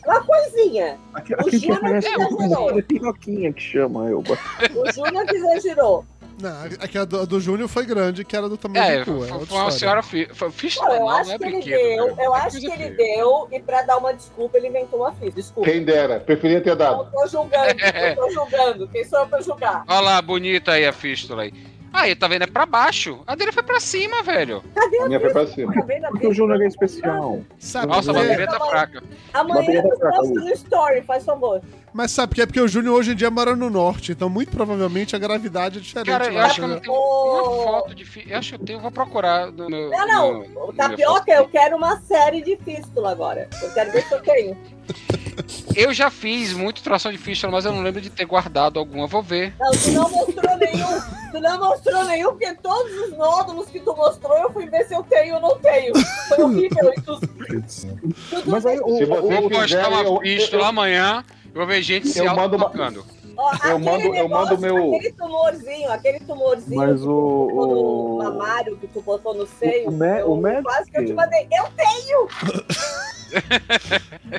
Speaker 5: Uma coisinha.
Speaker 3: Aqui,
Speaker 5: o
Speaker 3: aqui que
Speaker 5: Júnior
Speaker 3: aparece
Speaker 5: é
Speaker 3: uma
Speaker 5: um
Speaker 3: coisinha,
Speaker 5: garoto.
Speaker 3: piroquinha que chama, eu.
Speaker 5: O Júnior que exagerou.
Speaker 1: Não, aquela do, a do Júnior foi grande, que era do tamanho
Speaker 2: É,
Speaker 1: do cu. É
Speaker 2: foi
Speaker 1: outra
Speaker 2: foi uma
Speaker 1: história.
Speaker 2: senhora fi- foi-
Speaker 5: Não,
Speaker 2: fístula,
Speaker 5: eu
Speaker 2: não, não
Speaker 5: acho
Speaker 2: é
Speaker 5: que ele
Speaker 2: brinquedo.
Speaker 5: deu,
Speaker 2: cara.
Speaker 5: eu
Speaker 2: É
Speaker 5: acho que
Speaker 2: coisa
Speaker 5: ele
Speaker 2: feia.
Speaker 5: deu, e pra dar uma desculpa, ele inventou uma fístula. Desculpa.
Speaker 6: Quem dera, preferia ter dado.
Speaker 5: Não tô julgando, não tô julgando. Quem sou eu pra julgar?
Speaker 2: Olha lá, bonita aí a fístula aí. Aí, tá vendo? É pra baixo. A dele foi pra cima, velho.
Speaker 5: Cadê
Speaker 6: A
Speaker 5: a
Speaker 6: minha foi pra cima.
Speaker 5: Cadê a
Speaker 3: Porque é o Júnior é especial.
Speaker 1: Sabe
Speaker 2: Nossa, a
Speaker 1: por quê?
Speaker 2: bandeira tá fraca.
Speaker 5: Amanhã
Speaker 3: Bateria
Speaker 5: eu
Speaker 3: pra cá,
Speaker 5: posto no story, faz favor.
Speaker 1: Mas sabe por quê? Porque o Júnior hoje em dia mora no norte, então muito provavelmente a gravidade é diferente.
Speaker 2: Cara, eu
Speaker 1: lá,
Speaker 2: acho que eu
Speaker 1: né?
Speaker 2: não tenho uma foto de fístula. Eu acho que eu tenho, vou procurar. No, meu- no-
Speaker 5: Não, não.
Speaker 2: no
Speaker 5: O
Speaker 2: meu
Speaker 5: tapioca,
Speaker 2: Facebook.
Speaker 5: eu quero uma série de fístula agora. Eu quero ver se eu tenho.
Speaker 2: Eu já fiz muito tração de fístula, mas eu não lembro de ter guardado alguma. Vou ver.
Speaker 5: Não, tu não mostrou nenhum. Tu não mostrou nenhum, porque todos os nódulos que tu mostrou, eu fui ver se eu tenho ou não tenho. Foi horrível isso. Tudo
Speaker 3: Mas aí, o,
Speaker 6: Se você
Speaker 3: o-
Speaker 2: Vou postar
Speaker 6: quiserem, eu-
Speaker 2: uma fístula
Speaker 6: eu-
Speaker 2: amanhã. Eu vou ver gente se
Speaker 6: Eu mando uma-
Speaker 2: auto-tocando.
Speaker 5: Ó, aquele
Speaker 6: mando- eu
Speaker 5: negócio,
Speaker 6: mando meu-
Speaker 5: Aquele tumorzinho, aquele tumorzinho
Speaker 3: Mas
Speaker 5: que
Speaker 3: o-
Speaker 5: tu botou
Speaker 3: o-
Speaker 5: no mamário, que tu botou no seio.
Speaker 3: O mé-
Speaker 5: eu,
Speaker 3: o médico-
Speaker 5: Quase que eu te mandei. Eu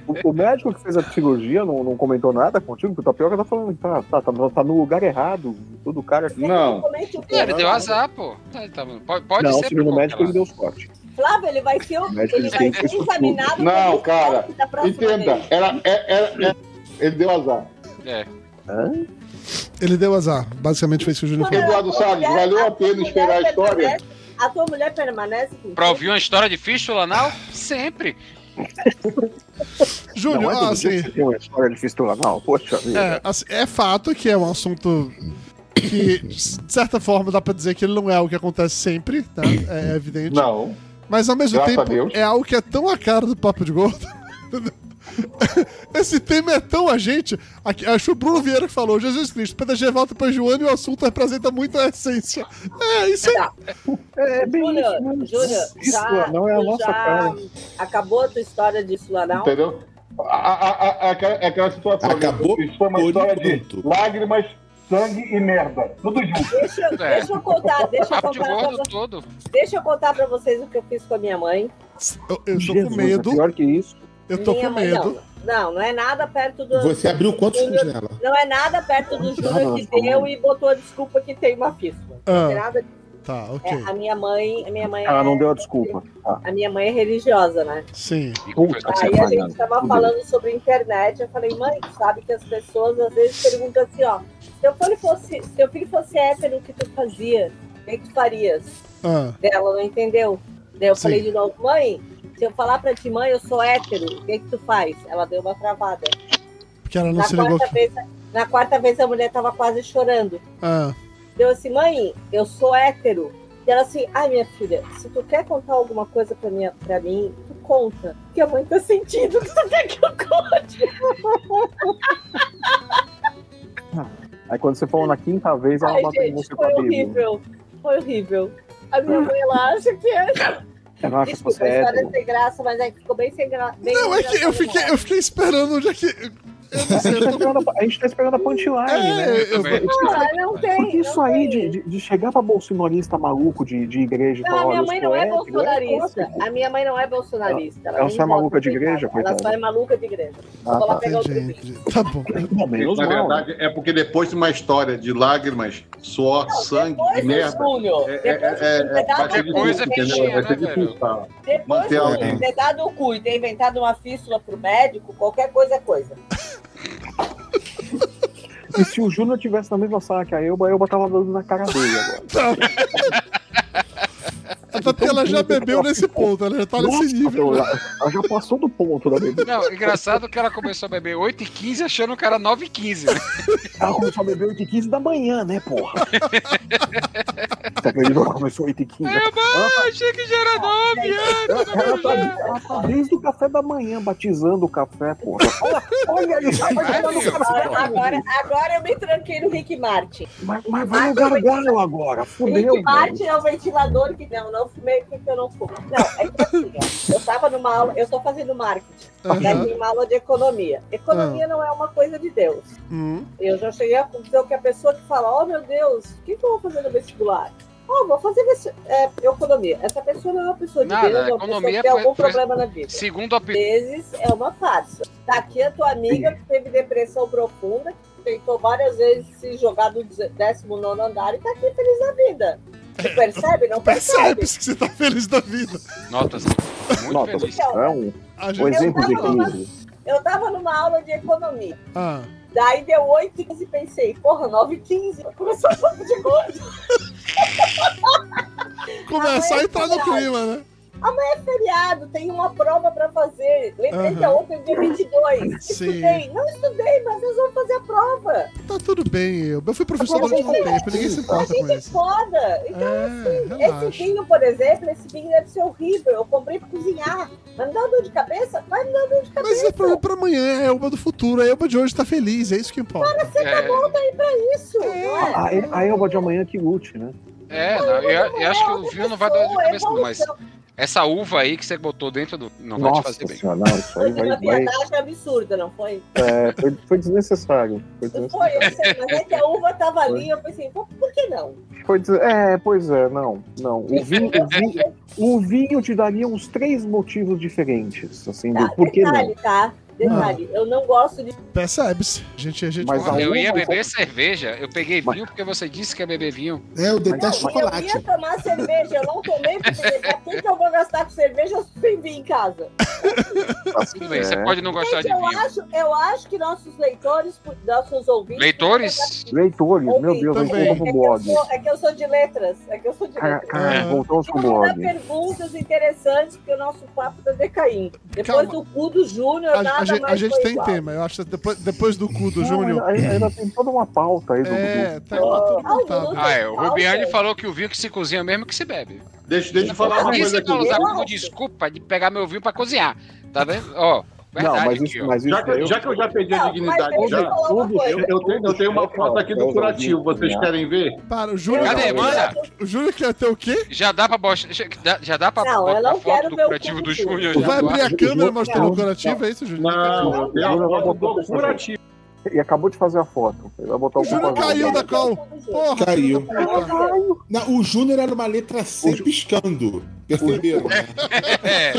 Speaker 3: o- o médico que fez a cirurgia não, não comentou nada contigo, porque o Tapioca tá falando que tá, tá, tá, no- tá no lugar errado. Todo cara aqui.
Speaker 6: Não.
Speaker 5: Comente o
Speaker 2: É, Ele
Speaker 5: quê?
Speaker 2: deu azar, pô. Tá, tá, pode pode
Speaker 3: não,
Speaker 2: ser.
Speaker 3: segundo o
Speaker 2: por
Speaker 3: médico,
Speaker 2: qualquer
Speaker 3: ele deu sorte.
Speaker 5: Flávio, ele vai ser,
Speaker 3: O médico
Speaker 5: ele
Speaker 3: disse
Speaker 5: vai
Speaker 3: que ele
Speaker 5: ser
Speaker 3: fez
Speaker 5: examinado.
Speaker 6: Não,
Speaker 5: pelo
Speaker 6: cara,
Speaker 5: psicólogo da próxima
Speaker 6: Entenda,
Speaker 5: vez.
Speaker 6: era, é- era, é- ele deu azar.
Speaker 2: lado. É.
Speaker 1: Ele deu azar. Basicamente foi isso que o Júnior fez.
Speaker 6: Eduardo Salles,
Speaker 5: Mulher-
Speaker 6: valeu a
Speaker 5: tua
Speaker 6: pena
Speaker 5: mulher
Speaker 6: esperar a história?
Speaker 5: permanece- A tua mulher permanece com
Speaker 2: Pra ouvir uma história de fístula, não? Sempre.
Speaker 1: Júnior,
Speaker 3: não, é
Speaker 1: ó,
Speaker 3: todo dia
Speaker 1: assim,
Speaker 3: que você tem uma história de fistula, não. Poxa vida.
Speaker 1: é, assim, é fato que é um assunto que, de certa forma, dá pra dizer que ele não é o que acontece sempre, tá? É evidente.
Speaker 6: Não.
Speaker 1: Mas ao mesmo
Speaker 6: Graças a
Speaker 1: tempo,
Speaker 6: Deus.
Speaker 1: é algo que é tão a cara do Papo de Gordo. Esse tema é tão a gente. Aqui, acho que o Bruno Vieira que falou: Jesus Cristo, PDG volta pra Joana e o assunto representa muito a essência. É, isso aí.
Speaker 3: É, é bem
Speaker 5: Júnior,
Speaker 3: isso, né?
Speaker 5: Júnior,
Speaker 3: Fístula,
Speaker 5: já,
Speaker 3: não é a
Speaker 5: tu
Speaker 3: nossa
Speaker 5: já
Speaker 3: cara.
Speaker 5: Acabou a tua história de Sulanal?
Speaker 6: Entendeu? A- a- a- a- aquela- aquela situação.
Speaker 7: Acabou
Speaker 6: Isso foi uma
Speaker 7: por
Speaker 6: história de
Speaker 7: enquanto.
Speaker 6: lágrimas, sangue e merda. Tudo junto.
Speaker 5: Deixa, eu-
Speaker 2: É.
Speaker 5: deixa eu contar, deixa eu
Speaker 2: Papo de
Speaker 5: contar, pra,
Speaker 2: gordo
Speaker 5: vo-
Speaker 2: todo.
Speaker 5: deixa eu contar pra vocês o que eu fiz com a minha mãe.
Speaker 1: Eu, eu tô
Speaker 3: Jesus,
Speaker 1: com
Speaker 3: é
Speaker 1: medo.
Speaker 3: Pior que isso.
Speaker 1: Eu tô
Speaker 5: minha
Speaker 1: com
Speaker 5: mãe,
Speaker 1: medo.
Speaker 5: Não, não, não é nada perto do.
Speaker 7: Você abriu quantos filhos nela?
Speaker 5: Não é nada perto do Júnior que deu e botou a desculpa que tem uma fístula. Não tem
Speaker 1: Ah.
Speaker 5: nada
Speaker 1: Tá, ok.
Speaker 5: É, a minha mãe, a minha mãe,
Speaker 3: Ela não
Speaker 5: é-
Speaker 3: deu a desculpa. Ah,
Speaker 5: a minha mãe é religiosa, né?
Speaker 1: Sim. Tá
Speaker 3: puta, você
Speaker 5: Aí
Speaker 3: é
Speaker 5: a
Speaker 3: falhado.
Speaker 5: gente tava
Speaker 3: Fudeu.
Speaker 5: falando sobre internet, eu falei, mãe, tu sabe que as pessoas às vezes perguntam assim, ó, se teu filho fosse, se teu filho fosse hétero, o que tu fazia? O que tu farias?
Speaker 1: Ah,
Speaker 5: Ela não entendeu. Daí eu
Speaker 1: Sim.
Speaker 5: falei de novo, mãe, se eu falar pra ti, mãe, eu sou hétero, o que, que tu faz? Ela deu uma travada.
Speaker 1: porque ela não
Speaker 5: Na
Speaker 1: se ligou.
Speaker 5: quarta, vez, na quarta vez a mulher tava quase chorando.
Speaker 1: Ah,
Speaker 5: Deu assim, mãe, eu sou hétero. E ela assim, ai minha filha, se tu quer contar alguma coisa pra, minha, pra mim, tu conta. Porque a mãe tá sentindo o que tu quer que eu conte.
Speaker 3: Aí quando você falou na quinta vez, ela
Speaker 5: Ai,
Speaker 3: bateu em
Speaker 5: gente,
Speaker 3: você tá
Speaker 5: foi
Speaker 3: com a Bíblia.
Speaker 5: horrível. Foi horrível. A minha mãe, ela acha que é.
Speaker 3: Ela acha que
Speaker 5: Desculpa,
Speaker 3: você
Speaker 5: a
Speaker 3: é
Speaker 5: história
Speaker 3: hétero.
Speaker 5: é sem graça, mas é que ficou bem sem graça.
Speaker 1: Não, é que eu fiquei, eu fiquei esperando onde é que. Eu não sei,
Speaker 3: A gente, tá
Speaker 1: eu tô...
Speaker 3: esperando a, a gente tá esperando a punchline, né?
Speaker 1: É, eu,
Speaker 2: também.
Speaker 5: Cara, Ah, não tem.
Speaker 3: Porque isso
Speaker 5: não
Speaker 3: aí
Speaker 5: tem.
Speaker 3: de, de- de chegar pra bolsonarista maluco de, de igreja e
Speaker 5: Não, a minha
Speaker 3: "Olha, eu
Speaker 5: mãe
Speaker 3: sou
Speaker 5: não é
Speaker 3: hétero",
Speaker 5: bolsonarista.
Speaker 3: clássico.
Speaker 5: A minha mãe não é bolsonarista.
Speaker 3: Ela
Speaker 5: não
Speaker 3: só é maluca de
Speaker 5: gosta
Speaker 3: igreja,
Speaker 5: Ela só
Speaker 3: coitada.
Speaker 5: é maluca de igreja.
Speaker 3: Ah,
Speaker 5: Vou lá
Speaker 3: tá.
Speaker 5: pegar outro vídeo.
Speaker 1: Entendi. Tá bom.
Speaker 3: Bom, menos
Speaker 6: Na
Speaker 3: mal, né?
Speaker 6: verdade, é porque depois de uma história de lágrimas, suor, sangue e
Speaker 5: Depois do
Speaker 6: merda.
Speaker 5: Júnior,
Speaker 6: É, é,
Speaker 5: depois do
Speaker 6: é,
Speaker 5: Júnior ter
Speaker 6: é, vai
Speaker 5: dado
Speaker 6: ser
Speaker 5: o cu,
Speaker 2: Depois é
Speaker 6: difícil, entendeu? Vai
Speaker 2: né,
Speaker 6: ser
Speaker 2: velho?
Speaker 6: difícil. tá?
Speaker 5: depois
Speaker 6: manter
Speaker 5: do
Speaker 6: alguém.
Speaker 5: Júnior ter dado o cu e ter inventado uma fístula pro médico, qualquer coisa é coisa.
Speaker 3: E se o Júnior tivesse na mesma sala que a Elba, a Elba tava dando na cara dele agora.
Speaker 1: Até porque ela já bebeu nesse ponto, ela já tá nesse nível.
Speaker 3: ela, ela já passou do ponto da bebida.
Speaker 2: Não, engraçado que ela começou a beber 8 e 15 achando que era 9 e né? 15.
Speaker 3: Ela começou a beber 8 e 15 da manhã, né, porra? Você acredita que ela começou 8 e 15?
Speaker 2: achei que já era 9
Speaker 3: Ela, ela tá, ela tá desde o café da manhã batizando o café, porra. Olha, olha isso, ela vai tomar no café.
Speaker 5: Agora, agora, agora eu me tranquei no Rick Martin.
Speaker 3: Mas, mas vai no gargalo agora, fudeu.
Speaker 5: Rick Martin
Speaker 3: velho.
Speaker 5: é o ventilador que não, não fumei porque eu não fumo. Não, é que assim, ó, eu tava numa aula, eu tô fazendo marketing, né,
Speaker 1: Aham.
Speaker 5: tem uma aula de economia.
Speaker 3: Ah.
Speaker 5: Economia não é uma coisa de Deus.
Speaker 1: Hum.
Speaker 5: Eu já cheguei à conclusão que a pessoa que fala, oh meu Deus, o que, que eu vou fazer no vestibular? Oh, vou fazer vesti- é, economia. Essa pessoa não é uma pessoa de
Speaker 2: Nada,
Speaker 5: Deus, é uma pessoa
Speaker 2: economia
Speaker 5: que tem
Speaker 2: foi-
Speaker 5: algum
Speaker 2: foi-
Speaker 5: problema na vida.
Speaker 2: Segundo a
Speaker 5: Às vezes é uma farsa. Tá aqui a tua amiga que teve depressão profunda, que tentou várias vezes se jogar do 19 andar e tá aqui feliz da vida.
Speaker 1: É,
Speaker 5: Tu percebe? Não percebe?
Speaker 1: Percebe-se que você tá feliz da vida.
Speaker 2: notas, muito
Speaker 3: Nota,
Speaker 2: feliz.
Speaker 3: é um,
Speaker 1: A
Speaker 3: um
Speaker 1: gente. tá
Speaker 3: exemplo de
Speaker 5: Eu tava- assim,
Speaker 3: crise.
Speaker 5: Eu tava numa aula de economia.
Speaker 1: Ah.
Speaker 5: Daí deu 8 e 15 e pensei, porra, 9 e 15. Começou a falar de gordo.
Speaker 1: Começar a entrar no clima, né?
Speaker 5: feriado, tem uma prova para fazer. Lembrei
Speaker 1: Aham.
Speaker 5: que a outra é dia 22.
Speaker 1: Sim.
Speaker 5: Estudei. Não estudei, mas nós vamos fazer a prova.
Speaker 1: Tá tudo bem, eu. Eu fui professor durante um tempo, ninguém se
Speaker 5: A
Speaker 1: importa com
Speaker 5: gente é
Speaker 1: isso.
Speaker 5: foda.
Speaker 1: É,
Speaker 5: Esse
Speaker 1: relaxa.
Speaker 5: vinho, por exemplo, esse vinho deve ser horrível. Eu comprei pra cozinhar. Vai me dar dor de cabeça? Vai me dar dor de
Speaker 1: Mas
Speaker 5: cabeça.
Speaker 1: é pra, pra amanhã, é a Elba do futuro, a Elba de hoje tá feliz, é isso que importa.
Speaker 2: é.
Speaker 5: Volta tá aí pra isso. não é?
Speaker 3: A, a- a Elba de amanhã que lute, né?
Speaker 2: É, não, eu, eu acho que o vinho não vai dar dor de
Speaker 5: Pessoa,
Speaker 2: cabeça, não, mas
Speaker 5: evolução.
Speaker 2: essa uva aí que você botou dentro do. Não vai te
Speaker 3: Nossa
Speaker 2: fazer bem.
Speaker 3: senhora, não, isso aí
Speaker 5: Foi uma
Speaker 3: vai. vai
Speaker 5: viadagem absurda, não foi?
Speaker 3: é, foi, foi desnecessário. Foi
Speaker 5: Não
Speaker 3: desnecessário.
Speaker 5: foi, eu sei, mas é que a uva tava ali, eu pensei, pô, por que não?
Speaker 3: Foi des- É, pois é, não. Não. O vinho, o vinho, o vinho te daria uns três motivos diferentes. Assim, do
Speaker 5: Tá,
Speaker 3: por que
Speaker 5: detalhe,
Speaker 3: não?
Speaker 5: tá? Detalhe, eu não gosto de
Speaker 1: Percebe-se. A gente, a gente.
Speaker 3: Mas a
Speaker 2: Eu
Speaker 3: uva
Speaker 2: ia
Speaker 3: vai-
Speaker 2: beber cerveja, eu peguei
Speaker 3: Mas-
Speaker 2: vinho porque você disse que ia beber vinho.
Speaker 7: É, eu
Speaker 5: Não,
Speaker 7: detesto
Speaker 5: eu
Speaker 7: chocolate.
Speaker 5: ia tomar cerveja, eu não tomei, porque pra que que eu vou gastar com cerveja sem vir em casa?
Speaker 2: Tudo bem,
Speaker 3: É.
Speaker 2: você pode não gostar de
Speaker 5: Gente, eu
Speaker 2: vinho.
Speaker 5: acho, eu acho que nossos leitores, nossos ouvintes...
Speaker 2: Leitores?
Speaker 3: Leitores, meu Deus, a gente
Speaker 1: Também.
Speaker 3: voltou
Speaker 5: É
Speaker 3: pro
Speaker 5: que, eu
Speaker 3: blog.
Speaker 5: sou, é que eu sou de letras, é que eu sou de
Speaker 3: Cara,
Speaker 5: letras.
Speaker 3: cara,
Speaker 1: É.
Speaker 3: voltamos pro
Speaker 5: Vamos mandar
Speaker 3: blog.
Speaker 5: perguntas interessantes, porque o nosso papo tá decaindo. Depois
Speaker 1: Calma.
Speaker 5: do cu do Júnior,
Speaker 1: A,
Speaker 5: nada
Speaker 1: a gente, a
Speaker 5: mais
Speaker 1: gente
Speaker 5: foi
Speaker 1: tem
Speaker 5: igual.
Speaker 1: tema, eu acho que depois, depois do cu do
Speaker 3: Não,
Speaker 1: Júnior.
Speaker 3: ainda, ainda tem toda uma pauta aí do.
Speaker 1: É,
Speaker 3: do-
Speaker 1: tá, tá tudo
Speaker 5: Ah, o
Speaker 1: montado.
Speaker 5: Lula-
Speaker 2: Ah, é. O
Speaker 5: Pausa.
Speaker 2: Rubiane falou que o vinho que se cozinha mesmo que se bebe.
Speaker 6: Deixa, deixa eu falar uma
Speaker 2: Por que
Speaker 6: coisa
Speaker 2: você
Speaker 6: aqui.
Speaker 2: tá usando
Speaker 5: Eu
Speaker 2: como
Speaker 5: acho.
Speaker 2: desculpa de pegar meu vinho pra cozinhar? Tá vendo? Ó,
Speaker 3: Não, é-
Speaker 2: verdade
Speaker 3: mas
Speaker 2: aqui,
Speaker 3: isso,
Speaker 2: ó.
Speaker 3: mas isso
Speaker 6: Já que,
Speaker 3: daí-
Speaker 6: já que eu já perdi a
Speaker 5: Não,
Speaker 6: dignidade,
Speaker 5: mas deixa
Speaker 6: já.
Speaker 5: eu falar uma
Speaker 3: Tudo
Speaker 5: coisa.
Speaker 6: Eu, eu tenho, eu tenho uma foto aqui do curativo, vocês querem ver?
Speaker 1: Para, o Júnior.
Speaker 2: Cadê, manda?
Speaker 1: O Júnior quer ter o quê?
Speaker 2: Já dá pra bosta. Já dá- já dá pra
Speaker 5: Não, eu
Speaker 2: botar
Speaker 5: não
Speaker 2: foto
Speaker 5: quero
Speaker 2: do
Speaker 5: ver o
Speaker 2: curativo
Speaker 5: cu
Speaker 2: do
Speaker 5: do
Speaker 2: Júnior
Speaker 1: Tu
Speaker 2: já.
Speaker 1: vai abrir a
Speaker 3: Júnior-
Speaker 1: câmera mostrando
Speaker 3: não,
Speaker 1: o curativo, é isso, Júnior?
Speaker 6: Não, eu tenho a foto do curativo.
Speaker 3: Ele acabou de fazer a foto. Ele vai botar
Speaker 1: O Júnior
Speaker 3: computador.
Speaker 1: caiu da call. Porra,
Speaker 7: Caiu.
Speaker 5: Não,
Speaker 7: Não, o Júnior era uma letra C piscando. Perceberam? né?
Speaker 2: É,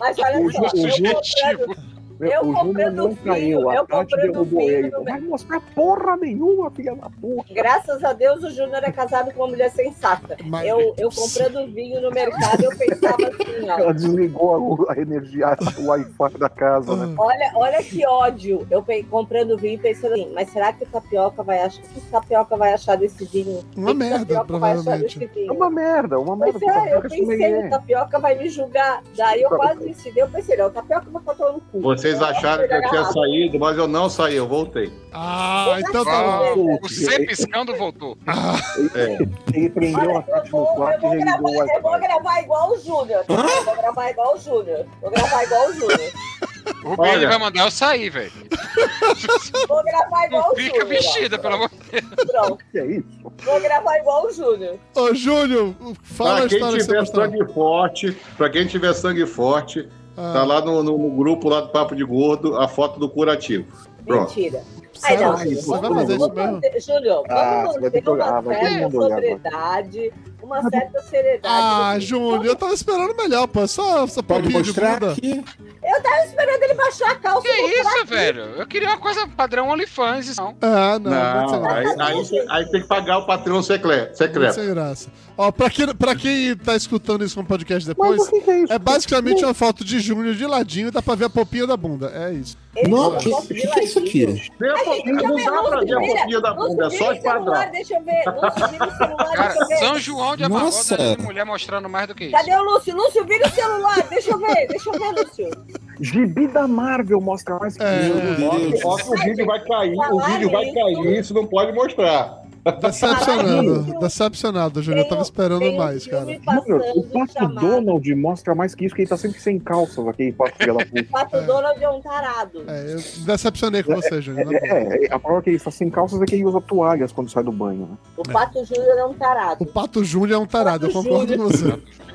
Speaker 5: mas olha só,
Speaker 2: o
Speaker 5: eu
Speaker 2: Júnior
Speaker 5: comprando
Speaker 3: Meu,
Speaker 5: Eu
Speaker 3: o Júnior
Speaker 5: comprando
Speaker 3: não
Speaker 5: fio,
Speaker 3: caiu, a
Speaker 5: eu
Speaker 3: Tati
Speaker 5: comprando
Speaker 3: derrubou
Speaker 5: fio
Speaker 3: ele.
Speaker 5: no
Speaker 3: Não vai
Speaker 5: meio.
Speaker 3: mostrar porra nenhuma, filha da puta.
Speaker 5: Graças a Deus o Júnior é casado com uma mulher sensata.
Speaker 1: Mas-
Speaker 5: Eu, eu comprando vinho no mercado, eu pensava assim, ó.
Speaker 3: Ela desligou a, a energia, o Wi-Fi da casa, né?
Speaker 5: Olha, olha que ódio. Eu pe- comprando vinho e pensando assim, mas será que o tapioca vai achar? O que o tapioca vai achar desse vinho? O que
Speaker 1: Uma
Speaker 5: o
Speaker 1: merda,
Speaker 5: tapioca vai achar
Speaker 1: provavelmente.
Speaker 5: desse
Speaker 3: É
Speaker 5: vinho?
Speaker 3: uma merda, uma merda.
Speaker 5: Pois é, eu
Speaker 3: porque isso nem
Speaker 5: pensei,
Speaker 3: é.
Speaker 5: o tapioca vai me julgar. Daí eu quase decidi, eu pensei, não, o tapioca vai botar no cu.
Speaker 6: Vocês acharam que eu tinha saído, mas eu não saí, eu voltei.
Speaker 1: Ah, então tá
Speaker 2: Ah.
Speaker 1: bom.
Speaker 2: o C piscando voltou.
Speaker 1: Ah,
Speaker 3: Ele prendeu
Speaker 5: Olha,
Speaker 3: a Tati
Speaker 5: eu
Speaker 3: no
Speaker 5: vou, eu
Speaker 3: quarto e
Speaker 5: vou
Speaker 3: desligou o
Speaker 5: gravar, eu vou
Speaker 3: Wi-Fi.
Speaker 5: gravar igual o Júnior. tá? Eu Vou gravar igual o Júnior. Vou gravar igual o Júnior.
Speaker 2: O Rubinho
Speaker 6: Olha.
Speaker 2: vai mandar eu sair, velho.
Speaker 5: Vou gravar igual
Speaker 2: Não
Speaker 5: o
Speaker 2: fica
Speaker 5: Júnior.
Speaker 2: vestida, pelo amor de Deus.
Speaker 5: Pronto,
Speaker 3: Que é isso?
Speaker 5: vou gravar igual o Júnior.
Speaker 1: Ô, Júnior, fala a
Speaker 6: pra quem
Speaker 1: história que você
Speaker 6: tiver
Speaker 1: mostrou.
Speaker 6: sangue forte, pra quem tiver sangue forte,
Speaker 1: Ah,
Speaker 6: tá lá no, no- no grupo lá do Papo de Gordo a foto do curativo. Pronto.
Speaker 5: Mentira. Ai,
Speaker 1: Sério, Você
Speaker 5: não, Júnior,
Speaker 1: vai fazer isso
Speaker 5: vamos
Speaker 1: mesmo?
Speaker 5: manter, Júnior,
Speaker 3: Ah,
Speaker 5: vamos
Speaker 3: você vai ter
Speaker 5: manter
Speaker 3: que olhar,
Speaker 5: uma
Speaker 3: vai todo
Speaker 5: certa
Speaker 3: mundo olhar agora.
Speaker 5: sobriedade, uma certa seriedade.
Speaker 1: Ah,
Speaker 5: Assim,
Speaker 1: Júnior, eu tava esperando melhor, pô. Só essa
Speaker 7: Pode
Speaker 1: papinha de
Speaker 7: mostrar
Speaker 1: bunda.
Speaker 7: aqui.
Speaker 5: Eu tava esperando ele baixar a calça.
Speaker 2: Que isso, velho? Eu queria uma coisa padrão OnlyFans. Não.
Speaker 1: Ah, não. muito sem
Speaker 6: Não,
Speaker 1: graça.
Speaker 6: aí, é aí, aí tem que pagar o patrão secre-
Speaker 1: Muito
Speaker 6: secreto.
Speaker 1: sem graça. Ó, pra quem, pra quem tá escutando isso no podcast
Speaker 3: Mas
Speaker 1: depois,
Speaker 3: o que, que é isso?
Speaker 1: é basicamente uma foto de Júnior de ladinho e dá pra ver a popinha da bunda. É isso.
Speaker 7: Não, o que, que, que é isso aqui?
Speaker 6: Vê a foto-
Speaker 5: Ai,
Speaker 6: Não
Speaker 5: gente,
Speaker 6: dá pra ver a
Speaker 5: vira,
Speaker 6: fotinha da
Speaker 5: Não
Speaker 6: bunda, é só
Speaker 5: subir no celular,
Speaker 6: esquadrar.
Speaker 5: deixa eu ver. Não subir no celular,
Speaker 2: Cara,
Speaker 5: deixa eu ver.
Speaker 2: São João de Amargosa
Speaker 7: Nossa.
Speaker 2: é de mulher mostrando mais do que isso.
Speaker 5: Cadê o Lúcio? Lúcio, vira o celular. Deixa eu ver, deixa eu ver, Lúcio.
Speaker 3: Gibi da Marvel mostra mais que
Speaker 1: É.
Speaker 3: isso.
Speaker 7: Meu Deus.
Speaker 6: Ó, que o vídeo vai cair, o vídeo vai cair, isso não pode mostrar.
Speaker 1: Decepcionado.
Speaker 5: Caralho.
Speaker 1: Decepcionado, Júnior. Eu tava esperando
Speaker 5: Tem um
Speaker 1: mais,
Speaker 5: filme
Speaker 1: cara.
Speaker 3: Mano, o
Speaker 5: passando tá
Speaker 3: Pato
Speaker 5: chamado-
Speaker 3: Donald mostra mais que isso, que ele tá sempre sem calça, aquele Pato Filha da puta.
Speaker 5: Pato Donald é um tarado.
Speaker 1: É, eu decepcionei com você, Júnior. na boa.
Speaker 3: É, é, a prova que ele está sem calças é que ele usa toalhas quando sai do banho, né?
Speaker 5: O Pato Júnior é um tarado.
Speaker 1: O Pato Júnior é um tarado, eu
Speaker 5: Pato
Speaker 1: concordo com você.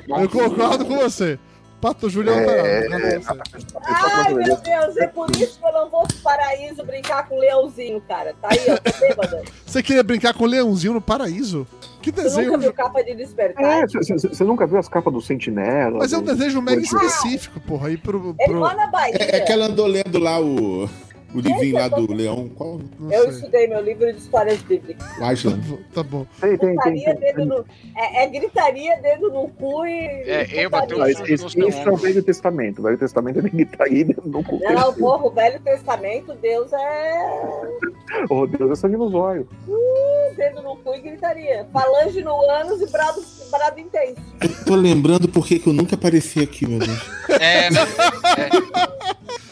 Speaker 1: Eu concordo com você. Pato Júnior é um tarado. eu concordo com você.
Speaker 5: Ai, meu Deus, é por isso que eu não vou pro paraíso brincar com o leãozinho, cara. Tá aí, eu tô bêbada.
Speaker 1: Você queria brincar com o Leãozinho no Paraíso? Que
Speaker 5: Tu
Speaker 1: desenho.
Speaker 5: nunca viu capa de despertar?
Speaker 3: É, você nunca viu as capas do Sentinela?
Speaker 1: Mas é um
Speaker 3: do-
Speaker 1: desejo mega
Speaker 3: Pois
Speaker 1: específico, porra. Aí pro.
Speaker 5: Ele
Speaker 1: pro
Speaker 5: mora na Bahia.
Speaker 7: É, é que ela andou lendo lá o, o livrinho lá do Leão. Qual?
Speaker 1: não
Speaker 5: Eu
Speaker 1: sei.
Speaker 5: estudei meu livro de histórias bíblicas.
Speaker 1: Tá
Speaker 7: Ashland.
Speaker 1: bom, Tá bom.
Speaker 3: Tem, tem, tem.
Speaker 5: Gritaria,
Speaker 3: tem.
Speaker 5: dedo no... é, é gritaria, dedo no cu e.
Speaker 2: É, eu bati
Speaker 3: Ah,
Speaker 5: putaria.
Speaker 3: esse, esse- esse é o Velho Testamento. O Velho Testamento é gritaria dentro do cu.
Speaker 5: Não, porra, o Velho Testamento, Deus é
Speaker 3: Oh, Deus, é sangue nos olhos.
Speaker 5: dedo no cu e gritaria. Falange no ânus e brado, brado intenso.
Speaker 7: Eu tô lembrando por que que eu nunca apareci aqui, meu Deus.
Speaker 2: É,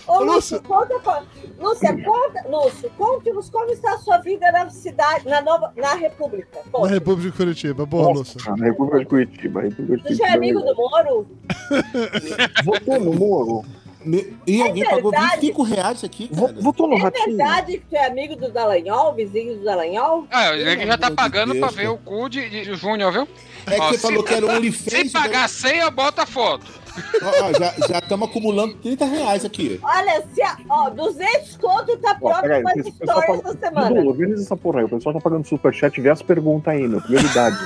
Speaker 5: Ô,
Speaker 1: Ô,
Speaker 5: Lúcio,
Speaker 1: Lúcio.
Speaker 5: conta pra... Lúcia, conta... Lúcio, conte-nos como está a sua vida na cidade, na nova... na República.
Speaker 1: Na
Speaker 5: Conte.
Speaker 1: República de Curitiba. Boa,
Speaker 3: Nossa,
Speaker 1: Lúcia.
Speaker 3: na República de Curitiba. a República de
Speaker 5: Tu já é amigo
Speaker 3: Curitiba.
Speaker 5: do Moro?
Speaker 3: Votou no Moro?
Speaker 7: Me- E alguém
Speaker 5: É
Speaker 7: pagou
Speaker 5: verdade?
Speaker 7: 25 reais aqui, cara.
Speaker 3: Vo- Votou no
Speaker 5: É
Speaker 3: Ratinho?
Speaker 5: verdade que tu é amigo do Dallagnol, vizinho do Dallagnol?
Speaker 2: Ah, o nego já tá
Speaker 7: Pelo amor de
Speaker 2: pagando pra
Speaker 7: Deus,
Speaker 2: ver o cu de, de Júnior, viu?
Speaker 7: É que
Speaker 2: Ó,
Speaker 7: você
Speaker 2: se-
Speaker 7: falou que era o OnlyFans. né?
Speaker 2: Se pagar 100, eu boto a foto.
Speaker 7: Ó, ó, já estamos acumulando 30 reais aqui.
Speaker 5: Olha, se a... ó, 200 conto tá
Speaker 3: Ó,
Speaker 5: pior
Speaker 3: peraí,
Speaker 5: que as
Speaker 3: esse pessoal
Speaker 5: histórias
Speaker 3: fala-
Speaker 5: da semana.
Speaker 3: Dudu, organiza essa porra aí. O pessoal tá pagando superchat e vê as perguntas aí, meu. Prioridade.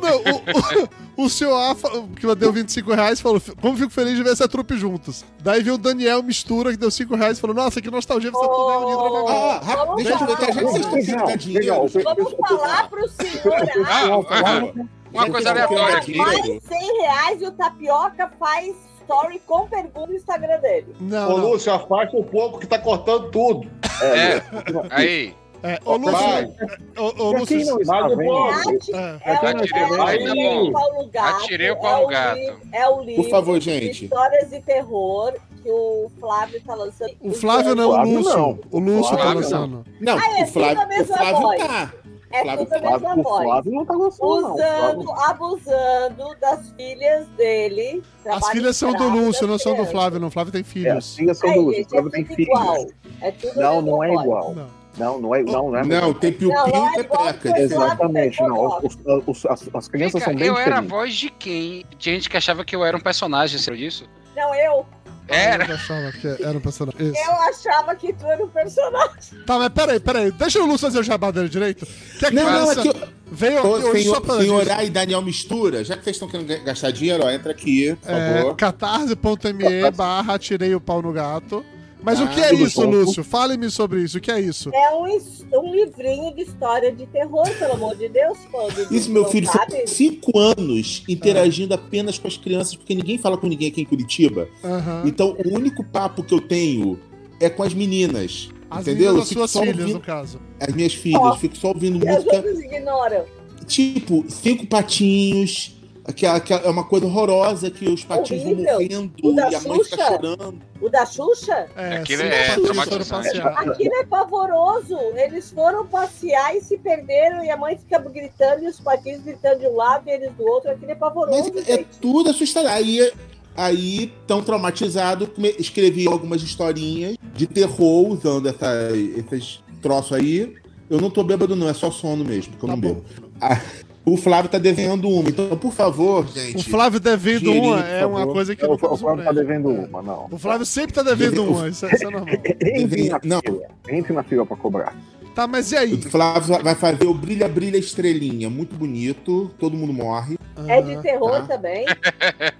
Speaker 1: Não, o, o, o senhor A, falou- que deu 25 reais, falou: Como fico feliz de ver essa trupe juntos. Daí veio o Daniel Mistura, que deu 5 reais, falou: Nossa, que nostalgia ver essa trupe unida novamente.
Speaker 7: Ah, rápido,
Speaker 5: vamos
Speaker 7: deixa eu aproveitar, já que vocês estão sem
Speaker 3: Legal,
Speaker 7: dar dinheiro.
Speaker 3: legal.
Speaker 7: já que
Speaker 5: Vamos
Speaker 7: vocês estão
Speaker 5: falar pro senhor A.
Speaker 2: Ah,
Speaker 7: falando-
Speaker 2: Uma
Speaker 7: Já
Speaker 2: coisa
Speaker 7: que vocês estão
Speaker 2: aleatória
Speaker 7: dando
Speaker 2: aqui.
Speaker 7: dinheiro,
Speaker 5: Mais 100 reais e o Tapioca faz story com pergunta no Instagram dele.
Speaker 1: Não,
Speaker 6: Ô,
Speaker 1: não.
Speaker 6: Lúcio, afasta o pouco que tá cortando tudo.
Speaker 2: É. Aí.
Speaker 1: É, ô,
Speaker 6: Vai.
Speaker 1: Lúcio. Ô, ô,
Speaker 3: Pra quem
Speaker 1: Lúcio.
Speaker 3: não está
Speaker 6: Mas o
Speaker 3: vendo,
Speaker 6: povo-
Speaker 5: Ate
Speaker 1: é,
Speaker 5: É o,
Speaker 6: Atirei
Speaker 5: é
Speaker 6: o pau no
Speaker 5: o,
Speaker 6: gato.
Speaker 5: Paulo Gato.
Speaker 2: Atirei o pau no
Speaker 5: é
Speaker 2: gato.
Speaker 5: livro- É o livro.
Speaker 7: Por favor,
Speaker 5: de
Speaker 7: gente.
Speaker 5: Histórias de terror que o Flávio tá lançando.
Speaker 1: O Flávio não, é o
Speaker 3: Flávio
Speaker 1: Lúcio.
Speaker 3: não.
Speaker 1: O Lúcio tá
Speaker 2: Flávio
Speaker 1: lançando.
Speaker 7: Não,
Speaker 5: Ah, é
Speaker 7: o Flávio,
Speaker 5: tudo a
Speaker 7: o
Speaker 5: mesma voz.
Speaker 7: Flávio tá.
Speaker 5: É
Speaker 7: Flávio-
Speaker 5: tudo a
Speaker 3: Flávio-
Speaker 5: mesma
Speaker 3: o
Speaker 5: voz.
Speaker 3: Flávio não tá gostando, não. O Flávio-
Speaker 5: Usando, abusando das filhas dele.
Speaker 1: As
Speaker 5: trabalho
Speaker 1: filhas são do
Speaker 5: escravo
Speaker 1: Lúcio,
Speaker 5: das
Speaker 7: é
Speaker 1: não são do
Speaker 5: crianças.
Speaker 1: Flávio, não. Flávio tem
Speaker 3: É, as
Speaker 1: filhos.
Speaker 3: filhas são
Speaker 5: Ai,
Speaker 3: do Lúcio, o
Speaker 5: gente,
Speaker 3: Flávio
Speaker 5: é
Speaker 3: tem
Speaker 5: tudo
Speaker 3: filhos.
Speaker 5: igual. É tudo a
Speaker 3: Não,
Speaker 5: mesma
Speaker 3: não é
Speaker 5: voz.
Speaker 3: igual.
Speaker 1: Não.
Speaker 3: Não, não é não, não é.
Speaker 7: Não, tem
Speaker 5: Não,
Speaker 7: piu-piu
Speaker 5: lá
Speaker 7: e
Speaker 5: é igual
Speaker 7: pepeca.
Speaker 5: que
Speaker 7: diferente.
Speaker 3: Exatamente,
Speaker 5: é
Speaker 3: não. Os- os- as, as crianças
Speaker 2: Fica,
Speaker 3: são bem
Speaker 2: eu era a
Speaker 3: diferentes.
Speaker 2: voz de quem? De gente que achava que eu era um personagem, você lembra disso?
Speaker 5: Não, eu,
Speaker 2: Era.
Speaker 1: Eu achava que era um personagem. Isso.
Speaker 5: eu achava que tu era um personagem.
Speaker 1: Tá, mas peraí, peraí. Deixa o Lúcio fazer o jabá dele direito. Que a
Speaker 7: Não, não,
Speaker 1: criança
Speaker 7: aqui.
Speaker 1: veio aqui
Speaker 7: Ô,
Speaker 1: hoje só
Speaker 7: senhor,
Speaker 1: pra
Speaker 7: senhor
Speaker 1: disso.
Speaker 7: A e Daniel Mistura, já que vocês estão querendo ga- gastar dinheiro, ó, entra aqui, por
Speaker 1: É,
Speaker 7: favor.
Speaker 1: catarse.me barra tirei o pau no gato. Mas o que
Speaker 7: Ah,
Speaker 1: é
Speaker 7: tudo
Speaker 1: isso,
Speaker 3: bom.
Speaker 1: Lúcio? Fale-me sobre isso. O que é isso?
Speaker 5: É um, his- um livrinho de história de terror, pelo amor de Deus, pô. Dudu,
Speaker 7: Isso, meu
Speaker 5: não
Speaker 3: é
Speaker 7: filho, são
Speaker 5: sabe?
Speaker 7: cinco anos interagindo apenas com as crianças, porque ninguém fala com ninguém aqui em Curitiba.
Speaker 1: Aham.
Speaker 7: Então, o único papo que eu tenho é com as meninas.
Speaker 1: As
Speaker 7: entendeu?
Speaker 1: meninas das
Speaker 7: Eu fico
Speaker 1: suas
Speaker 7: só
Speaker 1: filhas, no
Speaker 7: ouvindo-
Speaker 1: caso.
Speaker 7: As minhas filhas,
Speaker 5: Ó,
Speaker 7: fico só ouvindo
Speaker 5: E as
Speaker 7: música.
Speaker 5: outras ignoram.
Speaker 7: Tipo, cinco patinhos. Aquela, aquela, é uma coisa horrorosa que os patinhos vão
Speaker 5: Horrível. O
Speaker 7: morrendo
Speaker 5: da
Speaker 7: e a mãe fica
Speaker 5: Xuxa.
Speaker 7: chorando.
Speaker 5: O da Xuxa?
Speaker 1: É,
Speaker 2: Aquilo
Speaker 1: cinco
Speaker 2: é
Speaker 1: patinhos foram
Speaker 2: traumatizante.
Speaker 1: passear.
Speaker 5: Aquilo é pavoroso. Eles foram passear e se perderam, e a mãe fica gritando, e os patins gritando de um lado e eles do outro. Aquilo é pavoroso,
Speaker 7: Mas é
Speaker 5: gente.
Speaker 7: tudo assustador. Aí Aí, tão traumatizado, come- escrevi algumas historinhas de terror usando essa, esses troços aí. Eu não tô bêbado, não, é só sono mesmo, que eu não bebo. Ah, o Flávio tá desenhando uma, então, por favor, gente.
Speaker 1: O Flávio devendo
Speaker 7: Dinheirinho,
Speaker 1: uma
Speaker 7: por
Speaker 1: é uma
Speaker 3: favor.
Speaker 1: coisa que
Speaker 3: É,
Speaker 1: não
Speaker 3: o Flávio
Speaker 1: consumo,
Speaker 3: tá
Speaker 1: né?
Speaker 3: devendo uma, não.
Speaker 1: O Flávio sempre tá devendo uma, isso é, isso é normal.
Speaker 3: Entre na
Speaker 7: Não.
Speaker 3: fila. Entre na fila pra cobrar.
Speaker 1: Tá, mas e aí?
Speaker 7: O Flávio vai fazer o Brilha Brilha Estrelinha, muito bonito, todo mundo morre.
Speaker 5: É
Speaker 1: Ah,
Speaker 5: de terror
Speaker 7: tá.
Speaker 5: também.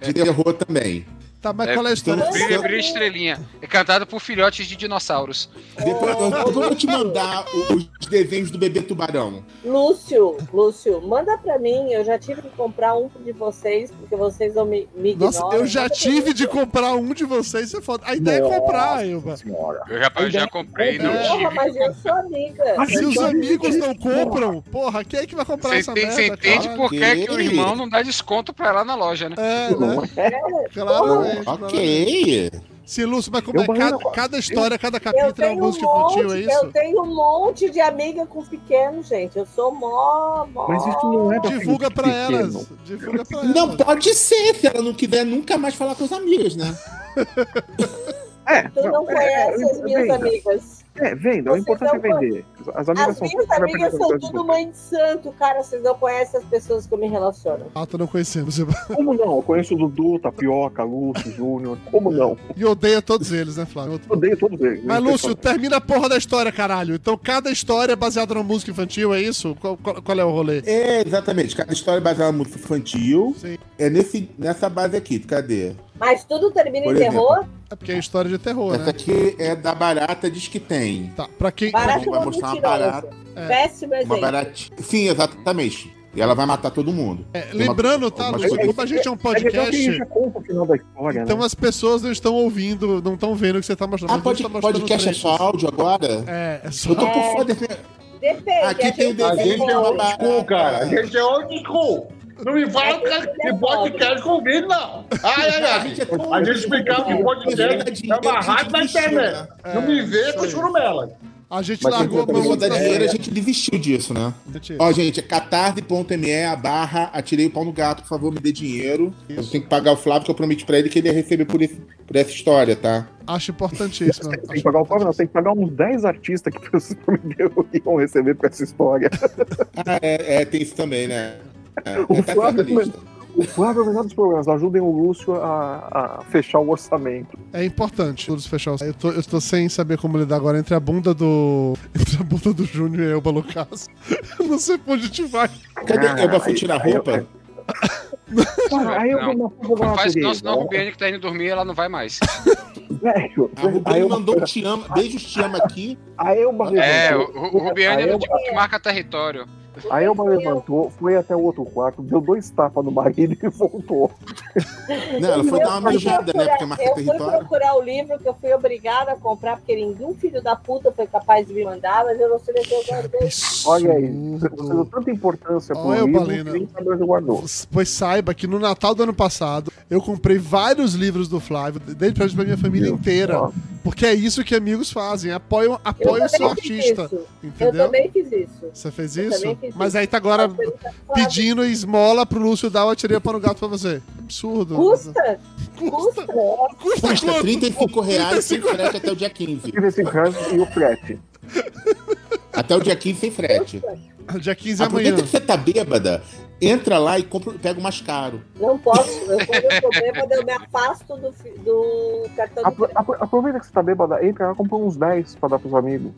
Speaker 7: De terror também.
Speaker 1: Tá, mas
Speaker 2: É,
Speaker 1: qual é a
Speaker 7: então,
Speaker 1: história?
Speaker 2: Brilha, brilha, estrelinha. É cantado por filhotes de dinossauros.
Speaker 7: Depois eu, eu vou te mandar o- os desenhos do bebê tubarão.
Speaker 5: Lúcio, Lúcio, manda pra mim. Eu já tive que comprar um de vocês, porque vocês não me, me
Speaker 1: Nossa,
Speaker 5: ignoram.
Speaker 1: eu já tive de comprar um de vocês, isso é foda. A ideia é
Speaker 3: Nossa
Speaker 1: comprar, Ilva.
Speaker 3: Senhora.
Speaker 2: Eu já, eu já comprei, não
Speaker 5: Porra,
Speaker 2: tive.
Speaker 5: mas eu sou amiga.
Speaker 3: Ah,
Speaker 1: Se
Speaker 3: eu
Speaker 1: os
Speaker 3: já-
Speaker 1: amigos não compram, porra, quem é que vai comprar
Speaker 2: Você
Speaker 1: essa
Speaker 2: entende,
Speaker 1: merda?
Speaker 2: você entende
Speaker 1: cara?
Speaker 2: por que, que o
Speaker 7: Ok.
Speaker 2: irmão não dá desconto pra ela na loja, né?
Speaker 1: É, né? Claramente. claramente.
Speaker 7: Ok.
Speaker 1: é, Se Lúcio, mas como
Speaker 3: Eu
Speaker 1: é
Speaker 3: barrei
Speaker 1: cada,
Speaker 3: na-
Speaker 1: cada história, cada
Speaker 5: Eu
Speaker 1: capítulo é um
Speaker 5: tenho, um
Speaker 1: músico infantil, é
Speaker 5: monte, eu
Speaker 1: isso?
Speaker 5: tenho um monte de amiga com pequeno, gente. Eu sou mó, mó.
Speaker 3: Mas isso não é pra
Speaker 1: Divulga
Speaker 3: gente
Speaker 1: pra
Speaker 3: pequeno.
Speaker 1: elas. Divulga pra elas.
Speaker 7: Não, pode ser, se ela não quiser nunca mais falar com os amigos, né?
Speaker 3: É,
Speaker 5: Tu não
Speaker 3: é,
Speaker 5: conhece
Speaker 3: é,
Speaker 5: as minhas
Speaker 3: venda.
Speaker 5: amigas.
Speaker 3: É, venda. O
Speaker 5: Vocês
Speaker 3: importante é
Speaker 5: não conhecem.
Speaker 3: vender. As amigas
Speaker 5: As
Speaker 3: são
Speaker 5: minhas amigas são tudo mãe de santo, cara. Vocês não conhecem as pessoas que eu me relaciono.
Speaker 1: Ah, tô não conhecendo.
Speaker 3: Como não? Eu conheço o Dudu, Tapioca, Lúcio, Júnior. Como não?
Speaker 1: E odeia todos eles, né, Flávio?
Speaker 3: Eu odeio todos eles.
Speaker 1: Mas, Lúcio, termina a porra da história, caralho. Então, cada história é baseada na música infantil, é isso? Qual, qual- qual é o rolê?
Speaker 7: É, exatamente. Cada história é baseada na música infantil.
Speaker 1: Sim.
Speaker 7: É nesse, nessa base aqui, cadê?
Speaker 5: Mas tudo termina
Speaker 7: Por
Speaker 5: em terror.
Speaker 1: É porque é história de terror,
Speaker 7: Essa
Speaker 1: né?
Speaker 7: aqui é da barata, diz que tem.
Speaker 1: Tá, pra quem...
Speaker 5: Barato
Speaker 7: Vai
Speaker 5: uma
Speaker 7: mostrar uma
Speaker 5: mentirosa.
Speaker 1: É.
Speaker 5: Péssimo
Speaker 7: Uma
Speaker 5: exemplo.
Speaker 7: baratinha. Sim, exatamente. E ela vai matar todo mundo.
Speaker 1: É, lembrando, tá,
Speaker 7: Algumas
Speaker 1: Lúcio,
Speaker 7: coisas.
Speaker 1: como a gente é um
Speaker 3: É legal que a gente
Speaker 1: podcast,
Speaker 3: já conta o final da história,
Speaker 1: então
Speaker 3: né?
Speaker 1: as pessoas não estão ouvindo, não estão vendo o que você tá mostrando.
Speaker 7: Ah,
Speaker 1: mas a gente
Speaker 7: pode,
Speaker 1: tá mostrando
Speaker 7: podcast é
Speaker 1: trechos.
Speaker 7: só áudio agora?
Speaker 1: É, é só...
Speaker 7: Eu tô por foda.
Speaker 5: Depende.
Speaker 7: Aqui
Speaker 5: a
Speaker 7: tem o
Speaker 5: gente
Speaker 6: A
Speaker 7: desenho
Speaker 6: gente é
Speaker 7: da
Speaker 6: old
Speaker 7: barata.
Speaker 6: school, cara. A gente é old school. Não me fala que que podcast convida, não. Ai, ai,
Speaker 7: A
Speaker 6: ai.
Speaker 7: gente é tão-
Speaker 6: A gente explicava que podcast é uma rádio da internet. Não me vê com churumela.
Speaker 1: A gente
Speaker 3: Mas
Speaker 1: largou a
Speaker 3: também
Speaker 1: mão
Speaker 3: vou
Speaker 7: Começou né? a
Speaker 1: da
Speaker 7: dar
Speaker 3: dar
Speaker 7: dinheiro, a
Speaker 1: é,
Speaker 7: gente desistiu disso, né?
Speaker 1: gente-
Speaker 7: Ó, gente, é catarse.me a barra atirei o pau no gato, por favor, me dê dinheiro. Eu tenho que pagar o Flávio, que eu prometi pra ele que ele ia receber por, esse- por essa história, tá?
Speaker 1: Acho importantíssimo.
Speaker 3: Tem que pagar o Flávio, não. Tem que pagar uns 10 artistas que vocês prometeram que iam receber por essa história.
Speaker 7: Ah, é, é, tem isso também, né? É,
Speaker 3: O
Speaker 7: é, tá certa
Speaker 3: Flávio
Speaker 7: a lista.
Speaker 3: O Flávio é o menor dos problemas. Ajudem o Lúcio a, a fechar o orçamento.
Speaker 1: É importante todos fechar o... Eu tô, eu tô sem saber como lidar agora entre a bunda do... Entre a bunda do Júnior e a Elba Lucas. Eu não sei pra onde a gente vai.
Speaker 7: Cadê?
Speaker 3: Ah,
Speaker 7: eu vou tirar a
Speaker 3: aí-
Speaker 7: roupa?
Speaker 3: aí- Cara, aí eu vou uma vou falar
Speaker 2: Não
Speaker 3: uma
Speaker 2: faz
Speaker 3: coisa,
Speaker 2: não, senão a
Speaker 3: né?
Speaker 2: Rubiane que tá indo dormir, ela não vai mais.
Speaker 3: Velho,
Speaker 1: Ah,
Speaker 7: A
Speaker 3: aí
Speaker 7: Rubinho
Speaker 3: eu-
Speaker 7: mandou um te ama, beijos te ama aqui.
Speaker 3: A Elba
Speaker 2: É, o,
Speaker 3: levantou.
Speaker 2: o Rubiane
Speaker 3: a
Speaker 2: é do
Speaker 3: Elba,
Speaker 2: tipo que marca território.
Speaker 3: a Elba levantou, foi até o outro quarto, deu dois tapas no marido e voltou.
Speaker 7: Não, ela foi
Speaker 5: Eu
Speaker 7: dar uma
Speaker 5: fui
Speaker 7: mijada, né? Porque
Speaker 5: procurar-
Speaker 7: marca
Speaker 5: Eu fui
Speaker 7: território.
Speaker 5: procurar o livro que eu fui obrigada a comprar, porque nenhum filho da puta foi capaz de me mandar, mas eu não sei se eu guardei.
Speaker 3: Olha aí, você
Speaker 1: Absurdo.
Speaker 3: deu tanta importância pro
Speaker 1: Olha o né?
Speaker 3: livro
Speaker 1: Balena.
Speaker 3: que nem sabe onde guardou.
Speaker 1: Pois saiba que no Natal do ano passado eu comprei vários livros do Flávio, dei de presente pra minha família
Speaker 3: Meu,
Speaker 1: inteira.
Speaker 3: ó.
Speaker 1: Porque é isso que amigos fazem, apoiam,
Speaker 5: Eu
Speaker 1: apoiam o seu
Speaker 5: também fiz
Speaker 1: artista.
Speaker 5: isso. Eu
Speaker 1: Entendeu?
Speaker 5: também fiz isso.
Speaker 1: Você fez
Speaker 5: eu
Speaker 1: isso?
Speaker 5: também fiz
Speaker 1: Mas
Speaker 5: isso.
Speaker 1: aí tá agora
Speaker 5: Mas foi isso que eu falava.
Speaker 1: pedindo esmola pro Lúcio dar o atirei para o gato pra você. Absurdo.
Speaker 5: Custa? Custa?
Speaker 1: Custa
Speaker 7: Custa
Speaker 1: quanto?
Speaker 7: 35 reais sem frete até o dia 15.
Speaker 3: Tive esse caso e o frete.
Speaker 7: Até o dia 15 sem frete.
Speaker 1: Dia 15 amanhã.
Speaker 7: Aproveita que você tá bêbada, entra lá e compra, pega o mais caro.
Speaker 5: Não posso. Eu, quando eu tô bêbada, eu me afasto do, fi- do cartão de
Speaker 3: Apro-
Speaker 5: crédito.
Speaker 3: apro- Aproveita que você tá bêbada, entra lá, compra uns 10 pra dar pros amigos.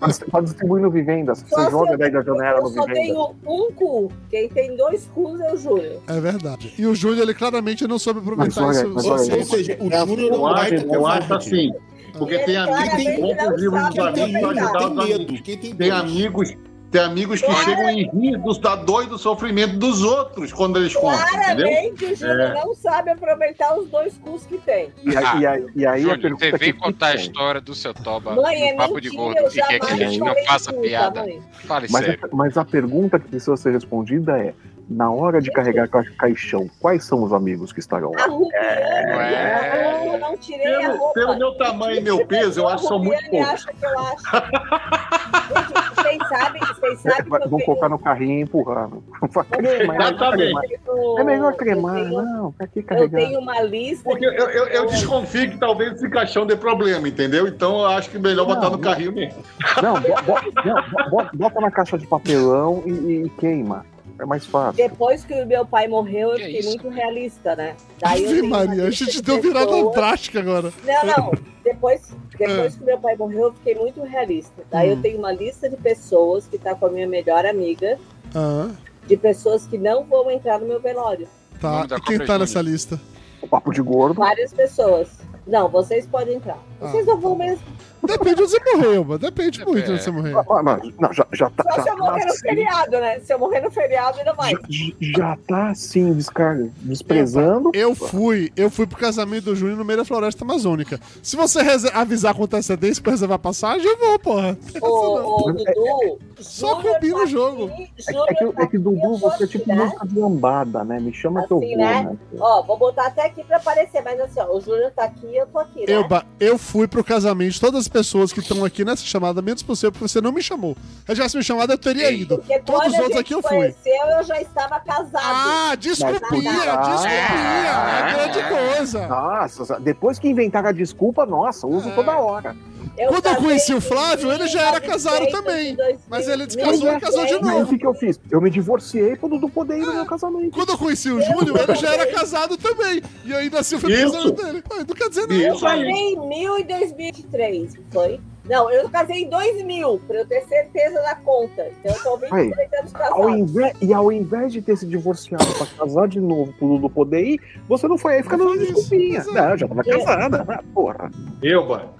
Speaker 3: Pra dis- pra distribuir no vivendas.
Speaker 5: Só
Speaker 3: Você
Speaker 5: se
Speaker 3: joga
Speaker 5: eu-
Speaker 3: 10 da janela
Speaker 5: Eu
Speaker 3: no
Speaker 5: só
Speaker 3: vivendas.
Speaker 5: tenho um cu. Quem tem dois cus é o Júlio.
Speaker 1: É verdade. E o Júnior, ele claramente não soube aproveitar
Speaker 3: Mas olha,
Speaker 1: isso.
Speaker 3: mas
Speaker 7: Ou,
Speaker 3: olha,
Speaker 7: ou seja, o Júnior não
Speaker 6: Eu
Speaker 7: vai
Speaker 6: acho,
Speaker 7: ter
Speaker 6: eu acho
Speaker 7: covarde.
Speaker 6: assim. Porque tem amigos que
Speaker 5: claramente
Speaker 6: compram os
Speaker 5: não
Speaker 6: livros dos
Speaker 5: sabe
Speaker 7: Quem
Speaker 6: amigos
Speaker 7: tem
Speaker 6: pra
Speaker 5: aproveitar.
Speaker 6: ajudar
Speaker 7: medo,
Speaker 6: os amigos.
Speaker 7: tem medo. Quem tem
Speaker 6: Tem
Speaker 7: medo.
Speaker 6: amigos, tem amigos que chegam em risos da dor e do sofrimento dos outros quando eles contam, entendeu?
Speaker 5: Claramente, o Júlio
Speaker 6: É.
Speaker 5: não sabe aproveitar os dois cus que tem.
Speaker 3: E, aí- e aí- e aí a
Speaker 2: Júlio,
Speaker 3: pergunta
Speaker 2: você vem
Speaker 3: que
Speaker 2: contar a
Speaker 3: fica,
Speaker 2: história do seu Toba
Speaker 5: Mãe, é
Speaker 2: no Papo de
Speaker 5: mentira, eu
Speaker 2: Gordo. Fique
Speaker 5: jamais
Speaker 2: quieto, é não
Speaker 5: falei
Speaker 2: faça
Speaker 5: isso,
Speaker 2: piada.
Speaker 5: tá, mãe.
Speaker 2: Fale
Speaker 3: é, mas,
Speaker 2: sério.
Speaker 3: a, mas a pergunta que precisa ser respondida é: na hora de carregar ca- caixão, quais são os amigos que estarão
Speaker 5: A
Speaker 3: lá?
Speaker 5: Rubiane,
Speaker 2: É.
Speaker 5: eu não tirei a
Speaker 6: Pelo,
Speaker 5: roupa.
Speaker 6: pelo meu tamanho e meu peso, eu acho que são muito
Speaker 5: Rubiane
Speaker 6: poucos.
Speaker 5: acha que eu acho. Gente, vocês sabem, vocês Vocês sabem que eu
Speaker 3: É,
Speaker 5: um.
Speaker 3: Vão colocar no carrinho e empurrando. É
Speaker 5: tenho- um
Speaker 3: melhor cremar, né?
Speaker 5: eu tenho- um.
Speaker 3: não. Pra que
Speaker 5: Eu
Speaker 3: carregar?
Speaker 5: tenho uma lista.
Speaker 6: Porque eu, eu, eu desconfio que talvez esse caixão dê problema, entendeu? Então eu acho que melhor botar no carrinho mesmo.
Speaker 5: um.
Speaker 3: Não, bo- bo- não, bo- bota na caixa de papelão e, e- e queima. É mais fácil.
Speaker 5: Depois que o meu pai morreu, eu
Speaker 2: Que
Speaker 5: fiquei
Speaker 2: isso?
Speaker 5: muito realista, né? eu
Speaker 1: Ave
Speaker 5: tenho uma
Speaker 1: Maria, a
Speaker 5: lista
Speaker 1: gente
Speaker 5: de
Speaker 1: deu virada
Speaker 5: pessoas-
Speaker 1: prática agora.
Speaker 5: Não, não. Depois, depois
Speaker 1: Ah.
Speaker 5: que meu pai morreu, eu fiquei muito realista. Daí
Speaker 3: Ah.
Speaker 5: eu tenho uma lista de pessoas que tá com a minha melhor amiga,
Speaker 1: Ah,
Speaker 5: de pessoas que não vão entrar no meu velório.
Speaker 1: tá.
Speaker 2: Vamos dar
Speaker 1: E quem tá
Speaker 2: compra,
Speaker 1: nessa lista?
Speaker 3: O papo de gordo.
Speaker 5: Várias pessoas. Não, vocês podem entrar.
Speaker 1: Ah.
Speaker 5: Vocês não vão mesmo.
Speaker 1: Depende de onde você morreu, mano. Depende muito de onde você morreu.
Speaker 3: Ah, mas- não, já, já tá.
Speaker 5: Só
Speaker 3: Já,
Speaker 5: se eu morrer no
Speaker 3: tá assim,
Speaker 5: feriado, né? Se eu morrer no feriado, ainda vai.
Speaker 3: já, já tá assim, descarga, desprezando.
Speaker 1: Eu fui, eu fui pro casamento do Júnior no meio da floresta amazônica. Se você rese- avisar é com antecedência pra reservar passagem, eu vou, porra.
Speaker 5: Ô, ô, Dudu.
Speaker 1: Só
Speaker 5: Júnior
Speaker 1: combina o
Speaker 5: tá
Speaker 1: jogo.
Speaker 5: aqui,
Speaker 3: É que,
Speaker 5: Júnior tá
Speaker 3: é que
Speaker 5: aqui, eu
Speaker 3: Dudu,
Speaker 5: vou
Speaker 3: você é tipo
Speaker 5: tirar.
Speaker 3: música de lambada, né? Me chama que eu
Speaker 5: Assim,
Speaker 3: vou,
Speaker 5: né?
Speaker 3: né?
Speaker 5: Ó, vou botar até aqui pra aparecer, mas assim, ó, o Júnior tá aqui eu tô aqui, né?
Speaker 1: Eu, ba- eu fui pro casamento de todas as pessoas que estão aqui nessa chamada, menos possível, porque você não me chamou. Se tivesse me chamado, eu teria
Speaker 2: Ei.
Speaker 1: ido.
Speaker 5: Porque
Speaker 1: Todos
Speaker 5: quando
Speaker 1: os
Speaker 5: a
Speaker 1: outros
Speaker 5: gente
Speaker 1: aqui eu fui.
Speaker 5: conheceu, eu já estava casado.
Speaker 1: Ah, desculpinha,
Speaker 3: Ah,
Speaker 1: desculpinha. É
Speaker 2: é.
Speaker 1: grande coisa.
Speaker 3: Nossa, depois que inventaram a desculpa, nossa, uso
Speaker 1: É.
Speaker 3: toda hora.
Speaker 1: Quando eu conheci o Flávio, ele já era casado também. Mas ele descasou e casou de
Speaker 3: Mas aí o
Speaker 1: novo.
Speaker 3: que, que eu fiz? Eu me divorciei pro Dudu poder ir no meu casamento.
Speaker 1: Quando eu conheci o Júnior, ele já era casado também. E ainda assim eu fui pro
Speaker 6: Isso.
Speaker 1: casamento dele. Ah, Não quer dizer nada.
Speaker 5: Eu
Speaker 6: Isso
Speaker 5: casei
Speaker 6: aí.
Speaker 5: em mil em 2023, foi? Não, eu casei em 2000, pra eu ter certeza da conta. Então eu tô
Speaker 3: Aí.
Speaker 5: 23 anos
Speaker 3: Ao
Speaker 5: casado.
Speaker 3: invés, e ao invés de ter se divorciado pra casar de novo pro Dudu poder ir, você não foi aí ficar dando
Speaker 1: Isso,
Speaker 3: desculpinha.
Speaker 1: exato.
Speaker 3: Não, eu já
Speaker 5: É.
Speaker 3: tava casada. Ah, Porra.
Speaker 6: Euba,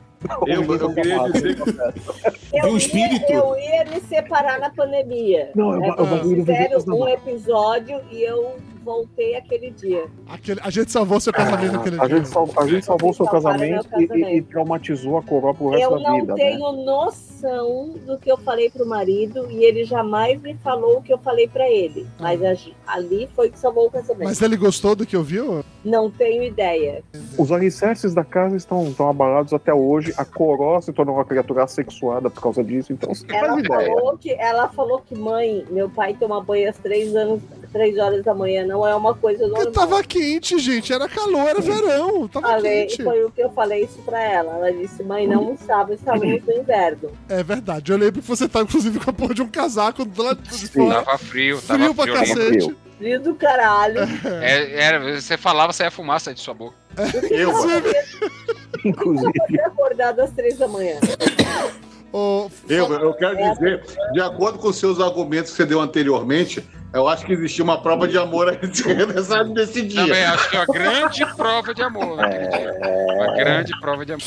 Speaker 6: Euba, eu queria dizer que
Speaker 5: Eu,
Speaker 7: Viu o
Speaker 5: ia,
Speaker 7: espírito?
Speaker 5: eu ia me separar na pandemia.
Speaker 3: Não, eu,
Speaker 5: né?
Speaker 3: eu vou ir viver
Speaker 5: Fizeram
Speaker 3: com
Speaker 5: um
Speaker 3: a
Speaker 5: episódio e eu voltei aquele dia.
Speaker 1: Aquele- a gente salvou seu casamento naquele
Speaker 3: Ah, a
Speaker 1: dia.
Speaker 3: gente, sal- a gente salvou o seu
Speaker 5: Salvaram meu
Speaker 3: casamento, e- E, e
Speaker 5: casamento.
Speaker 3: traumatizou a coroa pro resto
Speaker 5: Eu
Speaker 3: da
Speaker 5: não
Speaker 3: vida. né?
Speaker 5: tenho noção do que eu falei pro marido e ele jamais me falou o que eu falei pra ele. Mas a- ali foi que salvou o casamento.
Speaker 1: Ah. Mas é- ele gostou do que ouviu?
Speaker 5: Não tenho ideia.
Speaker 3: Os alicerces da casa estão, estão abalados até hoje. A Coró se tornou uma criatura assexuada por causa disso, então você
Speaker 5: Ela
Speaker 3: faz ideia.
Speaker 5: falou que ela falou que mãe, meu pai toma banho às três anos, três horas da manhã não é uma coisa
Speaker 1: Porque
Speaker 5: normal.
Speaker 1: tava quente, gente. Era calor, era verão. Tava
Speaker 5: Falei,
Speaker 1: quente.
Speaker 5: foi o que eu falei isso pra ela. Ela disse, mãe, não sabe, estamos no inverno.
Speaker 1: É verdade. Eu lembro que você tá, inclusive, com a porra de um casaco do lado de fora.
Speaker 2: Tava frio, tava
Speaker 1: Frio
Speaker 2: frio.
Speaker 1: pra
Speaker 2: lembro.
Speaker 1: cacete.
Speaker 5: Frio do caralho.
Speaker 2: É, era, você falava, saía fumaça de sua boca.
Speaker 6: Euba,
Speaker 3: Inclusive,
Speaker 5: Eu fui acordada às três da manhã.
Speaker 1: Ô,
Speaker 6: Euba, eu quero dizer, de acordo com os seus argumentos que você deu anteriormente, eu acho que existiu uma prova de amor aí nessa- nesse
Speaker 2: Também
Speaker 6: dia.
Speaker 2: acho que é uma grande prova de amor naquele dia.
Speaker 3: É,
Speaker 2: Uma grande prova de amor.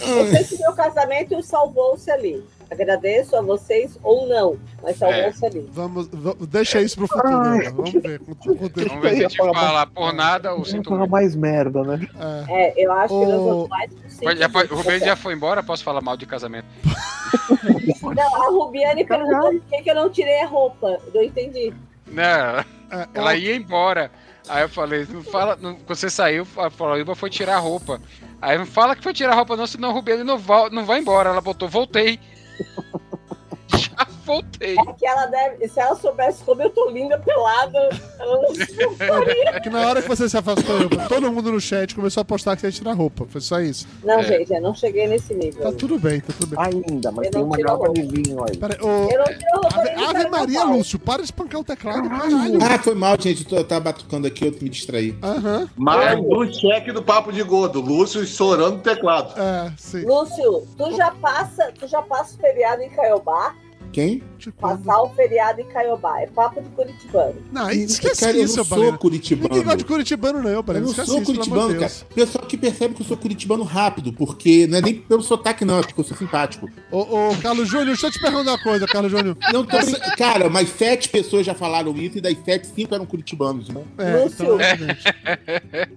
Speaker 5: Eu sei que meu casamento salvou-se ali. Agradeço a vocês ou não, mas salvou-se
Speaker 2: É.
Speaker 5: ali.
Speaker 1: Vamos, va- deixa isso pro futuro.
Speaker 3: Ai.
Speaker 1: né? Vamos ver. com- com o conteúdo.
Speaker 2: Vamos ver se a gente
Speaker 3: Eu ia falar
Speaker 2: fala por nada ou
Speaker 3: você
Speaker 2: sinto
Speaker 3: falar
Speaker 2: muito.
Speaker 3: mais merda, né?
Speaker 1: É.
Speaker 5: É, eu acho que nós
Speaker 1: Ô,
Speaker 5: vamos mais
Speaker 2: Pode- já pode- O Rubens
Speaker 5: possível.
Speaker 2: já foi embora, posso falar mal de casamento.
Speaker 5: Não, a Rubiane perguntou por que, que eu não tirei a roupa. Eu não entendi.
Speaker 2: Não,
Speaker 1: É,
Speaker 2: Né? ela ia embora. Aí eu falei, não fala. não- quando você saiu, a Floriba foi tirar a roupa. Aí não fala que foi tirar a roupa, não, senão o Rubens não, vol- não vai embora. Ela botou, voltei. Já voltei.
Speaker 5: É que ela deve. Se ela soubesse como eu tô linda, pelada, ela não faria.
Speaker 1: É que na hora que você se afastou, eu- todo mundo no chat começou a postar que você ia tirar roupa. Foi só isso.
Speaker 5: Não,
Speaker 2: É.
Speaker 5: gente, eu não cheguei nesse nível.
Speaker 1: Tá tudo bem, tá tudo bem.
Speaker 3: Ainda, mas
Speaker 5: Eu
Speaker 3: tem
Speaker 5: não
Speaker 3: uma
Speaker 5: tiro
Speaker 3: garrafa
Speaker 5: roupa.
Speaker 3: de vinho aí.
Speaker 1: Peraí, ô,
Speaker 5: Eu não tirei a roupa.
Speaker 1: Ave,
Speaker 5: nem do
Speaker 1: Ave Maria,
Speaker 5: carnaval.
Speaker 1: Lúcio, para de espancar o teclado, caralho.
Speaker 7: Ah, foi mal, gente. Eu tô- eu tava batucando aqui, eu me distraí.
Speaker 1: Aham,
Speaker 6: Mais um cheque do papo de gordo. Lúcio estourando o teclado.
Speaker 1: é, sim.
Speaker 5: Lúcio, tu já passa, tu já passa o feriado em Caiobá?
Speaker 7: Quem?
Speaker 1: Tipo,
Speaker 5: Passar o feriado em Caiobá. É papo de curitibano.
Speaker 1: Não,
Speaker 7: Ih,
Speaker 1: esquece
Speaker 7: cara,
Speaker 1: isso,
Speaker 7: eu não sou
Speaker 1: Balena.
Speaker 7: curitibano.
Speaker 1: Ninguém gosta um de curitibano, não,
Speaker 7: Eu
Speaker 1: Balena.
Speaker 7: não
Speaker 1: Esquece
Speaker 7: sou
Speaker 1: isso, pelo amor
Speaker 7: curitibano,
Speaker 1: de
Speaker 7: cara.
Speaker 1: Deus.
Speaker 7: Pessoal que percebe que eu sou curitibano rápido, porque não é nem pelo sotaque, não, é porque eu sou simpático.
Speaker 1: Ô, ô, Carlos Júnior, deixa eu te perguntar uma coisa, Carlos Júnior.
Speaker 7: Não tô brin- Cara, mas sete pessoas já falaram isso, e das sete, cinco eram curitibanos, né?
Speaker 1: É,
Speaker 5: Lúcio.
Speaker 1: então, realmente.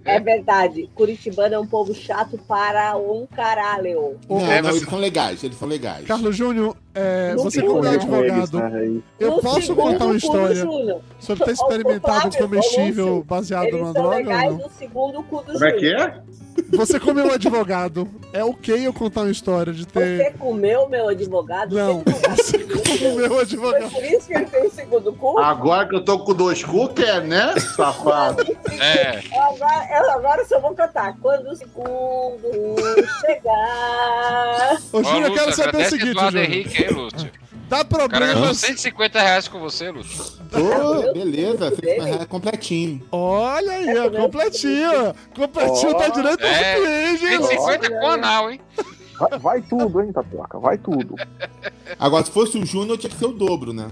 Speaker 5: É verdade. Curitibano é um povo chato para um caralho.
Speaker 1: Ô,
Speaker 7: não,
Speaker 1: ô,
Speaker 6: é,
Speaker 2: É,
Speaker 7: não, eles são legais, eles são legais.
Speaker 1: Carlos Júnior, é,
Speaker 3: Não
Speaker 1: você
Speaker 3: tem
Speaker 1: não é
Speaker 3: Eles,
Speaker 1: advogado.
Speaker 3: né, aí.
Speaker 1: Eu
Speaker 5: No
Speaker 1: posso
Speaker 5: segundo
Speaker 1: contar uma
Speaker 5: Cubo
Speaker 1: história
Speaker 5: Júnior.
Speaker 1: sobre ter experimentado um
Speaker 5: Flávio, ô,
Speaker 1: comestível
Speaker 5: Lúcio, tá
Speaker 1: baseado
Speaker 5: Eles
Speaker 1: numa
Speaker 5: são
Speaker 1: droga? ou
Speaker 5: legais
Speaker 1: não?
Speaker 5: no segundo cu do
Speaker 6: Como é que
Speaker 5: Júnior.
Speaker 6: é?
Speaker 1: Você
Speaker 5: tá
Speaker 1: comeu um advogado. É ok eu contar uma história de ter.
Speaker 5: Você comeu meu advogado?
Speaker 1: Não,
Speaker 5: Você
Speaker 1: você comeu um
Speaker 5: Foi
Speaker 1: advogado.
Speaker 5: por isso que ele tem o segundo cu?
Speaker 6: Agora que eu tô com dois cu, quer, né, safado?
Speaker 2: É,
Speaker 5: Eu Agora, eu agora só vou cantar. Quando o segundo chegar.
Speaker 1: Ô,
Speaker 2: Ó,
Speaker 1: Júlio, eu quero saber
Speaker 2: Lúcio,
Speaker 1: o
Speaker 2: agradece
Speaker 1: seguinte,
Speaker 2: Eduardo
Speaker 1: Júlio.
Speaker 2: Henrique, hein, Lúcio?
Speaker 1: Dá
Speaker 2: O cara ganhou
Speaker 1: problemas.
Speaker 2: 150 reais com você, Lúcio.
Speaker 7: Ô, beleza,
Speaker 5: Tudo
Speaker 7: você
Speaker 5: bem?
Speaker 7: é completinho.
Speaker 1: Olha aí, ó,
Speaker 5: Tá vendo?
Speaker 1: completinho. Completinho tá direito ao
Speaker 2: É.
Speaker 1: cliente, hein?
Speaker 2: 150 com anal, hein?
Speaker 3: Vai, vai tudo, hein, Tapioca? Vai tudo.
Speaker 7: Agora, se fosse o Júnior, tinha que ser o dobro, né?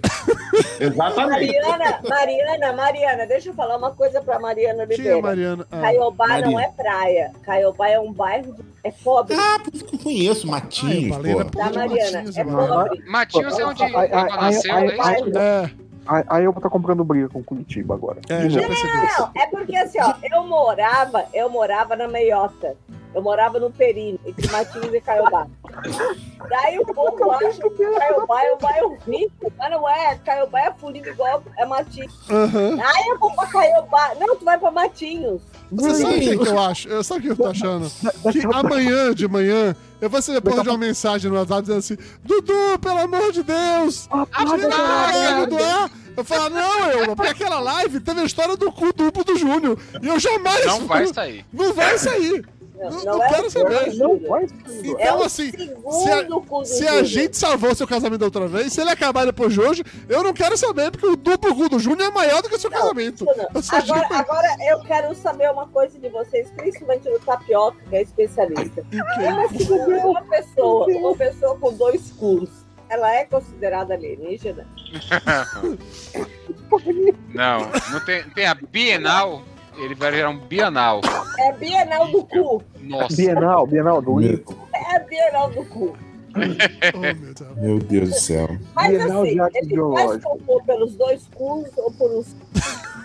Speaker 6: Exatamente.
Speaker 5: Mariana, Mariana, Mariana, deixa eu falar uma coisa pra Mariana
Speaker 1: Quem é a
Speaker 5: Oliveira.
Speaker 1: Mariana? Ah,
Speaker 5: Caiobá não
Speaker 7: Maria.
Speaker 5: é praia. Caiobá é um bairro, de- é pobre.
Speaker 7: Ah, por isso que eu
Speaker 1: Ah,
Speaker 7: conheço
Speaker 1: eu
Speaker 7: Matinhos,
Speaker 1: falei, né?
Speaker 7: pô.
Speaker 5: Da
Speaker 1: de
Speaker 5: Mariana,
Speaker 1: Matinhos,
Speaker 5: é
Speaker 1: Mariana.
Speaker 5: pobre.
Speaker 2: Matinhos é onde
Speaker 3: Ai, ai,
Speaker 2: ela
Speaker 3: ai,
Speaker 2: nasceu,
Speaker 3: ai,
Speaker 2: né?
Speaker 3: ai,
Speaker 2: isso?
Speaker 1: é,
Speaker 3: Aí, aí eu vou estar comprando briga com Curitiba agora.
Speaker 1: é,
Speaker 3: De
Speaker 1: já
Speaker 3: novo.
Speaker 1: percebi isso.
Speaker 5: Não, é porque assim, ó, eu morava, eu morava na Meiota. Eu morava no Perino, entre Matinhos e Caiobá. Daí o povo acha que Caiobá é um bairro rico, mas não é. Caiobá é fulido igual é Matinhos.
Speaker 1: Aham.
Speaker 5: Ah, eu vou pra Caiobá. Não, tu vai pra Matinhos.
Speaker 1: Você sabe o que, que eu acho? Eu sabe o que eu tô achando? Que amanhã de manhã eu vou receber porra de uma mensagem no WhatsApp dizendo assim: Dudu, pelo amor de Deus!
Speaker 5: Ah,
Speaker 1: Tira a live do ar! Eu falo, não, eu, porque aquela live teve a história do cu duplo do Júnior. E eu jamais.
Speaker 2: Não vai É. sair.
Speaker 1: Não vai sair!
Speaker 5: Não,
Speaker 1: Não-
Speaker 5: não,
Speaker 1: não
Speaker 5: é
Speaker 1: quero
Speaker 5: o
Speaker 1: saber.
Speaker 5: Cusco do
Speaker 3: Não
Speaker 5: Júlio.
Speaker 3: vai tudo.
Speaker 5: É
Speaker 1: Então,
Speaker 5: o
Speaker 1: assim, se a-
Speaker 5: segundo cu do
Speaker 1: Se a
Speaker 5: Júlio.
Speaker 1: gente salvou seu casamento da outra vez, se ele acabar depois de hoje, eu não quero saber, porque o duplo cu do Júnior é maior do que o seu
Speaker 5: Não,
Speaker 1: casamento.
Speaker 5: Júnior,
Speaker 1: Eu só
Speaker 5: Agora,
Speaker 1: digo
Speaker 5: agora eu quero saber uma coisa de vocês, principalmente do Tapioca, que é especialista. Como é que uma pessoa, uma pessoa com dois cus, ela é considerada alienígena?
Speaker 2: Não, não tem, tem a Bienal, ele vai virar um Bienal.
Speaker 5: É Bienal do cu.
Speaker 2: Nossa,
Speaker 3: Bienal, Bienal do
Speaker 7: Meu,
Speaker 3: Livro.
Speaker 5: É a Bienal do cu.
Speaker 1: Oh, meu Deus.
Speaker 7: meu Deus do céu.
Speaker 5: Mas
Speaker 3: Bienal de
Speaker 5: assim,
Speaker 3: arte
Speaker 5: ele faz
Speaker 3: biológica.
Speaker 5: cocô pelos dois cus ou por um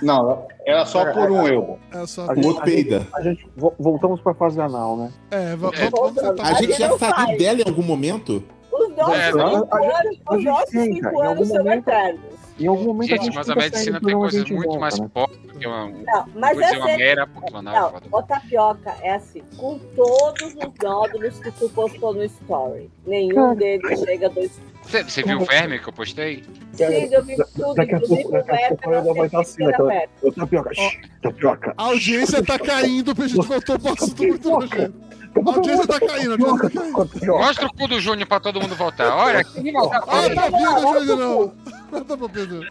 Speaker 6: Não, era só por um eu.
Speaker 1: É só.
Speaker 3: A
Speaker 7: O
Speaker 3: gente-
Speaker 7: outro peida.
Speaker 3: A gente vo- voltamos pra fase anal, né?
Speaker 1: É, va-
Speaker 2: É.
Speaker 1: vamos tentar.
Speaker 7: A gente
Speaker 5: não
Speaker 7: ia sair
Speaker 5: faz.
Speaker 7: dela em algum momento?
Speaker 5: Os nossos
Speaker 2: É,
Speaker 5: cinco
Speaker 2: não.
Speaker 5: anos,
Speaker 3: a
Speaker 5: os
Speaker 3: gente
Speaker 5: nossos
Speaker 3: tenta, em
Speaker 5: cinco
Speaker 3: algum
Speaker 5: anos são
Speaker 3: momento-
Speaker 5: eternos.
Speaker 3: Em algum momento a
Speaker 2: gente,
Speaker 3: gente
Speaker 2: mas a
Speaker 3: fica saindo
Speaker 2: medicina
Speaker 3: por
Speaker 2: tem
Speaker 3: onde a
Speaker 2: coisas
Speaker 3: é gente
Speaker 2: muito
Speaker 3: volta,
Speaker 2: mais
Speaker 3: né?
Speaker 2: pobres do que uma, não
Speaker 5: Não, mas é
Speaker 2: vou dizer uma
Speaker 5: essa
Speaker 2: mera né, apocalipse.
Speaker 5: Não, ô tapioca, é assim, com todos os nódulos que tu postou no story, nenhum deles chega a dois
Speaker 2: Você, você viu o verme que eu postei?
Speaker 5: Sim, eu vi tudo,
Speaker 3: daqui a
Speaker 5: inclusive
Speaker 3: pouco- daqui a
Speaker 5: o tá
Speaker 3: pouco ela vai estar assim,
Speaker 5: hétero,
Speaker 3: naquela-
Speaker 5: hétero.
Speaker 3: Ô, Tapioca, shh, Tapioca.
Speaker 1: A audiência tá caindo, porque a gente voltou pro assunto muito nojento. A audiência tá caindo, a audiência tá caindo.
Speaker 2: Mostra o cu do Júnior pra todo mundo voltar. Olha, que rival da
Speaker 1: Ah,
Speaker 2: porra.
Speaker 1: tá ouvindo, Júnior, não. Não tá ouvindo.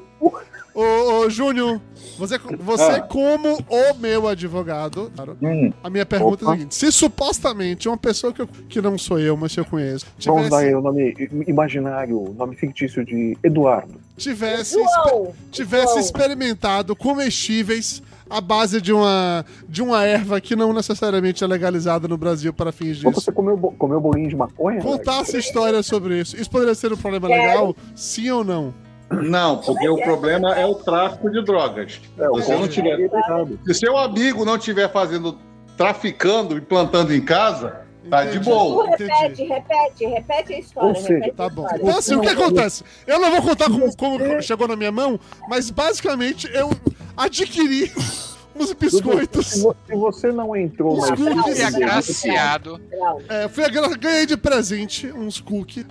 Speaker 1: Ô, ô, Júnior, você, você
Speaker 6: Ah.
Speaker 1: como o meu advogado, claro,
Speaker 6: Hum.
Speaker 1: a minha pergunta é a
Speaker 3: Opa.
Speaker 1: seguinte, se supostamente uma pessoa que, eu- que não sou eu, mas que eu conheço,
Speaker 3: Vamos dar
Speaker 1: tivesse,
Speaker 3: aí o nome i- imaginário, nome fictício de Eduardo.
Speaker 1: tivesse,
Speaker 5: João,
Speaker 1: tivesse
Speaker 5: João.
Speaker 1: experimentado comestíveis à base de uma, de uma erva que não necessariamente é legalizada no Brasil para fins
Speaker 3: Ou
Speaker 1: disso,
Speaker 3: você comeu, bo- comeu bolinho de maconha?
Speaker 1: contar essa história sobre isso, isso poderia ser um problema
Speaker 5: Quero.
Speaker 1: legal? Sim ou não?
Speaker 6: Não, porque o problema é o tráfico de drogas.
Speaker 3: É,
Speaker 6: Se você não tiver
Speaker 3: errado.
Speaker 6: Se seu amigo não estiver fazendo, traficando e plantando em casa, Tá de
Speaker 1: Entendi.
Speaker 5: Tu
Speaker 6: boa.
Speaker 5: repete, repete, repete a história.
Speaker 3: Ou seja,
Speaker 5: repete a
Speaker 1: Tá bom.
Speaker 5: história.
Speaker 1: Então, assim, o que acontece? Eu não vou contar como, como chegou na minha mão, mas basicamente eu adquiri uns
Speaker 3: Se,
Speaker 1: biscoitos.
Speaker 3: vo- se você não entrou na
Speaker 1: Biscoitos.
Speaker 3: história
Speaker 2: E
Speaker 1: Isso.
Speaker 3: tá
Speaker 2: agraciado.
Speaker 5: Não,
Speaker 1: É, fui agra- ganhei de presente uns cookies